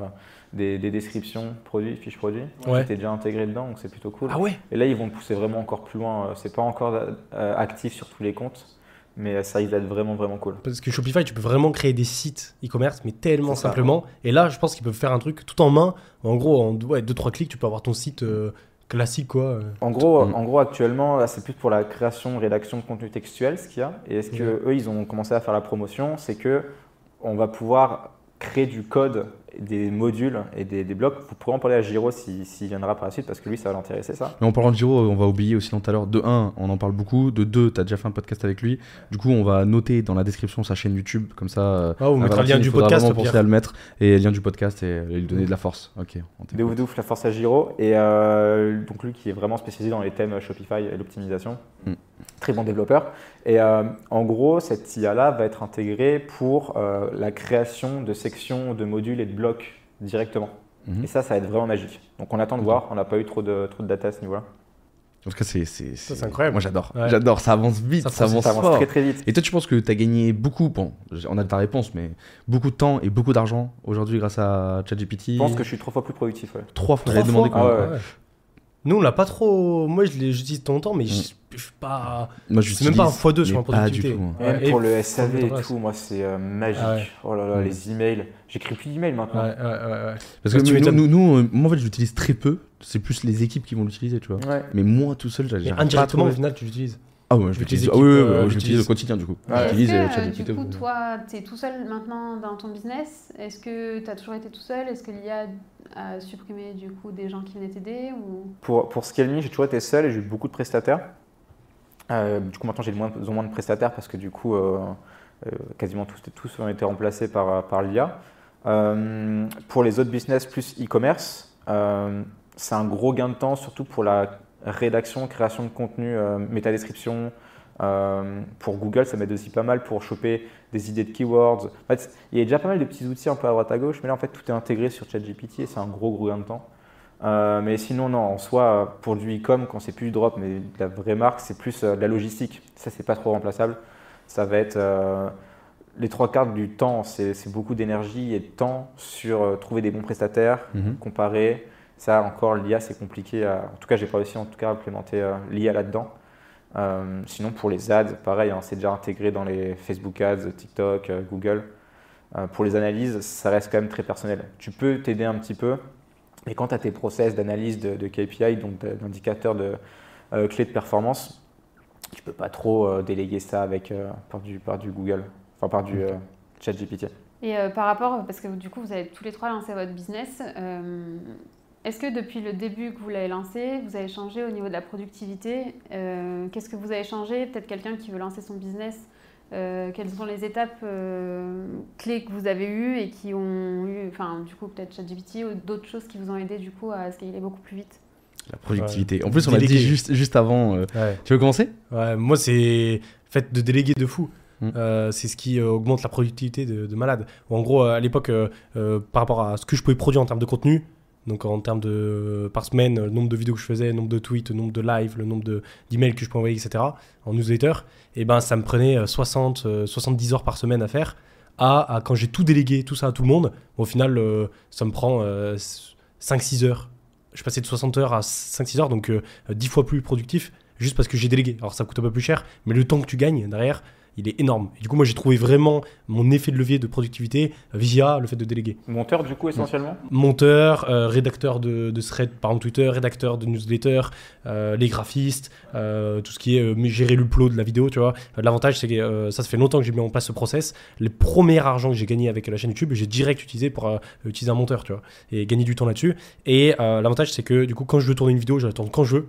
des, des descriptions produits, fiches produits.
Ouais.
C'était déjà intégré dedans, donc c'est plutôt cool.
Ah ouais
Et là, ils vont le pousser vraiment encore plus loin. Euh, C'est pas encore euh, actif sur tous les comptes, mais euh, ça risque d'être vraiment, vraiment cool.
Parce que Shopify, tu peux vraiment créer des sites e-commerce, mais tellement
C'est ça.
simplement. Et là, je pense qu'ils peuvent faire un truc tout en main. En gros, en 2-3 clics, tu peux avoir ton site euh, classique, quoi. euh.
En gros,
Mm.
en gros actuellement, là, c'est plus pour la création, rédaction de contenu textuel ce qu'il y a. Et est-ce que eux, ils ont commencé à faire la promotion, c'est que on va pouvoir créer du code, des modules et des, des blocs. Vous pourrez en parler à Giro s'il s'il viendra par la suite, parce que lui, ça va l'intéresser, ça.
Mais en parlant de Giro, on va oublier aussi dans tout à l'heure. De 1, on en parle beaucoup. De 2, t'as déjà fait un podcast avec lui. Du coup, on va noter dans la description sa chaîne YouTube. Comme ça, euh,
Ah,
à
on mettra le
Valentine,
lien du
il faudra
podcast,
vraiment
au pire.
penser à le mettre. Et le lien du podcast et euh, lui donner de la force. Ok. on t'écoute.
De ouf, de ouf, la force à Giro. Et euh, donc, lui qui est vraiment spécialisé dans les thèmes Shopify et l'optimisation.
Mm.
Très bon développeur. Et euh, en gros, cette IA-là va être intégrée pour euh, la création de sections, de modules et de blocs directement.
Mhm.
Et ça, ça va être vraiment magique. Donc, on attend
Mm-hmm.
de voir. On n'a pas eu trop de, trop de data à ce niveau-là.
En tout cas, c'est- c'est
Ça, c'est
c'est-
incroyable.
Moi, j'adore.
Ouais.
J'adore. Ça avance vite.
Ça
Ça avance,
Ça avance
fort.
très très vite.
Et toi, tu penses que t'as gagné beaucoup, bon, on a ta réponse, mais beaucoup de temps et beaucoup d'argent aujourd'hui grâce à ChatGPT
Je pense que je suis trois fois plus productif. ouais.
trois fois,
Trois
j'avais demandé
fois
combien.
Ah ouais. Nous, on l'a pas trop. Moi, je l'ai- j'utilise de temps en
Mm.
temps, mais je je suis pas.
Moi, je
C'est même pas un
fois
x2 sur ma
Pas du
productivité.
tout. hein.
Même
Et
pour le
faut
SAV
mettre en
et
place.
tout, moi, c'est euh, magique.
Ah ouais.
Oh là là,
Mm.
les emails. J'écris plus d'emails
Ouais,
maintenant.
ouais, ouais, ouais.
Parce
Ouais,
que
tu
nous,
m'étonnes.
nous, nous, euh, moi, en fait, je l'utilise très peu. C'est plus les équipes qui vont l'utiliser, tu vois.
Ouais.
Mais moi, tout seul,
Mais
j'arrive pas à
indirectement, au
trouver.
final, tu l'utilises.
Ah ouais, je
les
l'utilise.
équipes,
Ah oui, oui,
euh,
oui, je
l'utilisent.
l'utilise au quotidien, du coup.
Ouais.
J'utilise euh,
Est-ce que, euh,
ChatGPT.
du coup,
au-
toi, tu es tout seul maintenant dans ton business Est-ce que tu as toujours été tout seul Est-ce que l'IA a supprimé du coup des gens qui venaient t'aider ou...
Pour, pour Scalme, j'ai toujours été seul et j'ai eu beaucoup de prestataires. Euh, du coup, maintenant, j'ai de moins en moins de prestataires parce que du coup, euh, euh, quasiment tous, tous ont été remplacés par, par l'IA. Euh, pour les autres business plus e-commerce, euh, c'est un gros gain de temps, surtout pour la rédaction, création de contenu, euh, métadescription. Euh, pour Google, ça m'aide aussi pas mal pour choper des idées de keywords. En fait, il y a déjà pas mal de petits outils un peu à droite à gauche, mais là, en fait, tout est intégré sur ChatGPT et c'est un gros, gros gain de temps. Euh, mais sinon, non, en soi, euh, pour du e-com, quand c'est plus du drop, mais de la vraie marque, c'est plus euh, de la logistique. Ça, c'est pas trop remplaçable. Ça va être euh, les trois quarts du temps, c'est c'est beaucoup d'énergie et de temps sur euh, trouver des bons prestataires,
Mhm.
comparer. Ça, encore, l'IA, c'est compliqué. à- En tout cas, j'ai pas réussi en tout cas à implémenter euh, l'IA là-dedans. Euh, sinon, pour les ads, pareil, hein, c'est déjà intégré dans les Facebook ads, TikTok, euh, Google. Euh, pour les analyses, ça reste quand même très personnel. Tu peux t'aider un petit peu, mais quand tu as tes process d'analyse de, de KPI, donc de- d'indicateurs de euh, clés de performance, tu peux pas trop euh, déléguer ça avec, euh, par, du, par du Google, enfin par du euh, ChatGPT.
Et euh, par rapport, parce que du coup, vous avez tous les trois lancé votre business, euh, Est-ce que depuis le début que vous l'avez lancé, vous avez changé au niveau de la productivité Euh, Qu'est-ce que vous avez changé Peut-être quelqu'un qui veut lancer son business. euh, quelles sont les étapes euh, clés que vous avez eues et qui ont eu, enfin du coup peut-être ChatGPT ou d'autres choses qui vous ont aidé du coup à scaler beaucoup plus vite
La productivité. En plus, on l'a dit
Déléguer.
juste, juste avant. euh,
Ouais.
Tu veux commencer
Ouais, moi, c'est fait de déléguer de fou.
Mm.
Euh, c'est ce qui euh, augmente la productivité de, de malade. Ou en gros, euh, à l'époque, euh, euh, par rapport à ce que je pouvais produire en termes de contenu, donc en termes de par semaine, le nombre de vidéos que je faisais, le nombre de tweets, le nombre de lives, le nombre de- d'emails que je pouvais envoyer, etc. En newsletter, et ben ça me prenait euh, 60, euh, 70 heures par semaine à faire. À, à quand j'ai tout délégué, tout ça à tout le monde, au final, euh, ça me prend 5-6 heures. Je passais de 60 heures à 5-6 heures, donc euh, 10 fois plus productif juste parce que j'ai délégué. Alors ça coûte un peu plus cher, mais le temps que tu gagnes derrière, il est énorme. Et du coup, moi, j'ai trouvé vraiment mon effet de levier de productivité via le fait de déléguer.
Monteur, du coup, essentiellement
Monteur, euh, rédacteur de, de thread par exemple Twitter, rédacteur de newsletter, euh, les graphistes, euh, tout ce qui est euh, mais gérer l'upload de la vidéo, tu vois. Euh, L'avantage, c'est que euh, ça, ça fait longtemps que j'ai mis en place ce process. Les premiers argent que j'ai gagné avec la chaîne YouTube, j'ai direct utilisé pour euh, utiliser un monteur, tu vois, et gagner du temps là-dessus. Et euh, l'avantage, c'est que du coup, quand je veux tourner une vidéo, je la tourne quand je veux.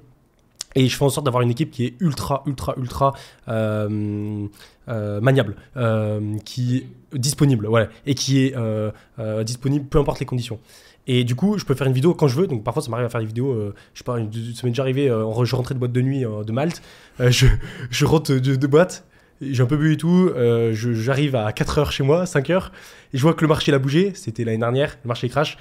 Et je fais en sorte d'avoir une équipe qui est ultra, ultra, ultra euh, euh, maniable, euh, qui disponible, voilà, et qui est euh, euh, disponible peu importe les conditions. Et du coup, je peux faire une vidéo quand je veux. Donc parfois, ça m'arrive à faire des vidéos. euh, je sais pas, une- ça m'est déjà arrivé. euh, en re- je rentrais de boîte de nuit euh, de Malte. euh, je, *laughs* je rentre de, de boîte. J'ai un peu bu et tout. euh, je- J'arrive à 4h chez moi, 5h. Et je vois que le marché l'a bougé. C'était l'année dernière. Le marché crash.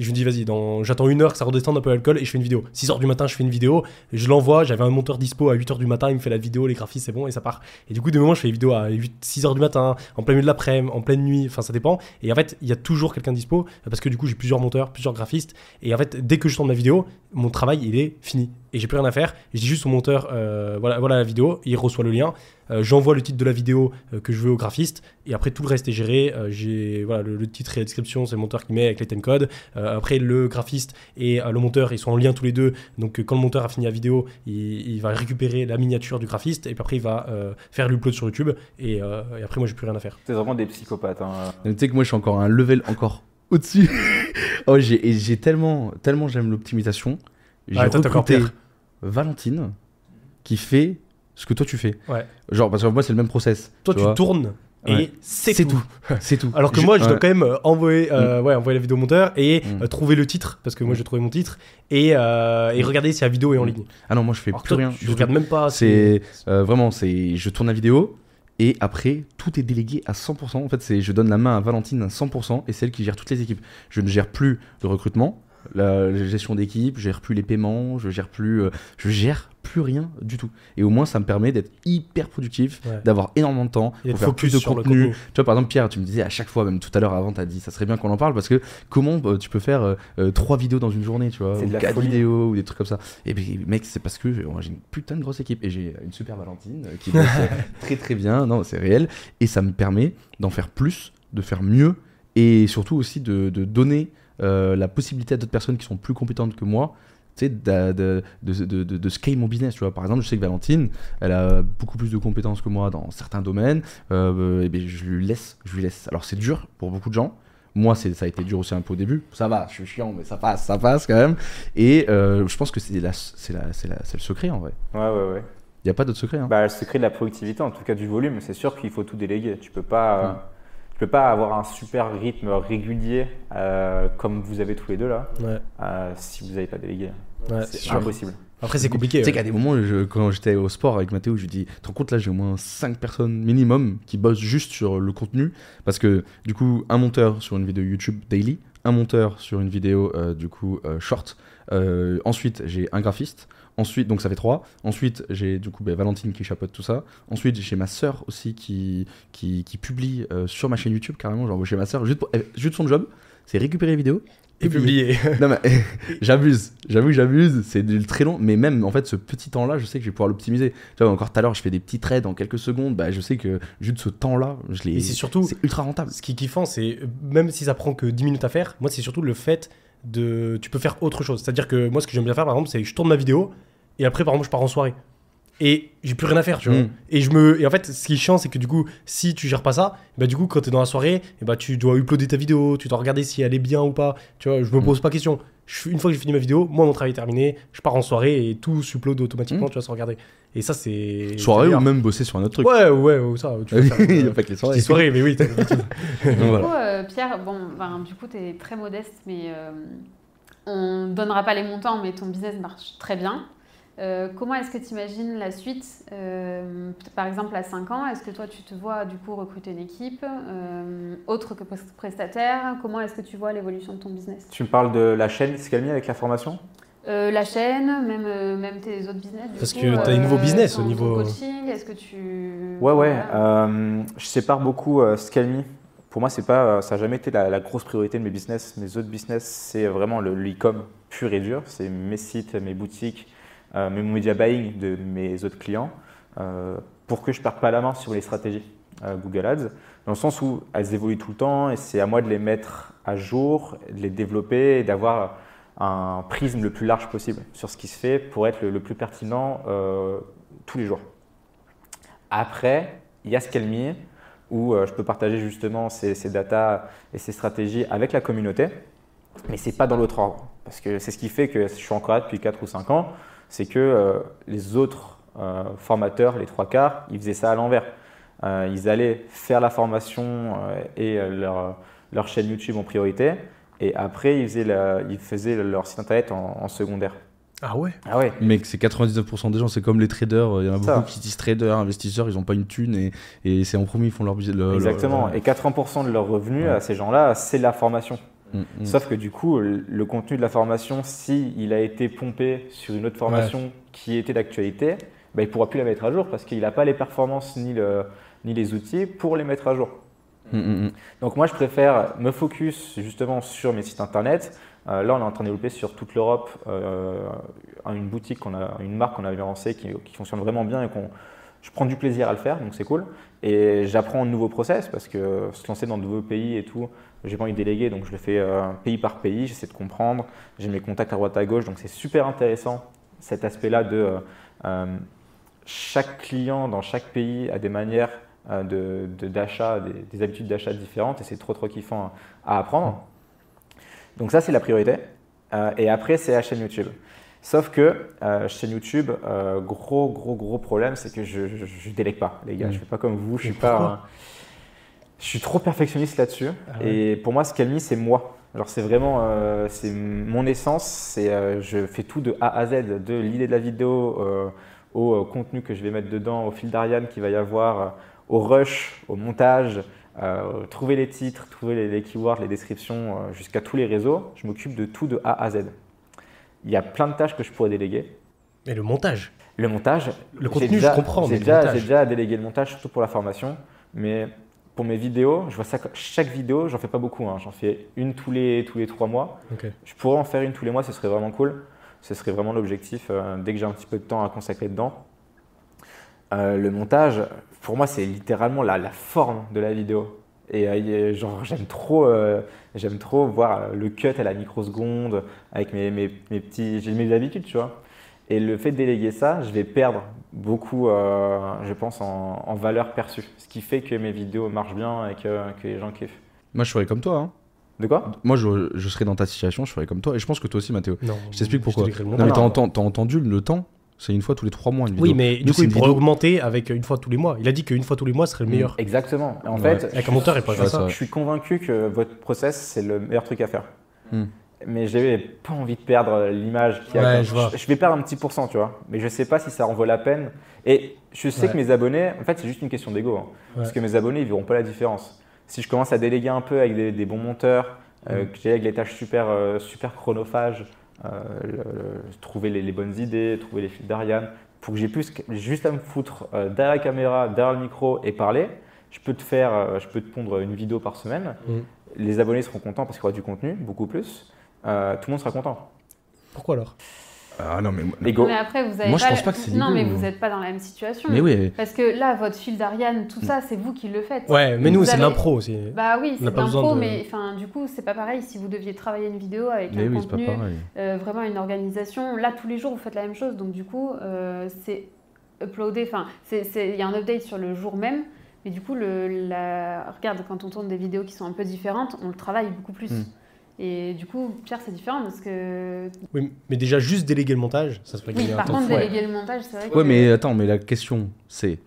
Et je me dis, vas-y, dans- j'attends une heure que ça redescende un peu l'alcool et je fais une vidéo. 6h du matin, je fais une vidéo. Je l'envoie. J'avais un monteur dispo à 8h du matin. Il me fait la vidéo, les graphismes, c'est bon et ça part. Et du coup, des moments, je fais des vidéos à 6h du matin, en plein milieu de l'après-midi, en pleine nuit. Enfin, ça dépend. Et en fait, il y a toujours quelqu'un dispo parce que du coup, j'ai plusieurs monteurs, plusieurs graphistes. Et en fait, dès que je tourne ma vidéo, mon travail, il est fini. Et j'ai plus rien à faire. Je dis juste au monteur, euh, voilà, voilà la vidéo, il reçoit le lien. Euh, J'envoie le titre de la vidéo euh, que je veux au graphiste. Et après, tout le reste est géré. Euh, j'ai voilà, le, le titre et la description, c'est le monteur qui met avec les timecode. Euh, après, le graphiste et euh, le monteur, ils sont en lien tous les deux. Donc, euh, quand le monteur a fini la vidéo, il, il va récupérer la miniature du graphiste. Et puis après, il va euh, faire l'upload sur YouTube. Et, euh, et après, moi, j'ai plus rien à faire.
C'est vraiment des psychopathes. hein.
Tu sais que moi, je suis encore à un level encore au-dessus. *laughs* oh, j'ai et j'ai tellement, tellement j'aime l'optimisation. J'ai
Ouais, toi, t'es encore
recruté
pire.
Valentine qui fait ce que toi tu fais.
Ouais.
Genre, parce que moi, c'est le même process.
Toi, tu,
vois.
tournes. Et
Ouais.
c'est
C'est
tout.
C'est tout.
Alors que moi, je
ouais.
dois quand même euh, envoyer, euh, ouais, envoyer la vidéo au monteur et
Mm.
euh, trouver le titre, parce que moi,
Mm.
j'ai trouvé mon titre, et, euh, et regarder si la vidéo est en
Mm.
ligne.
Ah non, moi, je fais
Alors que
plus
toi,
rien.
tu
du tout.
regardes même pas.
C'est euh, vraiment, c'est je tourne la vidéo et après tout est délégué à 100%. En fait, c'est je donne la main à Valentine à 100% et c'est elle qui gère toutes les équipes. Je ne gère plus le recrutement, la, la gestion d'équipe, je gère plus les paiements, je gère plus, euh, je gère plus rien du tout. Et au moins, ça me permet d'être hyper productif,
Ouais.
d'avoir énormément de temps,
Il y a
pour
de
faire plus
focus
de
sur le
contenu,
contenu.
tu vois, par exemple, Pierre, tu me disais à chaque fois, même tout à l'heure avant, t'as dit, ça serait bien qu'on en parle parce que comment euh, tu peux faire euh, euh, trois vidéos dans une journée, tu vois,
C'est
ou
de la
quatre
folie.
vidéos ou des trucs comme ça. Et puis, mec, c'est parce que j'ai moi, j'ai une putain de grosse équipe et j'ai une super Valentine euh, qui bosse euh,
*laughs*
très très bien, non, c'est réel, et ça me permet d'en faire plus, de faire mieux et surtout aussi de, de donner euh, la possibilité à d'autres personnes qui sont plus compétentes que moi. tu sais, d'a- De, de, de, de, de scaler mon business, tu vois. Par exemple, je sais que Valentine, elle a beaucoup plus de compétences que moi dans certains domaines euh, et bien, je lui laisse, je lui laisse. Alors c'est dur pour beaucoup de gens. Moi, c'est, ça a été dur aussi un peu au début. Ça va, je suis chiant, mais ça passe, ça passe quand même. Et euh, je pense que c'est, la, c'est, la, c'est, la- c'est le secret en vrai.
Ouais, ouais, ouais.
Il n'y a pas d'autre secret. Hein.
Bah, le secret de la productivité, en tout cas du volume, c'est sûr qu'il faut tout déléguer. Tu peux pas, euh, tu peux pas avoir un super rythme régulier euh, comme vous avez tous les deux là,
Ouais,
euh, si vous n'avez pas délégué.
ouais.
c'est
sûr.
impossible.
Après, c'est compliqué.
Tu sais
ouais.
qu'à des moments, je- quand j'étais au sport avec Mathéo, je lui dis T'en compte, là, j'ai au moins 5 personnes minimum qui bossent juste sur le contenu. Parce que, du coup, un monteur sur une vidéo YouTube daily, un monteur sur une vidéo, euh, du coup, euh, short. Euh, ensuite, j'ai un graphiste. Ensuite, donc ça fait 3. Ensuite, j'ai du coup ben, Valentine qui chapeaute tout ça. Ensuite, j'ai ma sœur aussi qui, qui, qui publie euh, sur ma chaîne YouTube carrément. Genre, chez ma sœur, juste, pour- elle- juste son job, c'est récupérer les vidéos
Et publié.
non mais *laughs* j'abuse, j'avoue, j'abuse, c'est du très long, mais même en fait ce petit temps-là, je sais que je vais pouvoir l'optimiser. Tu vois, encore tout à l'heure, je fais des petits trades en quelques secondes, bah je sais que juste ce temps-là, je l'ai.
Et c'est surtout-
c'est ultra rentable.
Ce qui est kiffant, c'est euh, même si ça prend que 10 minutes à faire, moi, c'est surtout le fait de. Tu peux faire autre chose. C'est-à-dire que moi, ce que j'aime bien faire, par exemple, c'est que je tourne ma vidéo et après, par exemple, je pars en soirée. Et j'ai plus rien à faire, tu vois.
Mm.
Et, je me... et en fait, ce qui est chiant, c'est que du coup, si tu gères pas ça, bah, du coup, eh ben,
Mm.
quand t'es dans la soirée, eh bah, tu dois uploader ta vidéo, tu dois regarder si elle est bien ou pas. Tu vois, je me pose pas question. je- une fois que j'ai fini ma vidéo, moi, mon travail est terminé, je pars en soirée et tout s'upload automatiquement, tu vas se regarder. Et ça, c'est.
Mm. Soirée
c'est
ou
bien.
même bosser sur un autre *laughs* truc.
Ouais, ouais, ou ça.
*laughs*
Tu peux faire,
Il n'y
euh,
a pas que les
petite
soirées.
soirée, mais oui.
*laughs*
t'as-
Donc,
Du
*laughs*
*laughs*
voilà.
coup, euh, Pierre, bon, ben, du coup, tu es très modeste, mais euh, on ne donnera pas les montants, mais ton business marche très bien. Euh, comment est-ce que tu imagines la suite Euh, peut- Par exemple, à 5 ans, est-ce que toi, tu te vois du coup recruter une équipe euh, autre que pres- prestataire Comment est-ce que tu vois l'évolution de ton business
Tu me parles de la chaîne Scalmi avec la formation
Euh, La chaîne, même, euh, même tes autres business du
Parce
coup, euh,
que t'as des nouveaux business au
ton- ton
niveau-
coaching, est-ce que tu...
Ouais, ouais.
Voilà.
euh, je sépare beaucoup euh, Scalmi. Pour moi, c'est pas, euh, ça n'a jamais été la, la grosse priorité de mes business. Mes autres business, c'est vraiment le l'e-com pur et dur. C'est mes sites, mes boutiques, euh, mes media buying de mes autres clients euh, pour que je ne perde pas la main sur les stratégies euh, Google Ads. Dans le sens où elles évoluent tout le temps et c'est à moi de les mettre à jour, de les développer et d'avoir un prisme le plus large possible sur ce qui se fait pour être le, le plus pertinent euh, tous les jours. Après, il y a Scalmi, où euh, je peux partager justement ces, ces datas et ces stratégies avec la communauté, mais ce n'est pas dans l'autre ordre. Parce que c'est ce qui fait que je suis encore là depuis 4 ou 5 ans, c'est que euh, les autres euh, formateurs, les trois quarts, ils faisaient ça à l'envers. Euh, ils allaient faire la formation euh, et euh, leur, leur chaîne YouTube en priorité, et après, ils faisaient, la- ils faisaient leur site internet en- en secondaire.
Ah ouais
Ah ouais
Mec, c'est 99% des gens, c'est comme les traders. Il y en a
Ça.
beaucoup qui disent traders, investisseurs, ils n'ont pas une thune et, et c'est en premier, ils font leur business. leur-
Exactement.
leur-
Et 80% de leurs revenus
Ouais.
à ces gens-là, c'est la formation.
Mm, mm.
Sauf que du coup, le le contenu de la formation, si il a été pompé sur une autre formation qui était d'actualité, bah, il ne pourra plus la mettre à jour parce qu'il n'a pas les performances ni, le- ni les outils pour les mettre à jour.
Mm, mm, mm.
Donc moi, je préfère me focus justement sur mes sites internet. Euh, là, on est en train de développer sur toute l'Europe euh, une boutique, qu'on a, une marque qu'on avait lancée qui, qui fonctionne vraiment bien et qu'on, je prends du plaisir à le faire, donc c'est cool. Et j'apprends de nouveaux process parce que se lancer dans de nouveaux pays et tout, j'ai pas envie de déléguer, donc je le fais euh, pays par pays, j'essaie de comprendre, j'ai mes contacts à droite à gauche, donc c'est super intéressant cet aspect-là de euh, euh, chaque client dans chaque pays a des manières euh, de- de- d'achat, des, des habitudes d'achat différentes et c'est trop trop kiffant à apprendre. Donc ça c'est la priorité. Euh, et après c'est la chaîne YouTube. Sauf que euh, chaîne YouTube, euh, gros gros gros problème, c'est que je, je, je délègue pas les gars.
Mm.
Je fais pas comme vous. Je suis
Mais
pas.
pourquoi
un- Je suis trop perfectionniste là-dessus.
Ah ouais.
Et pour moi Scalmi c'est moi. Alors c'est vraiment euh, c'est mon essence. C'est euh, je fais tout de A à Z, de l'idée de la vidéo. euh, au euh, contenu que je vais mettre dedans, au fil d'Ariane qu'il va y avoir, euh, au rush, au montage, euh, trouver les titres, trouver les, les keywords, les descriptions, euh, jusqu'à tous les réseaux. Je m'occupe de tout de A à Z. Il y a plein de tâches que je pourrais déléguer.
Mais le montage.
Le montage,
Le
j'ai
contenu, je
déjà-
comprends, mais
J'ai
le
déjà,
montage.
j'ai déjà délégué le montage, surtout pour la formation. Mais pour mes vidéos, je vois ça que- chaque vidéo, j'en fais pas beaucoup. hein. J'en fais une tous les, tous les trois mois.
Ok.
Je pourrais en faire une tous les mois, ce serait vraiment cool. Ce serait vraiment l'objectif euh, dès que j'ai un petit peu de temps à consacrer dedans. Euh, le montage, pour moi, c'est littéralement la, la forme de la vidéo. Et euh, y a- genre, j'aime trop, euh, j'aime trop voir euh, le cut à la microseconde avec mes, mes, mes petits, j'ai mes habitudes, tu vois. Et le fait de déléguer ça, je vais perdre beaucoup, euh, je pense, en, en valeur perçue. Ce qui fait que mes vidéos marchent bien et que, que les gens kiffent.
Moi, je ferais comme toi. hein.
De quoi
Moi, je, je serais dans ta situation, je ferais comme toi. Et je pense que toi aussi, Mathéo.
Non.
Je t'explique pourquoi.
décrirai le
Non,
montage.
mais
non.
t'as enten- t'as entendu le temps C'est une fois tous les trois mois une vidéo.
Oui, mais
Nous,
du
c'est
coup,
une
il pourrait
vidéo.
augmenter avec une fois tous les mois. Il a dit qu'une fois tous les mois
Mm.
serait le meilleur.
Exactement. En
Ouais.
fait,
Avec un monteur, il pourrait
Ouais,
faire
ça,
ça.
Je suis convaincu que votre process, c'est le meilleur truc à faire.
Hmm.
Mais j'ai pas envie de perdre l'image. qu'il y a.
Ouais, je vois.
vais perdre un petit pourcent, tu vois. Mais je sais pas si ça en vaut la peine. Et je sais
Ouais.
que mes abonnés, en fait, c'est juste une question d'ego. hein. Parce
Ouais.
que mes abonnés, ils verront pas la différence. Si je commence à déléguer un peu avec des, des bons monteurs, euh, que j'ai avec les tâches super, euh, super chronophages, euh, le- le- trouver les, les bonnes idées, trouver les fils d'Ariane, pour que j'ai plus que- juste à me foutre euh, derrière la caméra, derrière le micro et parler, je peux te faire, euh, je peux te pondre une vidéo par semaine.
Mhm.
Les abonnés seront contents parce qu'il y aura du contenu, beaucoup plus. Euh, tout le monde sera content.
Pourquoi alors
Ah non, mais.
Ego.
Mais après, vous avez
Moi, je
pas
pense
le-
pas que c'est
Non, mais
l'idée,
vous
moi.
n'êtes pas dans la même situation.
Mais oui.
Parce que là, votre fil d'Ariane, tout ça, c'est vous qui le faites.
Ouais, mais
Vous
nous, c'est de
avez-
l'impro aussi.
Bah oui,
On
c'est
n'a
de
pas besoin
l'impro,
de-
mais enfin, du coup, c'est pas pareil si vous deviez travailler une vidéo avec
Mais
un
oui, c'est pas
contenu,
pareil.
euh, vraiment une organisation. Là, tous les jours, vous faites la même chose, donc du coup, euh, c'est uploadé. Enfin, c'est- c'est- il y a un update sur le jour même, mais du coup, le, la... regarde, quand on tourne des vidéos qui sont un peu différentes, on le travaille beaucoup plus.
Mm.
Et du coup, Pierre, c'est différent parce que.
Oui, mais déjà, juste déléguer le montage, ça se fait
Oui,
gagner un
par
temps
contre,
fou, ouais.
déléguer le montage, c'est vrai que.
Ouais, mais attends, mais la question, c'est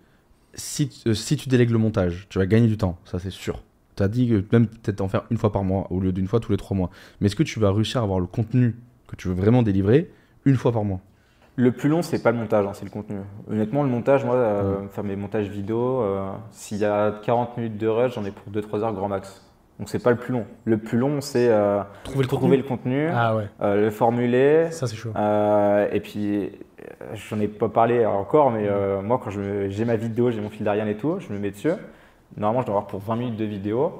si, tu- euh, si tu délègues le montage, tu vas gagner du temps, ça c'est sûr. T'as dit que même peut-être en faire une fois par mois au lieu d'une fois tous les trois mois. Mais est-ce que tu vas réussir à avoir le contenu que tu veux vraiment délivrer une fois par mois
Le plus long, c'est pas le montage, hein, c'est le contenu. Honnêtement, le montage, moi, euh, faire mes montages vidéo, euh, s'il y a 40 minutes de rush, j'en ai pour 2-3 heures grand max. Donc c'est pas le plus long. Le plus long, c'est euh,
Trouver le
trouver
contenu.
le contenu,
Ah ouais,
euh, le formuler,
ça c'est chaud.
euh, et puis euh, j'en ai pas parlé encore, mais euh,
Mm.
moi, quand je me- j'ai ma vidéo, j'ai mon fil d'Ariane et tout, je me mets dessus. Normalement, je dois avoir pour 20 minutes de vidéo.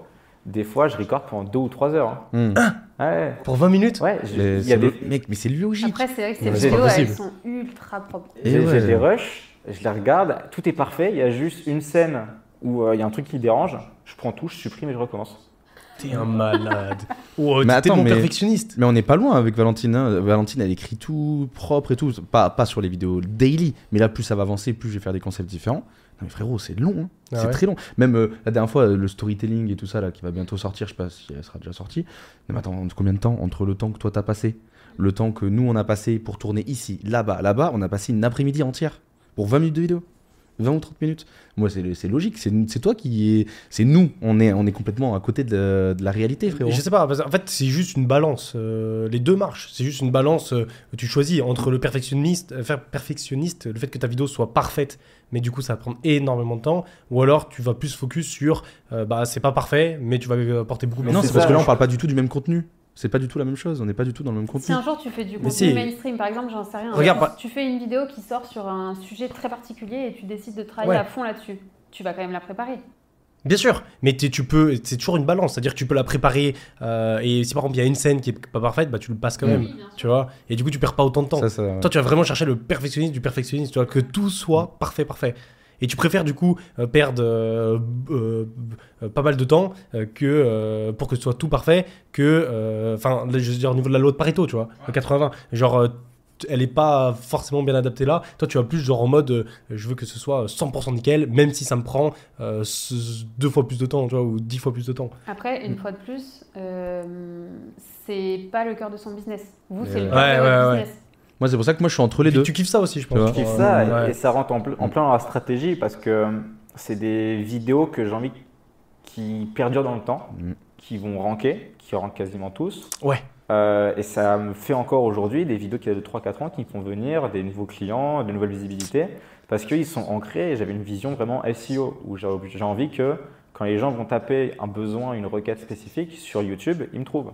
Des fois, je recorde pendant 2 ou 3 heures. hein.
Hmm.
Ouais,
Pour 20 minutes
ouais. j'ai-
Mais
il y a
c'est
des,
lo- Mec, mais c'est logique.
Après, c'est vrai que ces
Ouais,
c'est
vidéos,
pas
elles
possible.
sont ultra propres.
Et
J'ai j'ai
ouais.
des rushs, je les regarde, tout est parfait, il y a juste une scène où euh, il y a un truc qui dérange, je prends tout, je supprime et je recommence.
T'es un malade. Oh,
Mais
t'es
attends,
mon
mais-
perfectionniste.
Mais on n'est pas loin avec Valentine. hein. Valentine, elle écrit tout propre et tout. Pas, pas sur les vidéos daily, mais là, plus ça va avancer, plus je vais faire des concepts différents. Non, mais frérot, c'est long. hein.
Ah
c'est
ouais
très long. Même euh, la dernière fois, euh, le storytelling et tout ça, là, qui va bientôt sortir, je sais pas si elle sera déjà sortie. Mais attends, entre combien de temps Entre le temps que toi t'as passé, le temps que nous on a passé pour tourner ici, là-bas, là-bas, on a passé une après-midi entière pour 20 minutes de vidéo. 20 ou 30 minutes. Moi, c'est c'est logique. C'est c'est toi qui. est- C'est nous. On est, on est complètement à côté de la, de la réalité, frérot.
Je sais pas, parce qu'en fait, c'est juste une balance. euh, les deux marchent. C'est juste une balance euh, que tu choisis entre le perfectionniste, euh, faire perfectionniste, le fait que ta vidéo soit parfaite, mais du coup, ça va prendre énormément de temps, ou alors tu vas plus focus sur, euh, bah, c'est pas parfait, mais tu vas euh, porter beaucoup
Mais
plus
non,
c'est
c'est parce
ça,
que là,
je-
on parle pas du tout du même contenu. C'est pas du tout la même chose. On n'est pas du tout dans le même
Si
contenu.
un jour tu fais du
Mais
contenu
si.
mainstream, par exemple, j'en sais rien.
Regarde,
tu,
par-
tu fais une vidéo qui sort sur un sujet très particulier et tu décides de travailler
Ouais.
à fond là-dessus. Tu vas quand même la préparer.
Bien sûr, mais t'es- tu peux, c'est toujours une balance, c'est-à-dire que tu peux la préparer euh, et si par exemple il y a une scène qui est pas parfaite, bah tu le passes quand
Mm.
même, tu vois, et du coup tu perds pas autant de temps.
Ça, ça-
Toi tu vas vraiment chercher le perfectionniste du perfectionniste, tu vois, que tout soit parfait, parfait. Et tu préfères du coup euh, perdre euh, euh, euh, pas mal de temps euh, que euh, pour que ce soit tout parfait, que euh, enfin je veux dire au niveau de la loi de Pareto, tu vois, le 80-20, genre euh, t- elle est pas forcément bien adaptée là. Toi, tu vas plus genre en mode, euh, je veux que ce soit 100% nickel, même si ça me prend euh, ce- deux fois plus de temps, tu vois, ou dix fois plus de temps.
Après,
Mm.
une fois de plus, euh, c'est pas le cœur de son business. Vous, c'est le
Ouais,
cœur de votre
Euh, ouais, ouais.
business.
Moi, c'est pour ça que moi, je suis entre les
Puis
deux.
Tu kiffes ça aussi, je pense.
Tu vois.
Je kiffe
Ouais,
ça
ouais.
et, et ça rentre en, ple- en plein dans la stratégie parce que euh, c'est des vidéos que j'ai envie qui perdurent dans le temps,
Mm.
qui vont ranker, qui rankent quasiment tous.
Ouais.
Euh, et ça me fait encore aujourd'hui des vidéos qui a de 3-4 ans qui me font venir des nouveaux clients, de nouvelles visibilités parce qu'ils sont ancrés et j'avais une vision vraiment SEO où j'ai j'ai envie que quand les gens vont taper un besoin, une requête spécifique sur YouTube, ils me trouvent.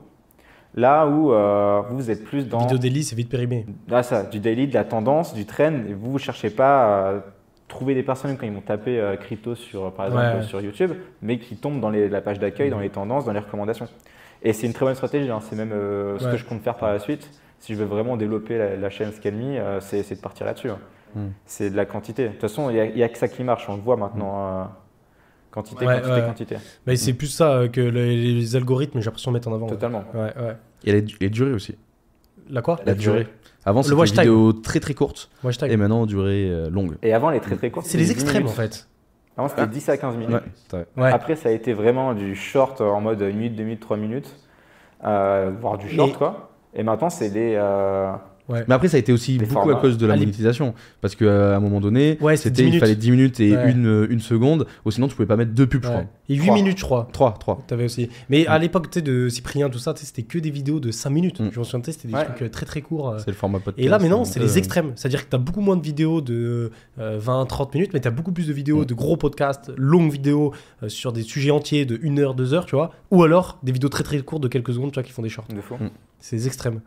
Là où euh, vous êtes plus dans
Vidéo d'Eli, c'est vite périmé.
ah, ça, du daily, de la tendance, du trend. Et vous ne cherchez pas à trouver des personnes quand ils vont taper euh, crypto sur, par exemple,
Ouais.
euh, sur YouTube, mais qui tombent dans les- la page d'accueil, dans les tendances, dans les recommandations. Et c'est une très bonne stratégie. hein. C'est même euh, ce
Ouais.
que je compte faire par la suite. Si je veux vraiment développer la, la chaîne Scalmi, euh, c'est c'est de partir là-dessus. hein.
Hmm.
C'est de la quantité. De toute façon, il n'y a, que ça qui marche. On le voit maintenant. euh, quantité,
Ouais,
quantité,
ouais.
quantité.
Mais c'est plus ça euh, que les, les algorithmes, j'ai l'impression, mettent en avant. Ouais,
Totalement.
ouais. ouais.
Et la, du- et la durée aussi.
La quoi
La
Avant, c'était des
watch time.
vidéos très très courtes.
Moi, je tag.
Et maintenant, durée euh, longue.
Et avant, les très très courtes.
C'est les
c'était 10
extrêmes en
minutes.
fait. Ah.
Avant, c'était 10 à 15 minutes.
Ouais, c'est vrai.
Ouais.
Après, ça a été vraiment du short euh, en mode 1 minute, 2 minutes, 3 minutes, euh, voire du short,
Et-
quoi. Et maintenant, c'est des. euh,
Mais après, ça a été aussi
Des
beaucoup à
formats.
cause de la
Ah, les-
monétisation. Parce qu'à un moment donné,
Ouais, c'est
c'était
10
il fallait 10 minutes et
Ouais.
une, euh, une seconde. Ou sinon, tu pouvais pas mettre deux pubs, je crois.
Ouais. Et 8
Trois.
minutes, je crois.
3, 3.
T'avais aussi. Mais à l'époque tu sais, de Cyprien, tout ça, tu sais, c'était que des vidéos de 5 minutes.
Mm.
Je me souviens, tu sais, c'était des
Ouais.
trucs euh, très très courts. euh.
C'est le format podcast.
Et là, maintenant,
donc,
c'est
euh,
les extrêmes. C'est-à-dire que t'as beaucoup moins de vidéos de 20-30 minutes, mais t'as beaucoup plus de vidéos
Mm.
de gros podcasts, longues vidéos euh, sur des sujets entiers de 1 heure, 2 heures, tu vois. Ou alors des vidéos très très courtes de quelques secondes, tu vois, qui font des shorts.
de fou.
C'est les extrêmes.
donc,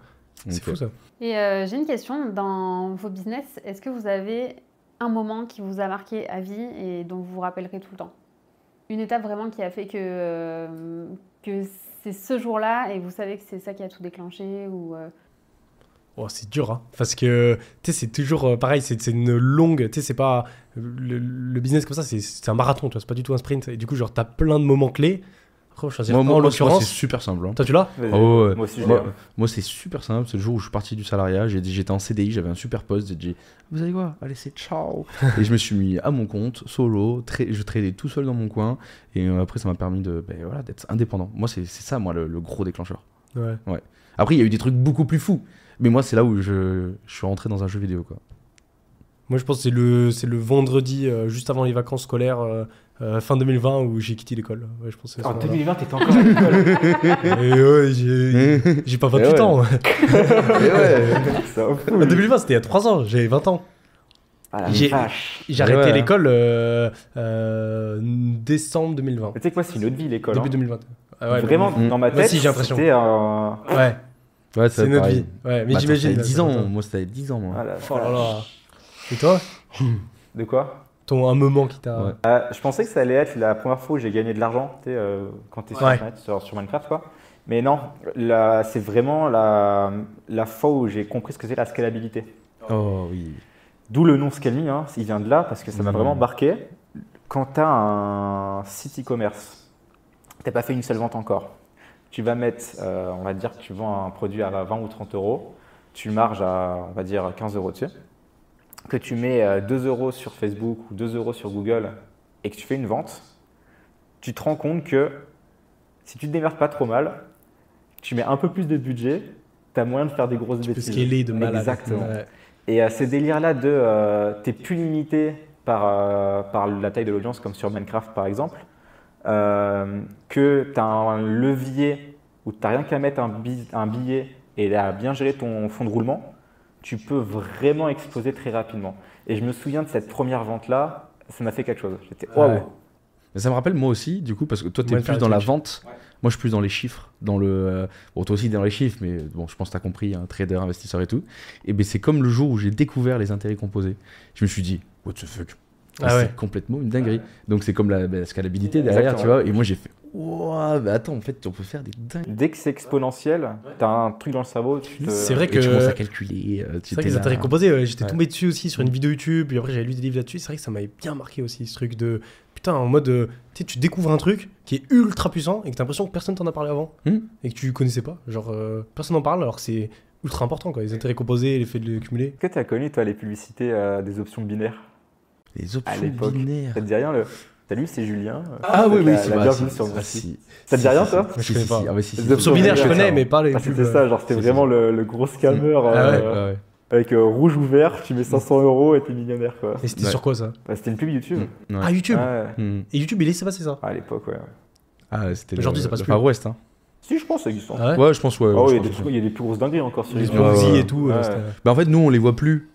C'est
euh,
fou ça.
Et euh, j'ai une question. Dans vos business, est-ce que vous avez un moment qui vous a marqué à vie et dont vous vous rappellerez tout le temps Une étape vraiment qui a fait que, euh, que c'est ce jour-là et vous savez que c'est ça qui a tout déclenché ou, euh,
Oh, c'est dur, hein. Parce que, tu sais, c'est toujours euh, pareil, c'est c'est une longue, tu sais, c'est pas. Le, le business comme ça, c'est- c'est un marathon, tu vois, c'est pas du tout un sprint. Et du coup, genre, t'as plein de moments clés. Après, on va choisir
euh, Moi,
un,
moi,
en
moi, c'est- moi, c'est
l'occurrence.
super simple. hein.
Toi, tu l'as
Vas-y.
Ah
Oh,
ouais, ouais.
Moi aussi, je l'ai.
Moi, moi, c'est super simple. C'est le jour où je suis parti du salariat. j'ai dit- J'étais en CDI, j'avais un super poste. J'ai dit Vous savez quoi Allez, c'est
*laughs*
ciao Et je me suis mis à mon compte, solo. tra- je tradais tout seul dans mon coin. Et euh, après, ça m'a permis de, ben, voilà, d'être indépendant. Moi, c'est c'est ça, moi, le, le gros déclencheur.
Ouais.
Après, il y a eu des trucs beaucoup plus fous. Mais moi, c'est là où je, je suis rentré dans un jeu vidéo,
*laughs*
quoi.
Moi, je pense que c'est le, c'est le vendredi, euh, juste avant les vacances scolaires, euh, euh, fin 2020, où j'ai quitté l'école. Ouais, je pense que c'est à ce
En
moment-là.
2020, t'étais encore *laughs* à l'école.
Et ouais,
*laughs*
j'ai, j'ai pas 28
Eh ouais.
ans. Ah,
Et ouais.
*laughs* Ça en fout.
En 2020, c'était il y a 3 ans, j'avais 20 ans.
Ah la
J'ai-
vache.
J'ai
Eh
arrêté
ouais.
l'école euh, euh, décembre 2020.
Mais Tu sais quoi, c'est une autre vie l'école.
Début
hein.
2020. Ah ouais,
Vraiment,
mais-
dans ma
Moi
tête,
aussi, j'ai l'impression.
c'était un.
mais- Ouais,
Ouais,
c'est notre
pareil.
vie. Ouais, mais
Bah, attends,
j'imagine.
t'avais
là,
10
ça
ans,
m'étonne.
moi, c'était 10 ans, moi.
Ah, la
Oh là
vache.
là. Et toi
De quoi
Ton un moment qui t'a.
Ouais.
Euh, Je pensais que ça allait être la première fois où j'ai gagné de l'argent, tu sais, euh, quand t'es sur,
Ouais.
Internet, sur, sur Minecraft, quoi. Mais non, la- c'est vraiment la, la fois où j'ai compris ce que c'est la scalabilité.
Oh oui.
D'où le nom Scalmi, hein, il vient de là parce que ça
Mmh.
m'a
Mm.
vraiment marqué. Quand tu as un site e-commerce, t'as pas fait une seule vente encore. Tu vas mettre, euh, on va dire que tu vends un produit à 20 ou 30 euros, tu marges à, on va dire, 15 euros dessus, que tu mets euh, 2 euros sur Facebook ou 2 euros sur Google et que tu fais une vente, tu te rends compte que si tu te démerdes pas trop mal, tu mets un peu plus de budget, tu as moyen de faire des grosses
Parce
bêtises.
qu'il est de malade.
Exactement.
Ouais.
Et euh, ces délires-là de euh, t'es plus limité par, euh, par la taille de l'audience, comme sur Minecraft par exemple, euh, que t'as un levier où t'as rien qu'à mettre un, bi- un billet et à bien gérer ton fond de roulement, tu peux vraiment exploser très rapidement. Et je me souviens de cette première vente-là, ça m'a fait quelque chose. J'étais waouh!
Ouais.
Mais ça me rappelle moi aussi, du coup, parce que toi, t'es
Ouais,
plus
faire
dans la
Twitch.
vente. Moi, je suis plus dans les chiffres, dans le. euh, Bon, toi aussi dans les chiffres, mais bon, je pense que t'as compris, un trader, investisseur et tout. Et ben, c'est comme le jour où j'ai découvert les intérêts composés. Je me suis dit, what the fuck.
Ah
Ah,
ouais.
C'est complètement une dinguerie. Donc c'est comme la, bah, scalabilité derrière,
Exactement.
tu vois. Et moi j'ai fait, ouah, bah attends, en fait, on peut faire des dingueries.
Dès que c'est exponentiel, t'as un truc dans le cerveau. tu te-
C'est vrai
Et tu commences à
que.
calculer. euh, tu t'es
C'est vrai que les
là.
intérêts composés, ouais, j'étais
Ouais.
tombé dessus aussi sur une vidéo YouTube, puis après j'avais lu des livres là-dessus, c'est vrai que ça m'avait bien marqué aussi ce truc de putain en mode euh, tu sais, tu découvres un truc qui est ultra puissant et que t'as l'impression que personne t'en a parlé avant
Hmm.
et que tu connaissais pas, genre euh, personne n'en parle alors que c'est ultra important quoi, les intérêts composés, l'effet de les cumuler.
Est-ce que t'as connu toi les publicités euh, des options binaires?
Les options
l'époque.
binaires.
Ça te dit rien le. Salut, c'est Julien. euh,
Ah oui, oui,
La-
c'est
la
bah,
bienvenue
si,
sur
ah,
mon
si.
Ça te dit
Si,
rien,
si,
toi
si,
Je
si,
connais
si,
pas.
ah, bah, si, si,
Les
si.
options
Sur binaire je
binaires,
connais
ça.
mais pas les
Ah,
pubs,
c'était
euh,
ça, genre c'était
c'est
vraiment le, le gros scammer
Ah ouais,
euh,
Ouais, ouais.
avec euh, rouge ouvert, tu mets 500 euros et t'es millionnaire quoi.
Et c'était
Ouais.
sur quoi ça
Bah, c'était une pub YouTube.
Mm, ouais.
Ah YouTube
Ouais.
Mm.
Et YouTube il laissait passer ça.
À l'époque, ouais.
Ah, c'était
Aujourd'hui,
le-
ça passe
le
plus.
Far West, hein.
Si, je pense, ça existe.
Ah ouais,
Ouais, je pense, ouais.
Ah
ouais,
ouais,
je
il y a des
pense que
trucs- il y a des plus grosses dingueries encore sur
Les
YouTube.
Ouais, ouais,
Ponzi
ouais.
et tout. euh,
Ouais.
c'était-
c'est- Bah, en fait, nous, on les voit plus.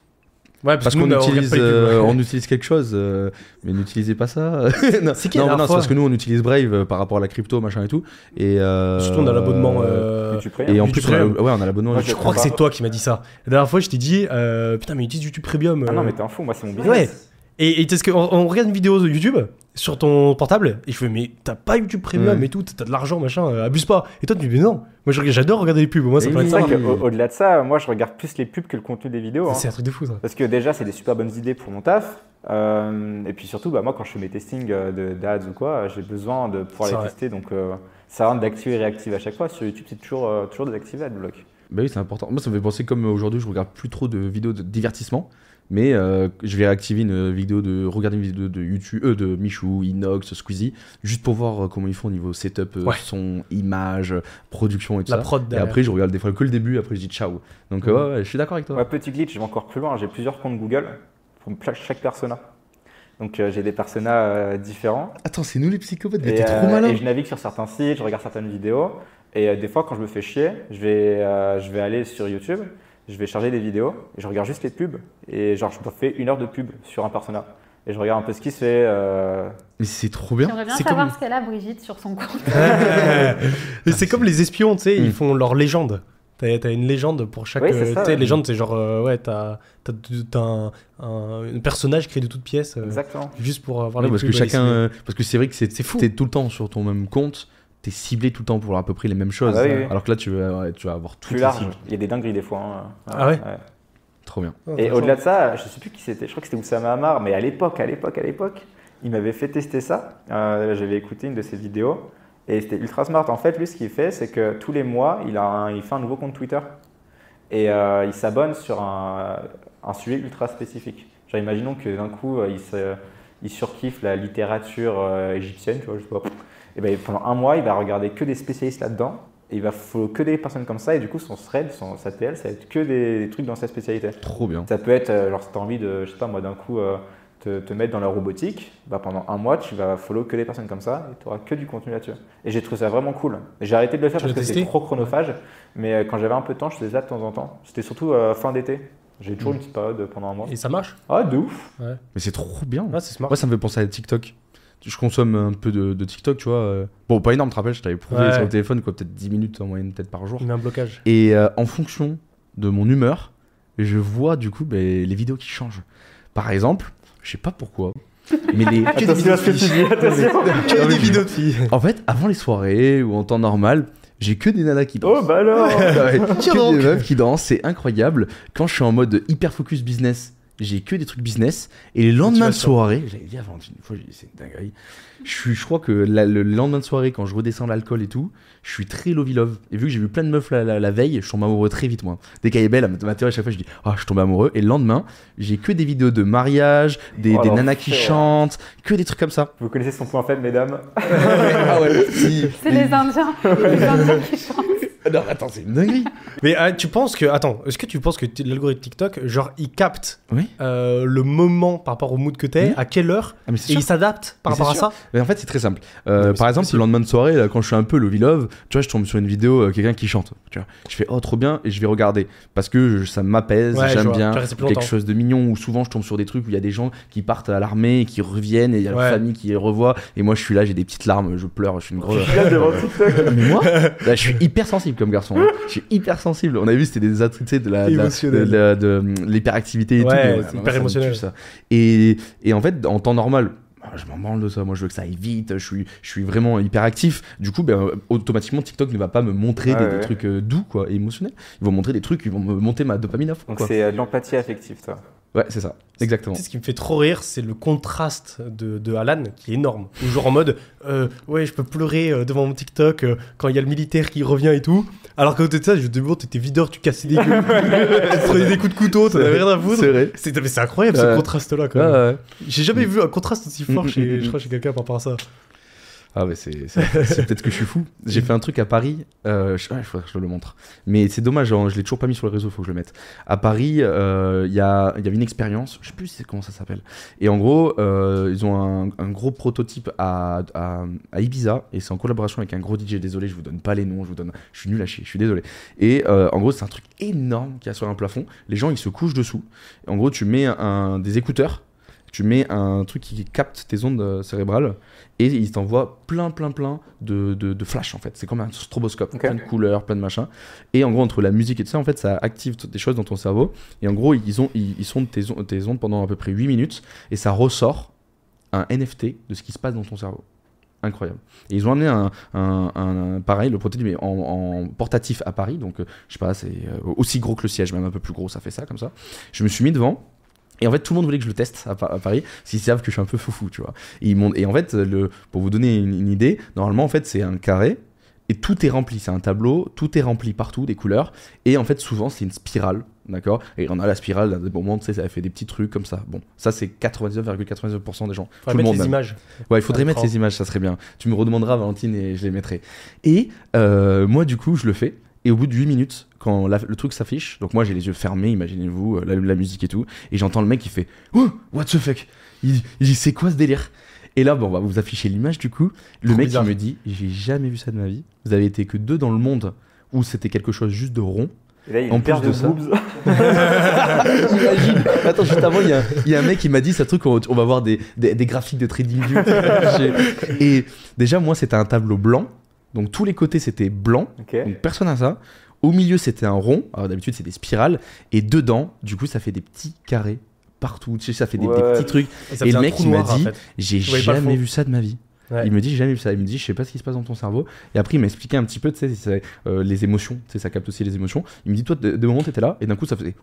Ouais,
Parce
nous,
qu'on
bah, on regarde
utilise,
pas les pubs,
euh,
ouais.
on utilise quelque chose, euh, mais n'utilisez pas ça. *laughs* non,
C'est qui la
non,
dernière
non, c'est
fois
parce que nous on utilise Brave euh, par rapport à la crypto, machin et tout. Et euh,
Surtout on a l'abonnement. euh,
YouTube
Et
Premium.
en
YouTube
plus, on a,
Premium.
ouais, on a l'abonnement.
Moi,
Je
je
crois que
comprends
c'est
pas.
toi qui m'as dit ça. La dernière fois, je t'ai dit, euh, putain, mais utilise YouTube Premium.
Ah non,
euh.
mais t'es un fou, moi c'est mon
Ouais.
business.
Et, et parce que on, on regarde une vidéo de YouTube sur ton portable et je fais mais t'as pas YouTube Premium
Ouais.
et tout, t'as de l'argent machin, euh, abuse pas. Et toi tu me dis mais non, moi je- j'adore regarder les pubs, moi ça
Et
me paraît
C'est
oui.
ça.
vrai
Ah, mais-
qu'au-delà de ça, moi je regarde plus les pubs que le contenu des vidéos. hein.
C'est un truc de fou ça.
Parce que déjà, c'est des super bonnes idées pour mon taf. Euh, et puis surtout, bah, moi, quand je fais mes testings euh, de- d'ads ou quoi, euh, j'ai besoin de pouvoir
C'est
les
vrai.
tester. Donc, euh, ça rend d'activer et réactiver à chaque fois. Sur YouTube, c'est toujours, euh, toujours désactivé AdBlock.
Bah oui, c'est important. Moi, ça me fait penser comme aujourd'hui, je regarde plus trop de vidéos de divertissement, mais euh, je vais réactiver une vidéo de regarder une vidéo de YouTube, euh, de Michou, Inox, Squeezie, juste pour voir euh, comment ils font au niveau setup, euh,
Ouais.
son, image, euh, production et tout
La
ça.
prod
Et
derrière. *laughs*
après, je regarde des fois que le début, après je dis ciao. Donc euh,
Mhm.
ouais, ouais, je suis d'accord avec toi.
Ouais, petit glitch, je vais encore plus loin. J'ai plusieurs comptes Google pour pla- chaque persona. Donc, euh, j'ai des personas euh, différents.
Attends, c'est nous les psychopathes, mais
Et,
t'es trop
euh,
malin.
et je navigue sur certains sites, je regarde certaines vidéos. Et euh, des fois, quand je me fais chier, je vais, euh, je vais aller sur YouTube, je vais charger des vidéos, et je regarde juste les pubs. Et genre, je me fais une heure de pub sur un persona. Et je regarde un peu ce qui se fait. euh,
Mais c'est trop bien.
J'aimerais bien
C'est
savoir
comme-
ce qu'elle a, Brigitte, sur son compte.
Ah,
Et c'est comme les espions, tu sais,
Mm.
ils font leur légende. T'as t'as une légende pour chaque.
Oui, c'est
euh,
ça,
tu sais,
ouais.
légende, c'est genre, euh, ouais, t'as t'as- t'as un, un- un personnage créé de toutes pièces euh,
Exactement.
juste pour avoir
Ouais,
les
parce que
pubs à
chacun,
dessiner.
euh, parce que c'est vrai que c'est
C'est fou.
T'es tout le temps sur ton même compte, t'es ciblé tout le temps pour à peu près les mêmes choses.
Ah bah oui, oui.
Alors que là, tu vas, ouais, tu vas avoir tout
Plus large. Il y a des dingueries des fois. hein.
Ah ouais
Trop bien.
Ah,
Et au-delà de ça, je sais plus qui c'était, je crois que c'était Oussama Hamar, mais à l'époque, à l'époque, à l'époque, il m'avait fait tester ça. Euh, J'avais écouté une de ses vidéos et c'était ultra smart. En fait, lui, ce qu'il fait, c'est que tous les mois, il, a un- il fait un nouveau compte Twitter et euh, il s'abonne sur un, un sujet ultra spécifique. Genre, imaginons que d'un coup, euh, il, se- il surkiffe la littérature euh, égyptienne, tu vois, je sais pas. Et ben, pendant un mois, il va regarder que des spécialistes là-dedans Et il va falloir que des personnes comme ça, et du coup, son thread, son, sa TL, ça va être que des, des trucs dans sa spécialité.
Trop bien.
Ça peut être, euh, genre, si t'as envie de, je sais pas moi, d'un coup, euh, te, te mettre dans la robotique, bah, pendant un mois, tu vas follow que des personnes comme ça, et tu auras que du contenu là-dessus. Et j'ai trouvé ça vraiment cool. J'ai arrêté de le faire
Tu
parce
l'as
que c'est
testé
trop chronophage, mais euh, quand j'avais un peu de temps, je faisais ça de temps en temps. C'était surtout euh, fin d'été. J'ai toujours
Mm.
une petite période euh, pendant un mois.
Et ça marche
Ah, de
*laughs*
ouf
Mais c'est trop bien.
Ah, c'est smart.
Moi, ça me fait penser à TikTok. Je consomme un peu de, de TikTok, tu vois. euh. Bon, pas énorme, je te rappelle, je t'avais prouvé
Ouais.
sur le téléphone, quoi, peut-être 10 minutes en moyenne, peut-être par jour.
Il met
*laughs*
un blocage.
Et euh, en fonction de mon humeur, je vois du coup ben, les vidéos qui changent. Par exemple, je sais pas pourquoi, mais les.
*laughs* Attention à ce que tu dis, attention.
Non, mais je-
de filles.
*laughs* En fait, avant les soirées ou en temps normal, j'ai que des nanas qui dansent.
*laughs* Oh bah alors
Ouais, *laughs*
Tiens
que
donc.
des meufs qui dansent, c'est incroyable. Quand je suis en mode hyper focus business, j'ai que des trucs business. Et les lendemains de
Motivation.
soirée, j'avais dit à Valentine une fois, j'ai dit, c'est une dinguerie. Je, suis, je crois que la- le lendemain de soirée, quand je redescends l'alcool et tout, je suis très lovey love. Et vu que j'ai vu plein de meufs la, la- la veille, je tombe amoureux très vite, moi. Dès qu'elle est belle, elle me- ma théorie, à chaque fois, je dis, ah, je tombe amoureux. Et le lendemain, j'ai que des vidéos de mariage, des,
Oh,
des
l'enfer.
nanas qui chantent, que des trucs comme ça.
Vous connaissez son point faible,
*laughs*
mesdames
ah ouais, si. Ah
C'est les Indiens. les Indiens qui chantent.
Non, attends, c'est une dinguerie.
Mais euh, tu penses que. Attends, est-ce que tu penses que t- l'algorithme TikTok, genre, il capte
Oui.
euh, le moment par rapport au mood que t'es,
Mhm.
à quelle heure,
Ah, mais c'est
et
sûr.
il s'adapte par
Mais c'est
rapport à
sûr.
ça
Mais en fait, c'est très simple. Euh,
mais c'est
par exemple,
possible.
le lendemain de soirée, là, quand je suis un peu lovey love, tu vois, je tombe sur une vidéo, euh, quelqu'un qui chante. Tu vois, je fais oh trop bien et je vais regarder parce que je- ça m'apaise,
Ouais, je
j'aime
vois.
bien
Tu restes plus
quelque
longtemps.
chose de mignon. Ou souvent, je tombe sur des trucs où il y a des gens qui partent à l'armée et qui reviennent et il y a
Ouais.
leur famille qui les revoit et moi je suis là, j'ai des petites larmes, je pleure,
*laughs*
je suis une grosse.
Tu viens devant TikTok
Mais
*laughs*
moi, là, je suis hyper sensible comme garçon. hein. Je suis hyper sensible. On a vu, c'était des attrités de la- de la-
Émotionnel.
de la- de, hum, l'hyperactivité et tout.
Ouais,
mais
c'est
moi, ça
hyper
me
émotionnel.
tue, ça. Et, et en fait, en temps normal, bah, je m'en branle de ça. Moi, je veux que ça aille vite. Je suis, je suis vraiment hyperactif. Du coup, ben, automatiquement, TikTok ne va pas me montrer
Ah
des,
ouais.
des trucs euh, doux, quoi, et émotionnels. Ils vont me montrer des trucs, ils vont me monter ma dopamine à fond,
Donc
quoi.
c'est euh, de l'empathie affective, toi.
Ouais, c'est ça. Exactement.
Tu sais, ce qui me fait trop rire, c'est le contraste de, de Alan qui est énorme. Ou genre en mode, euh, ouais, je peux pleurer euh, devant mon TikTok euh, quand il y a le militaire qui revient et tout. Alors que côté de ça, je te bon, t'étais videur, tu cassais des gueules,
*laughs*
tu te prenais des coups de couteau, t'en avais rien à
C'est
foutre.
vrai.
C'est mais c'est incroyable ce
Ouais.
contraste-là quand
Ouais,
même.
ouais.
J'ai jamais vu un contraste aussi fort
Mm, mm,
chez,
mm,
je crois, chez quelqu'un par rapport à ça.
Ah ouais, c'est c'est- c'est peut-être que je suis fou. J'ai fait un truc à Paris. Euh, je, ouais, faudrait que je te le montre. Mais c'est dommage, hein, je l'ai toujours pas mis sur le réseau, faut que je le mette. À Paris, euh, il y, a, il y avait une expérience, je sais plus c'est- comment ça s'appelle. Et en gros, euh, ils ont un, un gros prototype à, à, à Ibiza et c'est en collaboration avec un gros DJ. Désolé, je vous donne pas les noms, je vous donne. Je suis nul à chier, je suis désolé. Et euh, en gros, c'est un truc énorme qui a sur un plafond. Les gens, ils se couchent dessous. En gros, tu mets un, des écouteurs, tu mets un truc qui capte tes ondes euh, cérébrales et il t'envoie plein, plein, plein de, de, de flash en fait. C'est comme un stroboscope,
Ok.
plein de couleurs, plein de machins. Et en gros, entre la musique et tout ça, en fait, ça active t- des choses dans ton cerveau. Et en gros, ils, ont, ils, ils sondent tes, on- tes ondes pendant à peu près 8 minutes et ça ressort un NFT de ce qui se passe dans ton cerveau. Incroyable. Et ils ont amené un, un- un- pareil, le prototype, mais en, en portatif à Paris. Donc, euh, je sais pas, c'est euh, aussi gros que le siège, même un peu plus gros, ça fait ça comme ça. Je me suis mis devant. Et en fait, tout le monde voulait que je le teste à, Pa- à Paris, s'ils savent que je suis un peu foufou, tu vois. Et, ils m'ont- et en fait, le, pour vous donner une, une idée, normalement, en fait, c'est un carré et tout est rempli. C'est un tableau, tout est rempli partout, des couleurs. Et en fait, souvent, c'est une spirale, d'accord Et on a la spirale, à des moments, tu sais, ça fait des petits trucs comme ça. Bon, ça, c'est 99,99% des gens.
Faudrait
tout le
mettre
monde,
les
même.
images.
Ouais, il faudrait
À
mettre
l'écran.
ces images, ça serait bien. Tu me redemanderas, Valentine, et je les mettrai. Et euh, moi, du coup, je le fais. Et au bout de 8 minutes, quand la- le truc s'affiche, donc moi j'ai les yeux fermés, imaginez-vous, euh, la, la musique et tout, et j'entends le mec qui fait Oh, what the fuck Il il dit C'est quoi ce délire Et là, bon, on va vous afficher l'image du coup. Le
Trop
mec
bizarre.
il me dit J'ai jamais vu ça de ma vie. Vous avez été que deux dans le monde où c'était quelque chose juste de rond.
Et là, il y a
En
une
plus
paire
de
de
ça.
boobs. *laughs*
J'imagine. Attends, juste avant, il y a un- il y, a un mec qui m'a dit ça truc, on, on va voir des, des, des graphiques de TradingView. J'ai- Et déjà, moi, c'était un tableau blanc. Donc, tous les côtés, c'était blanc.
Ok.
Donc, personne à ça. Au milieu, c'était un rond. Alors, d'habitude, c'est des spirales. Et dedans, du coup, ça fait des petits carrés partout. Tu sais, ça fait des, des
Ouais.
petits trucs.
Et, ça
Et
faisait
le
un
mec,
trou
il m'a
noir, en
dit-
fait.
J'ai
voyais pas le
jamais
fond.
vu ça de ma vie.
Ouais.
Il me dit j'ai jamais vu ça. Il me dit je sais pas ce qui se passe dans ton cerveau. Et après il m'expliquait un petit peu tu sais c'est, euh, les émotions. Tu sais ça capte aussi les émotions. Il me dit toi de, de moment t'étais là et d'un coup ça faisait.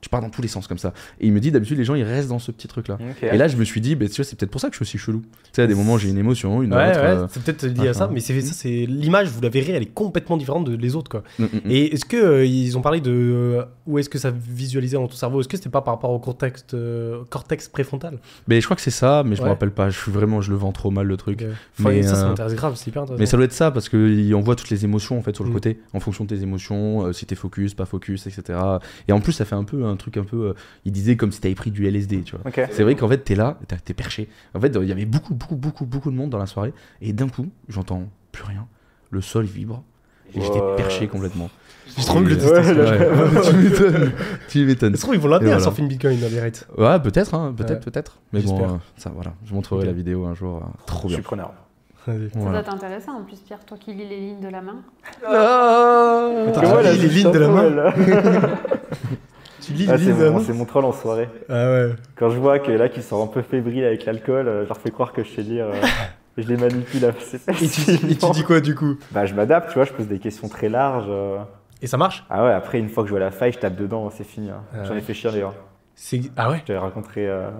Tu pars dans tous les sens comme ça. Et il me dit d'habitude les gens ils restent dans ce petit truc là.
Ok.
Et là je me suis dit, bah, tu vois, c'est peut-être pour ça que je suis aussi chelou. Tu sais, à des moments j'ai une émotion, une
Ouais,
autre.
ouais,
euh,
c'est peut-être lié à ça,
machin.
mais c'est ça, c'est l'image, vous la verrez, elle est complètement différente de les autres quoi.
mm, mm, mm.
Et est-ce que euh, ils ont parlé de euh, où est-ce que ça visualisait dans ton cerveau Est-ce que c'était pas par rapport au contexte euh, cortex préfrontal
Mais je crois que c'est ça, mais je me
Ouais.
rappelle pas. Je suis vraiment, je le vends trop mal le truc.
Euh, enfin,
mais,
ça, ça
euh,
m'intéresse grave, c'est hyper intéressant.
Mais ça doit être ça parce que il- on voit toutes les émotions en fait sur le
Mm.
côté, en fonction de tes émotions, euh, si t'es focus, pas focus, etc. Et en plus, ça fait un peu un truc un peu. euh, il disait comme si t'avais pris du LSD, tu vois.
Ok.
C'est vrai qu'en fait, t'es là, t'as- t'es perché. En fait, il y avait beaucoup, beaucoup, beaucoup, beaucoup de monde dans la soirée. Et d'un coup, j'entends plus rien. Le sol vibre. Et j'étais
Ouais.
perché complètement.
J'ai trop envie de le
Et-
tester.
Ouais, là,
Ouais, tu
*laughs*
m'étonnes. tu m'étonnes.
Ça se trouve, ils vont l'amener
Et
à
voilà.
surfer une bitcoin dans
*laughs*
les rates.
Ouais, peut-être, hein, peut-être,
Ouais.
peut-être. Mais
J'espère.
bon, euh, ça, voilà. Je montrerai
Ok.
la vidéo un jour. euh, trop
Je
bien.
suis preneur.
Euh,
Ça
Voilà.
doit t'intéresser en plus, Pierre, toi qui lis les lignes de la main.
Attends,
Parce que moi,
tu
là,
lis les
c'est
lignes de la main.
Stonewall, là.
Tu lis
Ah,
les
c'est
lignes de la
mon,
main
c'est mon troll en soirée.
Ah ouais.
Quand je vois que là qu'ils sont un peu fébriles avec l'alcool, euh, je leur fais croire que je sais lire. euh, je les manipule assez
Et tu, et tu
facilement.
dis quoi du coup
Bah, je m'adapte, tu vois, je pose des questions très larges. euh.
Et ça marche
Ah ouais, après, une fois que je vois la faille, je tape dedans, c'est fini. hein.
Ah
J'en
ouais.
ai fait chier d'ailleurs.
C'est ah ouais.
J'avais rencontré. euh,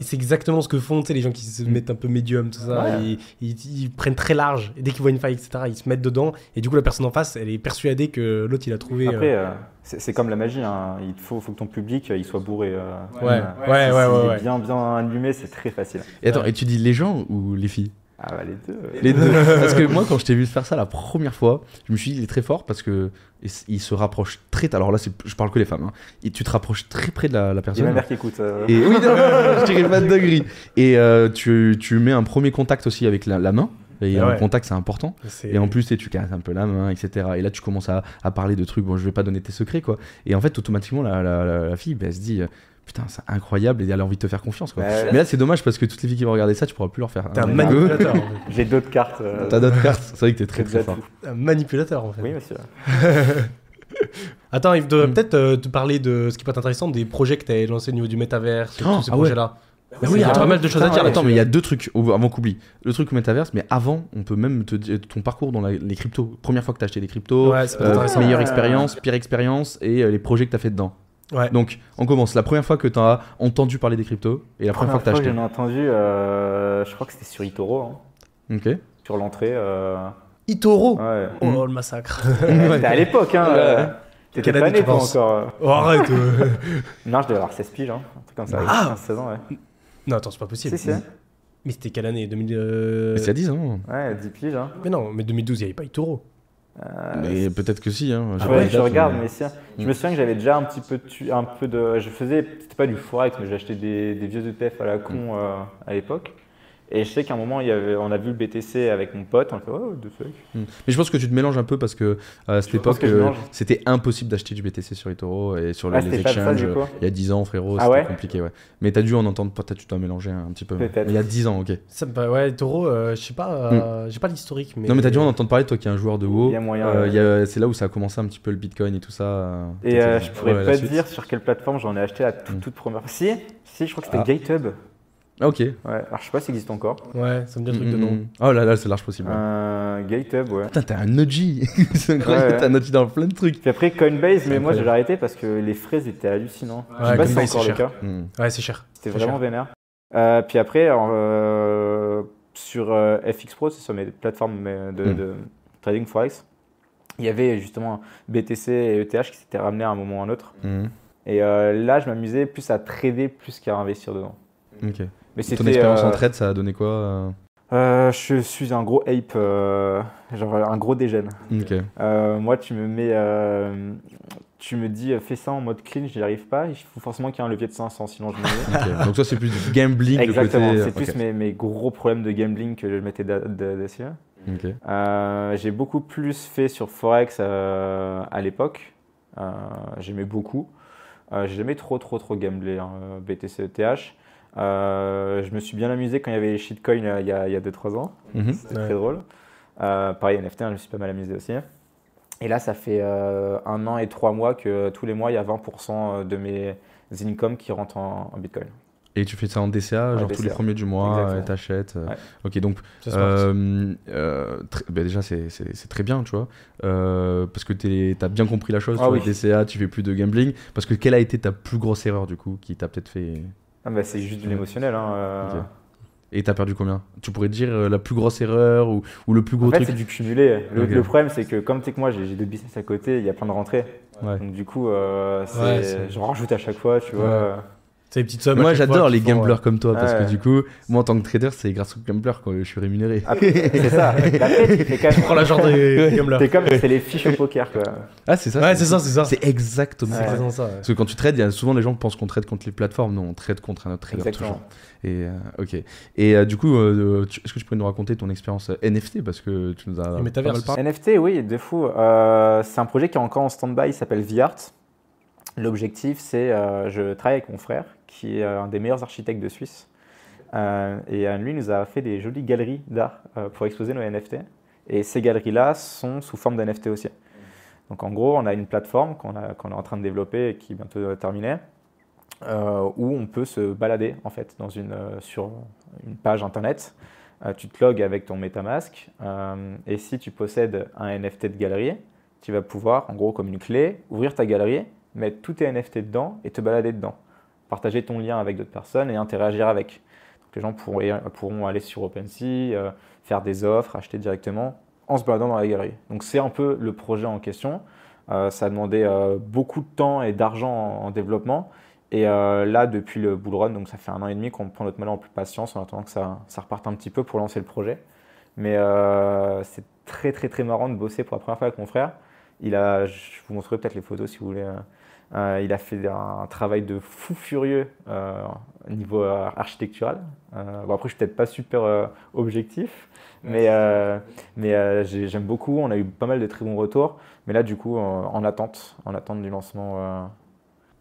Et C'est exactement ce que font tu sais, les gens qui se mettent un peu médium, tout ça.
Mm. Ouais.
Ils, ils- ils prennent très large. Et dès qu'ils voient une faille, etc., ils se mettent dedans. Et du coup, la personne en face, elle est persuadée que l'autre, il a trouvé. euh,
Après, euh, c'est c'est comme la magie, hein. il te faut, faut que ton public euh, il soit bourré. euh.
Ouais, ouais,
Si-
ouais,
si
ouais,
il est
ouais.
Bien, bien allumé, c'est très facile.
Et attends,
Ouais.
et tu dis les gens ou les filles
Ah bah les deux. euh. *laughs*
Les deux. parce que moi, quand je t'ai vu faire ça la première fois, je me suis dit, il est très fort parce que il s- il se rapproche très. Alors là, c'est- je parle que les femmes. hein. Et tu te rapproches très près de la, la
Il y a
personne.
ma mère qui écoute. euh.
Et oui, non, je dirais pas de dinguerie. Et euh, tu, tu mets un premier contact aussi avec la, la main. Et
Ah
un
ouais.
contact, c'est important.
euh, c'est-
Et en plus, tu sais, tu casses un peu la main, etc. Et là, tu commences à, à parler de trucs. Bon, je vais pas donner tes secrets, quoi. Et en fait, automatiquement, la, la- la- la fille, bah, elle se dit, euh, putain, c'est incroyable. Et elle a envie de te faire confiance, quoi.
Ouais.
Mais là, c'est dommage parce que toutes les filles qui vont regarder ça, tu pourras plus leur faire.
T'es un
Ouais.
manipulateur. en fait.
J'ai d'autres cartes. euh,
T'as d'autres
*laughs*
cartes. C'est vrai que t'es très
d'autres
très
atouts.
fort.
Un manipulateur, en fait.
Oui, monsieur.
Attends, il devrait
Mm.
peut-être euh, te parler de ce qui peut être intéressant, des projets que t'avais lancés au niveau du métaverse,
Oh,
tous ces
ah ouais.
projets-là.
Bah
Il y a pas mal de choses à dire
Attends,
là-dessus.
mais il y a deux trucs au- avant qu'oublie. Le truc au métaverse, mais avant, on peut même te dire ton parcours dans la- les cryptos. Première fois que t'as acheté des cryptos,
Ouais, c'est pas
euh,
intéressant.
meilleure
Ouais.
expérience, pire expérience et euh, les projets que t'as fait dedans.
Ouais.
Donc, on commence. La première fois que t'as entendu parler des cryptos et la
La
première fois que t'as acheté.
j'en ai entendu, euh, je crois que c'était sur Itoro, hein,
Ok.
sur l'entrée. euh,
*laughs*
Itoro
ouais.
Oh, le massacre.
*laughs* C'était à l'époque, hein.
Ouais.
euh, T'étais
Quelle
pas
année
né,
tu
toi,
penses
encore. euh.
Oh, arrête. euh.
Non, je devais avoir 16 piges, hein, un truc comme ça.
Ah
15, 16 ans, ouais.
non, attends, c'est pas possible.
Si, si, ouais,
Mais c'était quelle année 2000. euh,
Mais c'est à 10 ans.
ouais, 10 piges. Hein.
Mais non, mais 2012, il n'y avait pas Itoro.
mais peut-être que si. Hein. J'ai
Euh, Ah
pas les
ouais, je
dates,
regarde,
mais-
mais si. Je me souviens que j'avais déjà un petit peu de, tu- un peu de. Je faisais, c'était pas du forex, mais j'achetais des, des vieux ETF à la
Mm.
con euh, à l'époque. Et je sais qu'à un moment, il y avait, on a vu le BTC avec mon pote. On a fait, oh, what the fuck.
Hmm. Mais je pense que tu te mélanges un peu parce que euh, à cette
Je pense
époque,
que je
euh,
mélange.
c'était impossible d'acheter du BTC sur eToro et sur
Ah,
les
c'était pas ça,
exchanges.
du coup
euh, Il y a 10 ans, frérot,
Ah
c'était
ouais
compliqué, ouais. Mais t'as dû en entendre, peut-être tu t'en mélangé un petit peu.
Peut-être.
Mais Il y a 10 ans, ok.
Ça, me paraît- ouais, Itoro, euh, je sais pas, euh, j'ai pas l'historique. Mais...
Hmm. Non, mais t'as dû en entendre parler, toi qui es un joueur de
euh,
WoW.
Il y a moyen,
Euh,
ouais.
il y a- C'est là où ça a commencé un petit peu le bitcoin et tout ça. euh,
Et
peut-être,
euh,
euh,
je pourrais
ouais, la
pas te
suite.
dire sur quelle plateforme j'en ai acheté la toute,
Mm.
toute première. Si, si, je crois que c'était
Ah.
GateHub.
Ah, ok.
Ouais, alors je sais pas si ça existe encore.
Ouais, ça me dit un truc
Mm,
de
mm,
nom.
mm. Oh là là, c'est large possible. ouais.
Euh, GateHub, ouais.
Putain, t'es un OG. *laughs* c'est incroyable,
Ouais, ouais.
t'es un OG dans plein de trucs.
Puis après Coinbase, mais moi
incroyable.
j'ai arrêté parce que les frais étaient hallucinants. je
Ouais,
sais pas si
Coinbase,
c'est encore
c'est
le
cher.
cas.
Mm.
Ouais, c'est cher.
C'était
Très
vraiment
cher.
vénère. Euh, puis après, alors, euh, sur euh, FX Pro, c'est sur mes plateformes mais, euh, de,
Hmm.
Mm.
de trading forex, il y avait justement BTC et ETH qui s'étaient ramenés à un moment ou à un autre.
Mm.
Et euh, là, je m'amusais plus à trader plus qu'à investir dedans.
Ok.
Mais
Ton expérience
euh,
en trade, ça a donné quoi euh
Euh, je suis un gros ape, euh, genre un gros dégène.
Ok.
Euh, moi, tu me mets, euh, tu me dis, euh, fais ça en mode clean, j'y arrive pas. Il faut forcément qu'il y ait un levier de 500, sinon je me
*laughs*
mets. *laughs*
ok. Donc, ça, c'est plus du gambling. le
Exactement,
côté- euh,
c'est plus
ok.
mes, mes gros problèmes de gambling que je mettais da- da- dessus.
Ok.
Euh, J'ai beaucoup plus fait sur Forex euh, à l'époque. Euh, J'aimais beaucoup. Euh, J'ai jamais trop, trop, trop gamblé hein, BTC, ETH. Euh, je me suis bien amusé quand il y avait les shitcoins euh, il y a 2-3 ans.
Mhm.
C'était
Ouais.
très drôle. Euh, pareil, NFT, hein, je me suis pas mal amusé aussi. Et là, ça fait euh, un euh, an et trois mois que euh, tous les mois, il y a 20% de mes incomes qui rentrent en, en Bitcoin.
Et tu fais ça en DCA,
Ouais,
genre tous les
DCA.
premiers du mois,
Exactement.
et t'achètes. euh,
Ouais.
Ok, donc
Ça, c'est parti.
euh, euh, tr- bah, déjà c'est- c'est c'est très bien, tu vois, euh, parce que t'es- t'as bien compris la chose.
Ah
tu vois,
oui.
DCA, tu fais plus de gambling. Parce que quelle a été ta plus grosse erreur du coup, qui t'a peut-être fait
Ah, bah, c'est juste de l'émotionnel. Hein, euh.
Ok. Et t'as perdu combien Tu pourrais dire euh, la plus grosse erreur ou, ou le plus gros
En fait, c'est
truc
du cumulé. Le,
Ok.
le problème, c'est que comme tu sais que moi, j'ai j'ai deux business à côté, il y a plein de rentrées.
Ouais.
Donc, du coup, euh, c'est-
Ouais, c'est-
je rajoute à chaque fois, tu
Ouais.
vois.
C'est les petites sommes. à
Moi
chaque fois
j'adore
qui
les
font, euh,
gamblers comme toi parce que
Ouais.
du coup, moi en tant que trader, c'est grâce aux gamblers que je suis rémunéré.
Après, c'est ça. Après, tu fais quand
euh, Prends
même.
la genre
*laughs*
des
*laughs*
des
T'es
gamblers.
comme c'est les fiches au poker, quoi.
Ah, c'est ça
Ouais, c'est ça, c'est ça.
C'est exactement
C'est
Ouais.
ça.
exactement ça. ouais.
Parce que quand tu trades, il y a souvent les gens pensent qu'on trade contre les plateformes. Non, on trade contre un autre trader toujours.
Exactement.
Et euh, ok. Et euh, du coup, euh, tu- est-ce que tu pourrais nous raconter ton expérience euh, NFT parce que tu nous as
Le métaverse aussi.
parlé.
NFT, oui, de fou. Euh, c'est un projet qui est encore en stand-by, il s'appelle VArt. L'objectif, c'est, euh, je travaille avec mon frère, qui est euh, un des meilleurs architectes de Suisse. Euh, et euh, lui nous a fait des jolies galeries d'art euh, pour exposer nos NFT. Et ces galeries-là sont sous forme d'NFT aussi. Donc en gros, on a une plateforme qu'on a- qu'on est en train de développer et qui est bientôt euh, terminée, euh, où on peut se balader en fait dans une, euh, sur une page internet. Euh, tu te logs avec ton MetaMask euh, et si tu possèdes un NFT de galerie, tu vas pouvoir, en gros, comme une clé, ouvrir ta galerie, mettre tous tes NFT dedans et te balader dedans. Partager ton lien avec d'autres personnes et interagir avec. Donc, les gens pourraient- pourront aller sur OpenSea, euh, faire des offres, acheter directement en se baladant dans la galerie. Donc c'est un peu le projet en question. Euh, ça a demandé euh, beaucoup de temps et d'argent en, en développement. Et euh, là, depuis le bull run, donc ça fait un an et demi qu'on prend notre mal en plus patience en attendant que ça, ça reparte un petit peu pour lancer le projet. Mais euh, c'est très très très marrant de bosser pour la première fois avec mon frère. Il a, je vous montrerai peut-être les photos si vous voulez. euh, euh, il a fait un travail de fou furieux euh, niveau euh, architectural. Euh, bon, après, je suis peut-être pas super euh, objectif, mais, euh, mais euh, j'ai- j'aime beaucoup. On a eu pas mal de très bons retours. Mais là, du coup, euh, en attente, en attente du lancement. euh,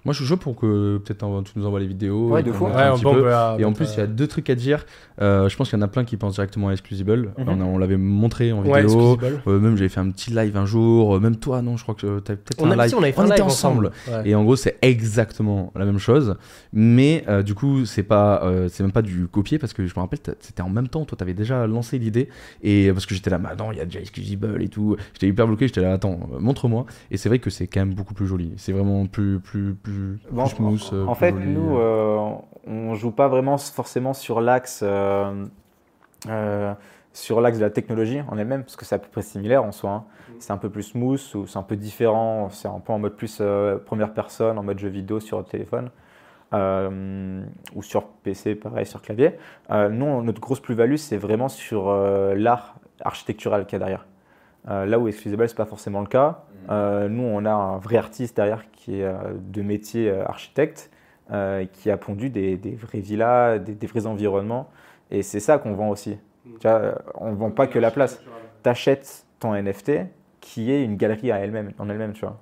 Moi, je suis chaud pour que peut-être en- tu nous envoies les vidéos.
Ouais,
et
de
qu'on
fou.
mette
Ouais,
un
on
petit
peut-
peu.
on peut, euh,
Et en
mettre,
plus, il y a deux trucs à dire. Euh, je pense qu'il y en a plein qui pensent directement à Exclusible.
Mhm.
On, a- on l'avait montré en
euh, ouais,
vidéo.
Excusable.
Euh, même j'avais fait un petit live un jour. Euh, même toi, non, je crois que t'avais peut-être fait
On
un
avait
live.
si, on avait fait un
était
live
ensemble.
Ouais.
Et en gros, c'est exactement la même chose, mais euh, du coup, c'est pas, euh, c'est même pas du copier parce que je me rappelle, t'as- c'était en même temps. Toi, t'avais déjà lancé l'idée et euh, parce que j'étais là, mais non, il y a déjà Exclusible et tout. J'étais hyper bloqué. J'étais là, attends, euh, montre-moi. Et c'est vrai que c'est quand même beaucoup plus joli. C'est vraiment plus, plus, plus,
Bon,
plus smooth. euh,
en
plus
fait,
joli.
nous, euh, on joue pas vraiment forcément sur l'axe euh, euh, sur l'axe de la technologie en elle-même, parce que c'est à peu près similaire en soi. hein. C'est un peu plus smooth ou c'est un peu différent. C'est un peu en mode plus euh, première personne, en mode jeu vidéo sur le téléphone. euh, ou sur PC, pareil, sur clavier. Euh, nous, on- notre grosse plus-value, c'est vraiment sur euh, l'art architectural qu'il y a derrière. Euh, là où Excusable, ce n'est pas forcément le cas. Euh, nous, on a un vrai artiste derrière qui est euh, de métier euh, architecte, euh, qui a pondu des, des vraies villas, des, des vrais environnements. Et c'est ça qu'on vend aussi. Tu vois, euh, on ne vend pas que la place. Tu achètes ton NFT qui est une galerie à elle-même, en elle-même, tu vois.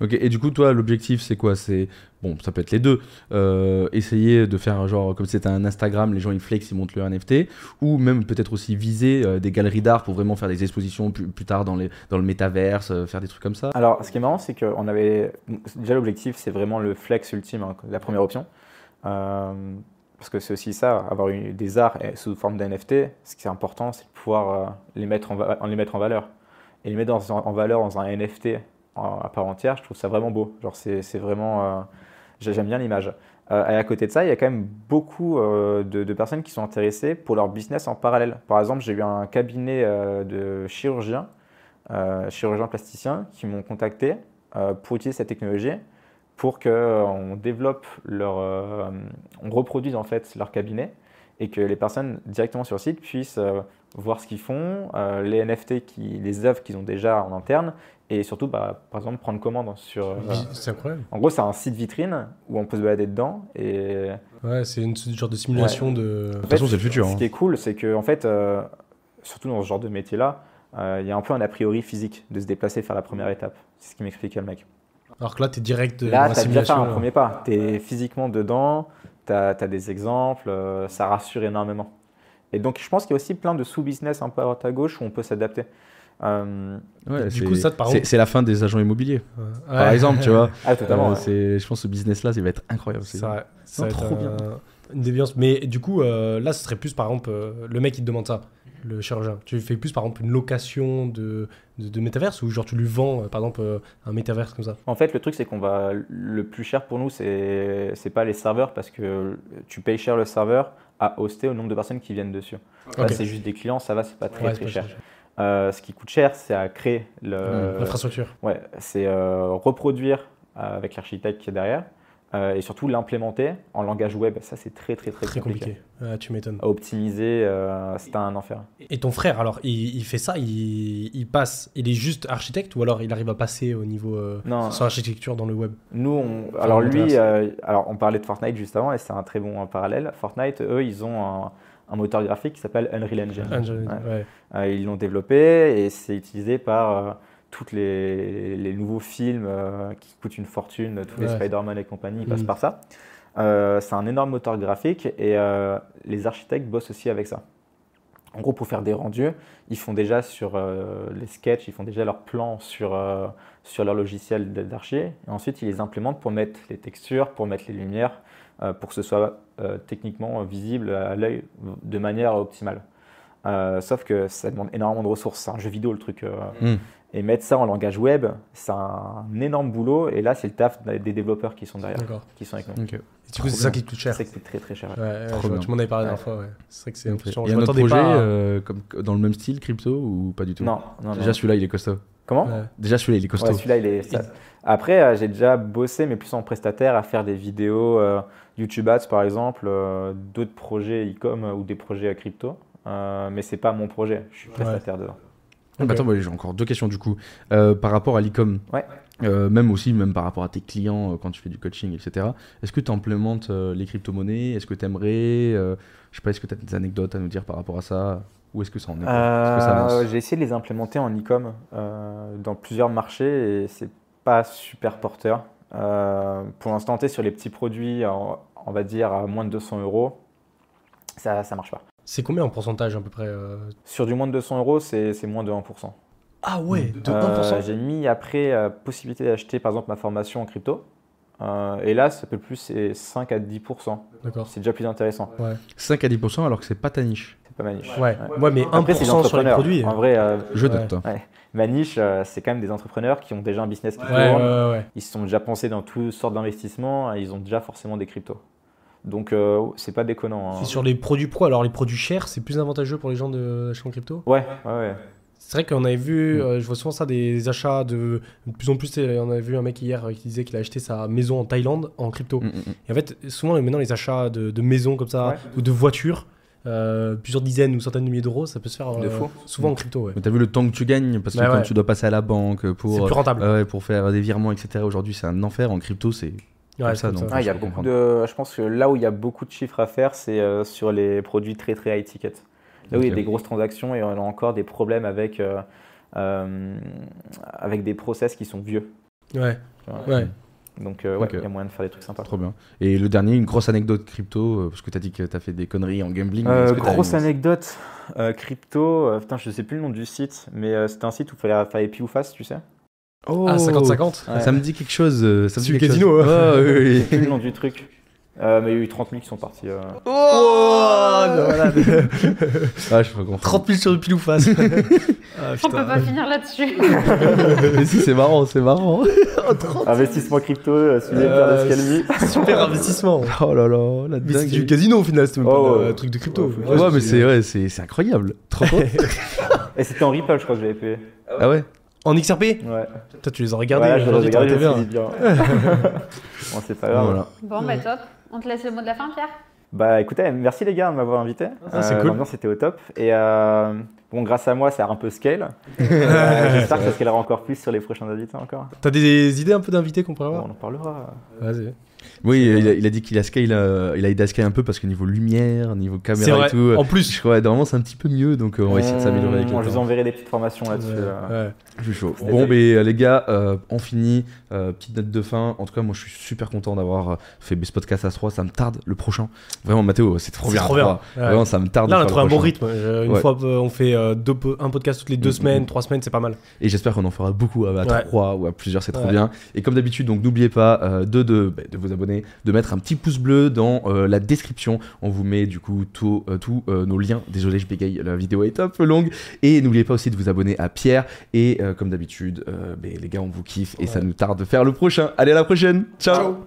Ok, et du coup, toi, l'objectif, c'est quoi C'est, bon, ça peut être les deux, euh, essayer de faire genre, comme c'était un Instagram, les gens ils flexent, ils montent leur NFT, ou même peut-être aussi viser euh, des galeries d'art pour vraiment faire des expositions plus, plus tard dans, les, dans le métaverse, euh, faire des trucs comme ça.
Alors, ce qui est marrant, c'est qu'on avait. Déjà, l'objectif, c'est vraiment le flex ultime, hein, la première option. Euh, parce que c'est aussi ça, avoir eu des arts eh, sous forme d'NFT, ce qui est important, c'est de pouvoir euh, les, mettre en va- en les mettre en valeur. Et les mettre dans- en valeur dans un NFT en- à part entière, je trouve ça vraiment beau. Genre, c'est c'est vraiment. euh, j'ai- J'aime bien l'image. Euh, et à côté de ça, il y a quand même beaucoup euh, de, de personnes qui sont intéressées pour leur business en parallèle. Par exemple, j'ai eu un cabinet euh, de chirurgiens euh, chirurgiens plasticiens qui m'ont contacté euh, pour utiliser cette technologie pour qu'on développe leur. euh, on reproduise en fait leur cabinet et que les personnes directement sur le site puissent euh, voir ce qu'ils font, euh, les NFT, qui, les œuvres qu'ils ont déjà en interne et surtout, bah, par exemple, prendre commande sur. euh,
Ah, C'est incroyable.
en gros, c'est un site vitrine où on peut se balader dedans et.
Ouais, c'est une sorte de simulation de.
En
toute façon, c'est le futur, hein.
Ce qui est cool, c'est que, en fait, euh, surtout dans ce genre de métier-là, euh, il y a un peu un a priori physique de se déplacer faire la première étape. C'est ce qui m'expliquait le mec.
Alors que là, t'es direct euh, dans
Là,
la
tu as déjà fait
simulation.
un
là.
premier pas. Tu es physiquement dedans, tu as, des exemples, euh, ça rassure énormément. Et donc, je pense qu'il y a aussi plein de sous-business un peu à droite à gauche où on peut s'adapter. Euh,
Ouais,
Du
c'est-
coup, ça, par
c'est-
contre-
c'est la fin des agents immobiliers,
Ouais.
par exemple, tu vois.
*laughs*
ah, totalement.
Euh,
ouais.
c'est- Je pense que ce business-là, ça va être incroyable. c'est-
Ça, ça
Non,
va être
trop
un-
bien.
Une déviance. Mais du coup, euh, là, ce serait plus, par exemple, euh, le mec qui te demande ça, le chirurgien. Tu fais plus, par exemple, une location de, de, de métaverse ou genre tu lui vends, euh, par exemple, euh, un métaverse comme ça
En fait, le truc, c'est qu'on va. Le plus cher pour nous, c'est c'est pas les serveurs parce que tu payes cher le serveur à hoster au nombre de personnes qui viennent dessus. Là,
Ok.
c'est juste des clients, ça va, c'est pas très,
Ouais, c'est
très
pas
cher.
cher. Mmh,
Euh, ce qui coûte cher, c'est à créer le.
L'infrastructure.
Ouais, c'est euh, reproduire euh, avec l'architecte qui est derrière euh, et surtout l'implémenter en langage web. Ça, c'est très, très, très,
Très compliqué. Ah, tu m'étonnes.
À optimiser, euh, c'est un enfer.
Et ton frère, alors, il, il fait ça, il, il passe, il est juste architecte ou alors il arrive à passer au niveau euh,
Non.
sans architecture dans le web
Nous, on-
Enfin,
alors
on
lui,
intéresse.
euh, alors on parlait de Fortnite juste avant et c'est un très bon euh, parallèle. Fortnite, eux, ils ont un, un moteur graphique qui s'appelle Unreal Engine.
Engine,
Ouais.
ouais.
Euh, ils l'ont développé et c'est utilisé par euh, toutes les, les nouveaux films euh, qui coûtent une fortune, tous les
Ouais.
Spider-Man et compagnie, ils
Mm.
passent par ça. Euh, c'est un énorme moteur graphique et euh, les architectes bossent aussi avec ça. En gros, pour faire des rendus, ils font déjà sur euh, les sketchs, ils font déjà leurs plans sur, euh, sur leur logiciel d- d'archi. Et ensuite, ils les implémentent pour mettre les textures, pour mettre les lumières, euh, pour que ce soit euh, techniquement visible à l'œil de manière optimale. Euh, sauf que ça demande énormément de ressources. C'est un jeu vidéo, le truc. euh,
Mm.
Et mettre ça en langage web, c'est un énorme boulot. Et là, c'est le taf des développeurs qui sont derrière,
D'accord.
qui sont avec nous.
Ok.
Et Du coup, c'est
Trop
ça
bien.
qui coûte cher.
C'est que c'est très très cher.
Ouais, ouais,
Trop
je vois,
bien.
tu m'en avais parlé la
Ouais.
dernière fois, ouais. C'est vrai que c'est un
Ok.
peu chiant.
Il y a
Je
un autre
m'attendais
projet
pas à-
euh, comme, dans le même style, crypto ou pas du tout
Non, non, non.
Déjà celui-là, il est costaud.
Comment
Ouais.
Déjà celui-là, il est
Ouais,
costaud.
celui-là, il est. ça- Après, euh, j'ai déjà bossé, mais plus en prestataire, à faire des vidéos euh, YouTube Ads, par exemple, euh, d'autres projets e-com euh, ou des projets euh, crypto. Euh, mais c'est pas mon projet. Je suis prestataire dedans.
Ah, bah, attends, bah, j'ai encore deux questions du coup. Euh, par rapport à l'e-com,
Ouais.
euh, même aussi, même par rapport à tes clients euh, quand tu fais du coaching, etc. Est-ce que tu implémentes euh, les crypto-monnaies Est-ce que tu aimerais Je sais pas, est-ce que tu as des anecdotes à nous dire par rapport à ça Où est-ce que ça en est quoi Est-ce que ça avance
Euh, j'ai essayé de les implémenter en e-com euh, dans plusieurs marchés et c'est pas super porteur. Euh, pour l'instant, t'es sur les petits produits, en- on va dire à moins de 200 euros, ça, ça marche pas.
C'est combien en pourcentage à peu près euh
Sur du moins de 200 euros, c'est c'est moins de 1%.
Ah ouais, de
Euh,
1%
J'ai mis après euh, possibilité d'acheter par exemple ma formation en crypto. Euh, et là, ça peut plus, c'est 5 à 10%.
D'accord.
C'est déjà plus intéressant.
5 à 10% alors que c'est pas ta niche.
C'est pas ma niche.
Ouais. ouais, mais
Après, c'est des
1% sur les
entrepreneurs.
produits.
En vrai, euh,
Je hein.
Ouais.
doute. toi.
ma niche, euh, c'est quand même des entrepreneurs qui ont déjà un business qui
Ouais, ouais,
tourne.
ouais. ouais.
Ils se sont déjà pensés dans toutes sortes d'investissements. et Ils ont déjà forcément des cryptos. Donc, euh, c'est pas déconnant. hein.
Et sur les produits pro, alors les produits chers, c'est plus avantageux pour les gens de- d'acheter en crypto
Ouais, ouais, ouais.
C'est vrai qu'on avait vu,
Mm.
euh, je vois souvent ça, des achats de, de plus en plus. euh, On avait vu un mec hier euh, qui disait qu'il a acheté sa maison en Thaïlande en crypto.
Mm, mm, mm.
Et en fait, souvent maintenant, les achats de, de maisons comme ça
Ouais.
ou de voitures, euh, plusieurs dizaines ou centaines de milliers d'euros, ça peut se faire
De
euh,
fou.
souvent en crypto. Ouais.
Mais t'as vu le temps que tu gagnes parce que
Bah
quand
ouais.
tu dois passer à la banque
C'est
pour,
plus rentable.
euh, ouais, pour faire des virements, etc. Aujourd'hui, c'est un enfer. En crypto, c'est
Ouais,
comme ça,
c'est
non.
comme ça.
Ah, il y a
Je peux
beaucoup de- je pense que là où il y a beaucoup de chiffres à faire, c'est euh, sur les produits très très high ticket. Là où il y
Ok.
a des grosses transactions et on a encore des problèmes avec, euh, euh, avec des process qui sont vieux.
Ouais.
Ouais.
ouais.
Donc euh, ouais,
Ok.
il y a moyen de faire des trucs sympas.
Trop bien. Et le dernier, une grosse anecdote crypto, euh, parce que t'as dit que t'as fait des conneries en gambling. mais
Euh,
est-ce que t'as
grosse
une-
anecdote euh, crypto, euh, putain je sais plus le nom du site, mais euh, c'était un site où il fallait faire les pieds ou face, tu sais.
Oh,
Ah, 50-50
Ouais.
Ça me dit quelque chose. euh, Ça me
C'est
dit
le
quelque
casino,
chose.
hein.
Ah, oui,
Je sais
oui.
plus
*laughs*
le nom du truc. Euh, mais il y a eu 30 000 qui sont partis. euh.
Oh, non, voilà. *laughs* ah, je peux comprendre.
30 000 sur le pile
*laughs*
ou face. ah,
On peut
putain.
pas finir
*laughs*
là-dessus.
Mais si, c'est marrant, c'est marrant.
Investissement crypto, euh, suivi
Euh,
par Scalmi.
Super investissement.
*laughs* Oh là là, la
Mais c'est
dingue.
du casino au final, c'est même pas
Oh,
un
euh,
ouais.
truc de crypto.
Ouais,
Ouais, mais c'est ouais, c'est c'est incroyable. Trop fort.
Et c'était en Ripple, je crois que j'avais fait.
ah ouais.
En XRP
Ouais.
Toi, tu les as regardés
Voilà,
euh,
je
aujourd'hui,
regarde,
t'en étais
je me
bien.
suis dit bien. *laughs*
*laughs*
bon, c'est pas grave.
Voilà.
Bon, bah top. On te laisse le mot de la fin, Pierre
Bah écoutez, merci les gars de m'avoir invité. Euh,
Ah, c'est cool.
L'ambiance était au top. Et euh, bon, grâce à moi, ça a un peu
*laughs*
scale. Euh, J'espère que ça scalera encore plus sur les prochains invités encore.
T'as des idées un peu d'invités qu'on pourrait
Bon,
avoir
on en parlera.
Vas-y.
Oui, il a, il a dit qu'il a scale, euh, il a aidé à scale un peu parce que niveau lumière, niveau
C'est
caméra et
vrai.
tout. euh,
En plus.
Je crois normalement c'est un petit peu mieux, donc euh, on va essayer de s'améliorer avec
On-
le
Je vous
temps.
enverrai des petites formations là-dessus. euh.
Ouais.
Je suis chaud.
C'est
Bon,
vrai.
ben les gars, euh, on finit. Euh, petite note de fin. En tout cas, moi, je suis super content d'avoir euh, fait ce podcast à 3 Ça me tarde le prochain. Vraiment, Mathéo, c'est trop
C'est
bien.
trop bien.
Trois.
Ouais.
Vraiment, ça me tarde. de
Là, on a
faire
trouvé un
le
bon
prochain.
rythme. Euh, Une
Ouais.
fois, euh, on fait euh, deux po- un podcast toutes les deux
Mm,
semaines,
mm.
trois semaines, c'est pas mal.
Et j'espère qu'on en fera beaucoup à, à
Ouais.
trois ou à plusieurs. C'est trop
Ouais.
bien. Et comme d'habitude, donc n'oubliez pas euh, de, de, bah, de vous vous abonner, de mettre un petit pouce bleu dans euh, la description. On vous met du coup tous euh, tous, euh, nos liens. Désolé, je bégaye, la vidéo est un peu longue. Et n'oubliez pas aussi de vous abonner à Pierre. bah, Et euh, comme d'habitude, euh, ben, les gars, on vous kiffe et ça nous tarde de faire le prochain. Allez, à la prochaine. Ciao.